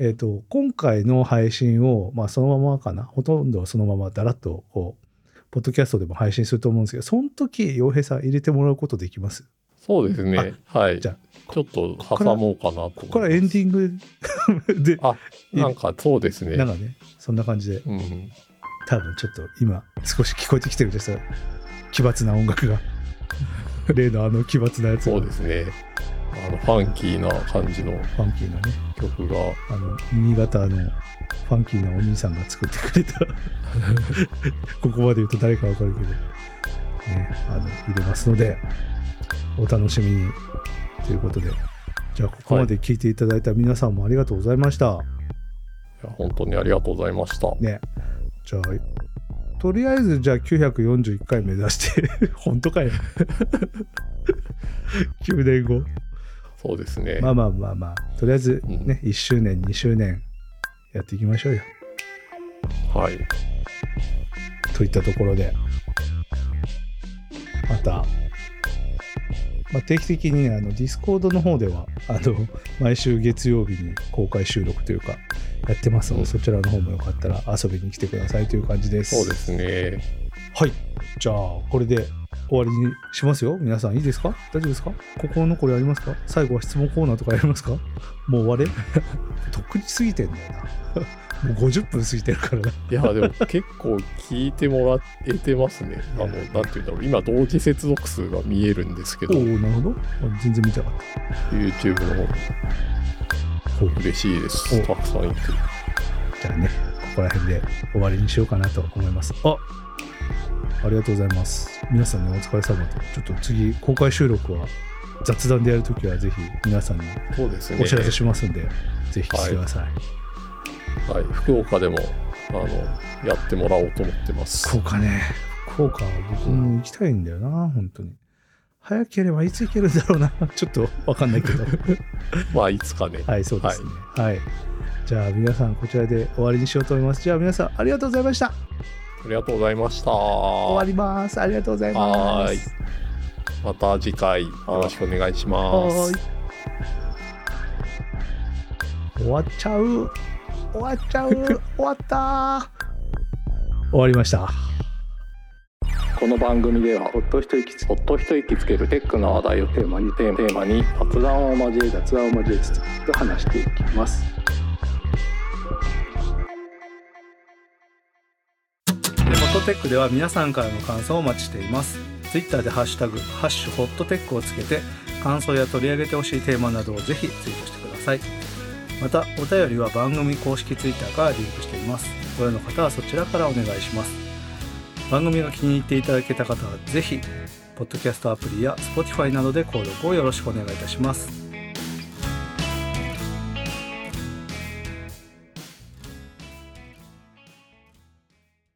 S2: えっ、と、今回の配信を、まあそのままかな、ほとんどそのままだらっとこう、ポッドキャストでも配信すると思うんですけど、その時、洋平さん入れてもらうことできます
S1: そうですね。はい。
S2: じゃ
S1: ちょっと
S2: こから
S1: 挟もうかなと思います。
S2: ここからエンディング で、
S1: あ、なんかそうですね
S2: な。んかね、そんな感じで、
S1: うん。
S2: 多分ちょっと今、少し聞こえてきてるんですよ、奇抜な音楽が。 例のあの奇抜なやつ
S1: そ
S2: が、
S1: うですね。あの、ファンキーな感じの
S2: ファンキーなね、
S1: 曲が、
S2: あの、新潟のファンキーなお兄さんが作ってくれた、 ここまで言うと誰かわかるけど、ね、あの、入れますので、お楽しみにということで、じゃあ、ここまで聞いていただいた皆さんもありがとうございました。
S1: いや本当にありがとうございました。
S2: ねじゃあとりあえずじゃあ941回目指して 本当かよ9年後
S1: そうですね。
S2: まあまあまあまあとりあえず
S1: うん
S2: ね、1周年2周年やっていきましょうよ
S1: はい。
S2: といったところでまた、まあ、定期的にねあのディスコードの方ではあの毎週月曜日に公開収録というかやってますので、
S1: うん
S2: そちらの方もよかったら遊びに来てくださいという感じです。
S1: そうですね。
S2: はい。じゃあ、これで終わりにしますよ。皆さん、いいですか大丈夫ですか心残りありますか最後は質問コーナーとかやりますかもう終われ とっくに過ぎてんだよな。 もう50分過ぎてるからな。
S1: いや、でも結構聞いてもらえてますね。あの、なんて言うんだろう。今、同時接続数が見えるんですけ
S2: お
S1: ど、
S2: おなるほど。全然見てなかっ
S1: YouTube の方
S2: ほう
S1: に。嬉しいです。
S2: ほ
S1: たくさんいて。
S2: た。じゃあね、ここら辺で終わりにしようかなと思います。あありがとうございます。皆さんね、お疲れ様と。ちょっと次、公開収録は雑談でやるときは、ぜひ皆さんに
S1: そうですね。
S2: お知らせしますんで、ぜひ来てください。
S1: はい。福岡でも、あの、やってもらおうと思ってます
S2: 福。岡ね福岡は僕も行きたいんだよな本当に早ければいつ行けるんだろうな ちょっと分かんないけ ど
S1: まあ、いつかね。
S2: はいそうですねはい、じゃあ皆さんこちらで終わりにしようと思いますじゃあ皆さんありがとうございました
S1: ありがとうございました。
S2: 終わりますありがとうございます
S1: はーいまた次回、よろしくお願いします
S2: は。終わっちゃう終わっちゃう終わったー 終わりました
S1: この番組ではほっと一息つほっと一息つけるテックの話題をテーマにテーマに雑談を交え雑談を交えつつ話していきます。
S2: でホットテックでは皆さんからの感想をお待ちしています。ツイッターでハッシュタグ、ハッシュホットテックをつけて、感想や取り上げてほしいテーマなどをぜひツイートしてください。また、お便りは番組公式ツイッターからリンクしています。ご用の方はそちらからお願いします。番組が気に入っていただけた方はぜひ、ポッドキャストアプリや Spotify などで購読をよろしくお願いいたします。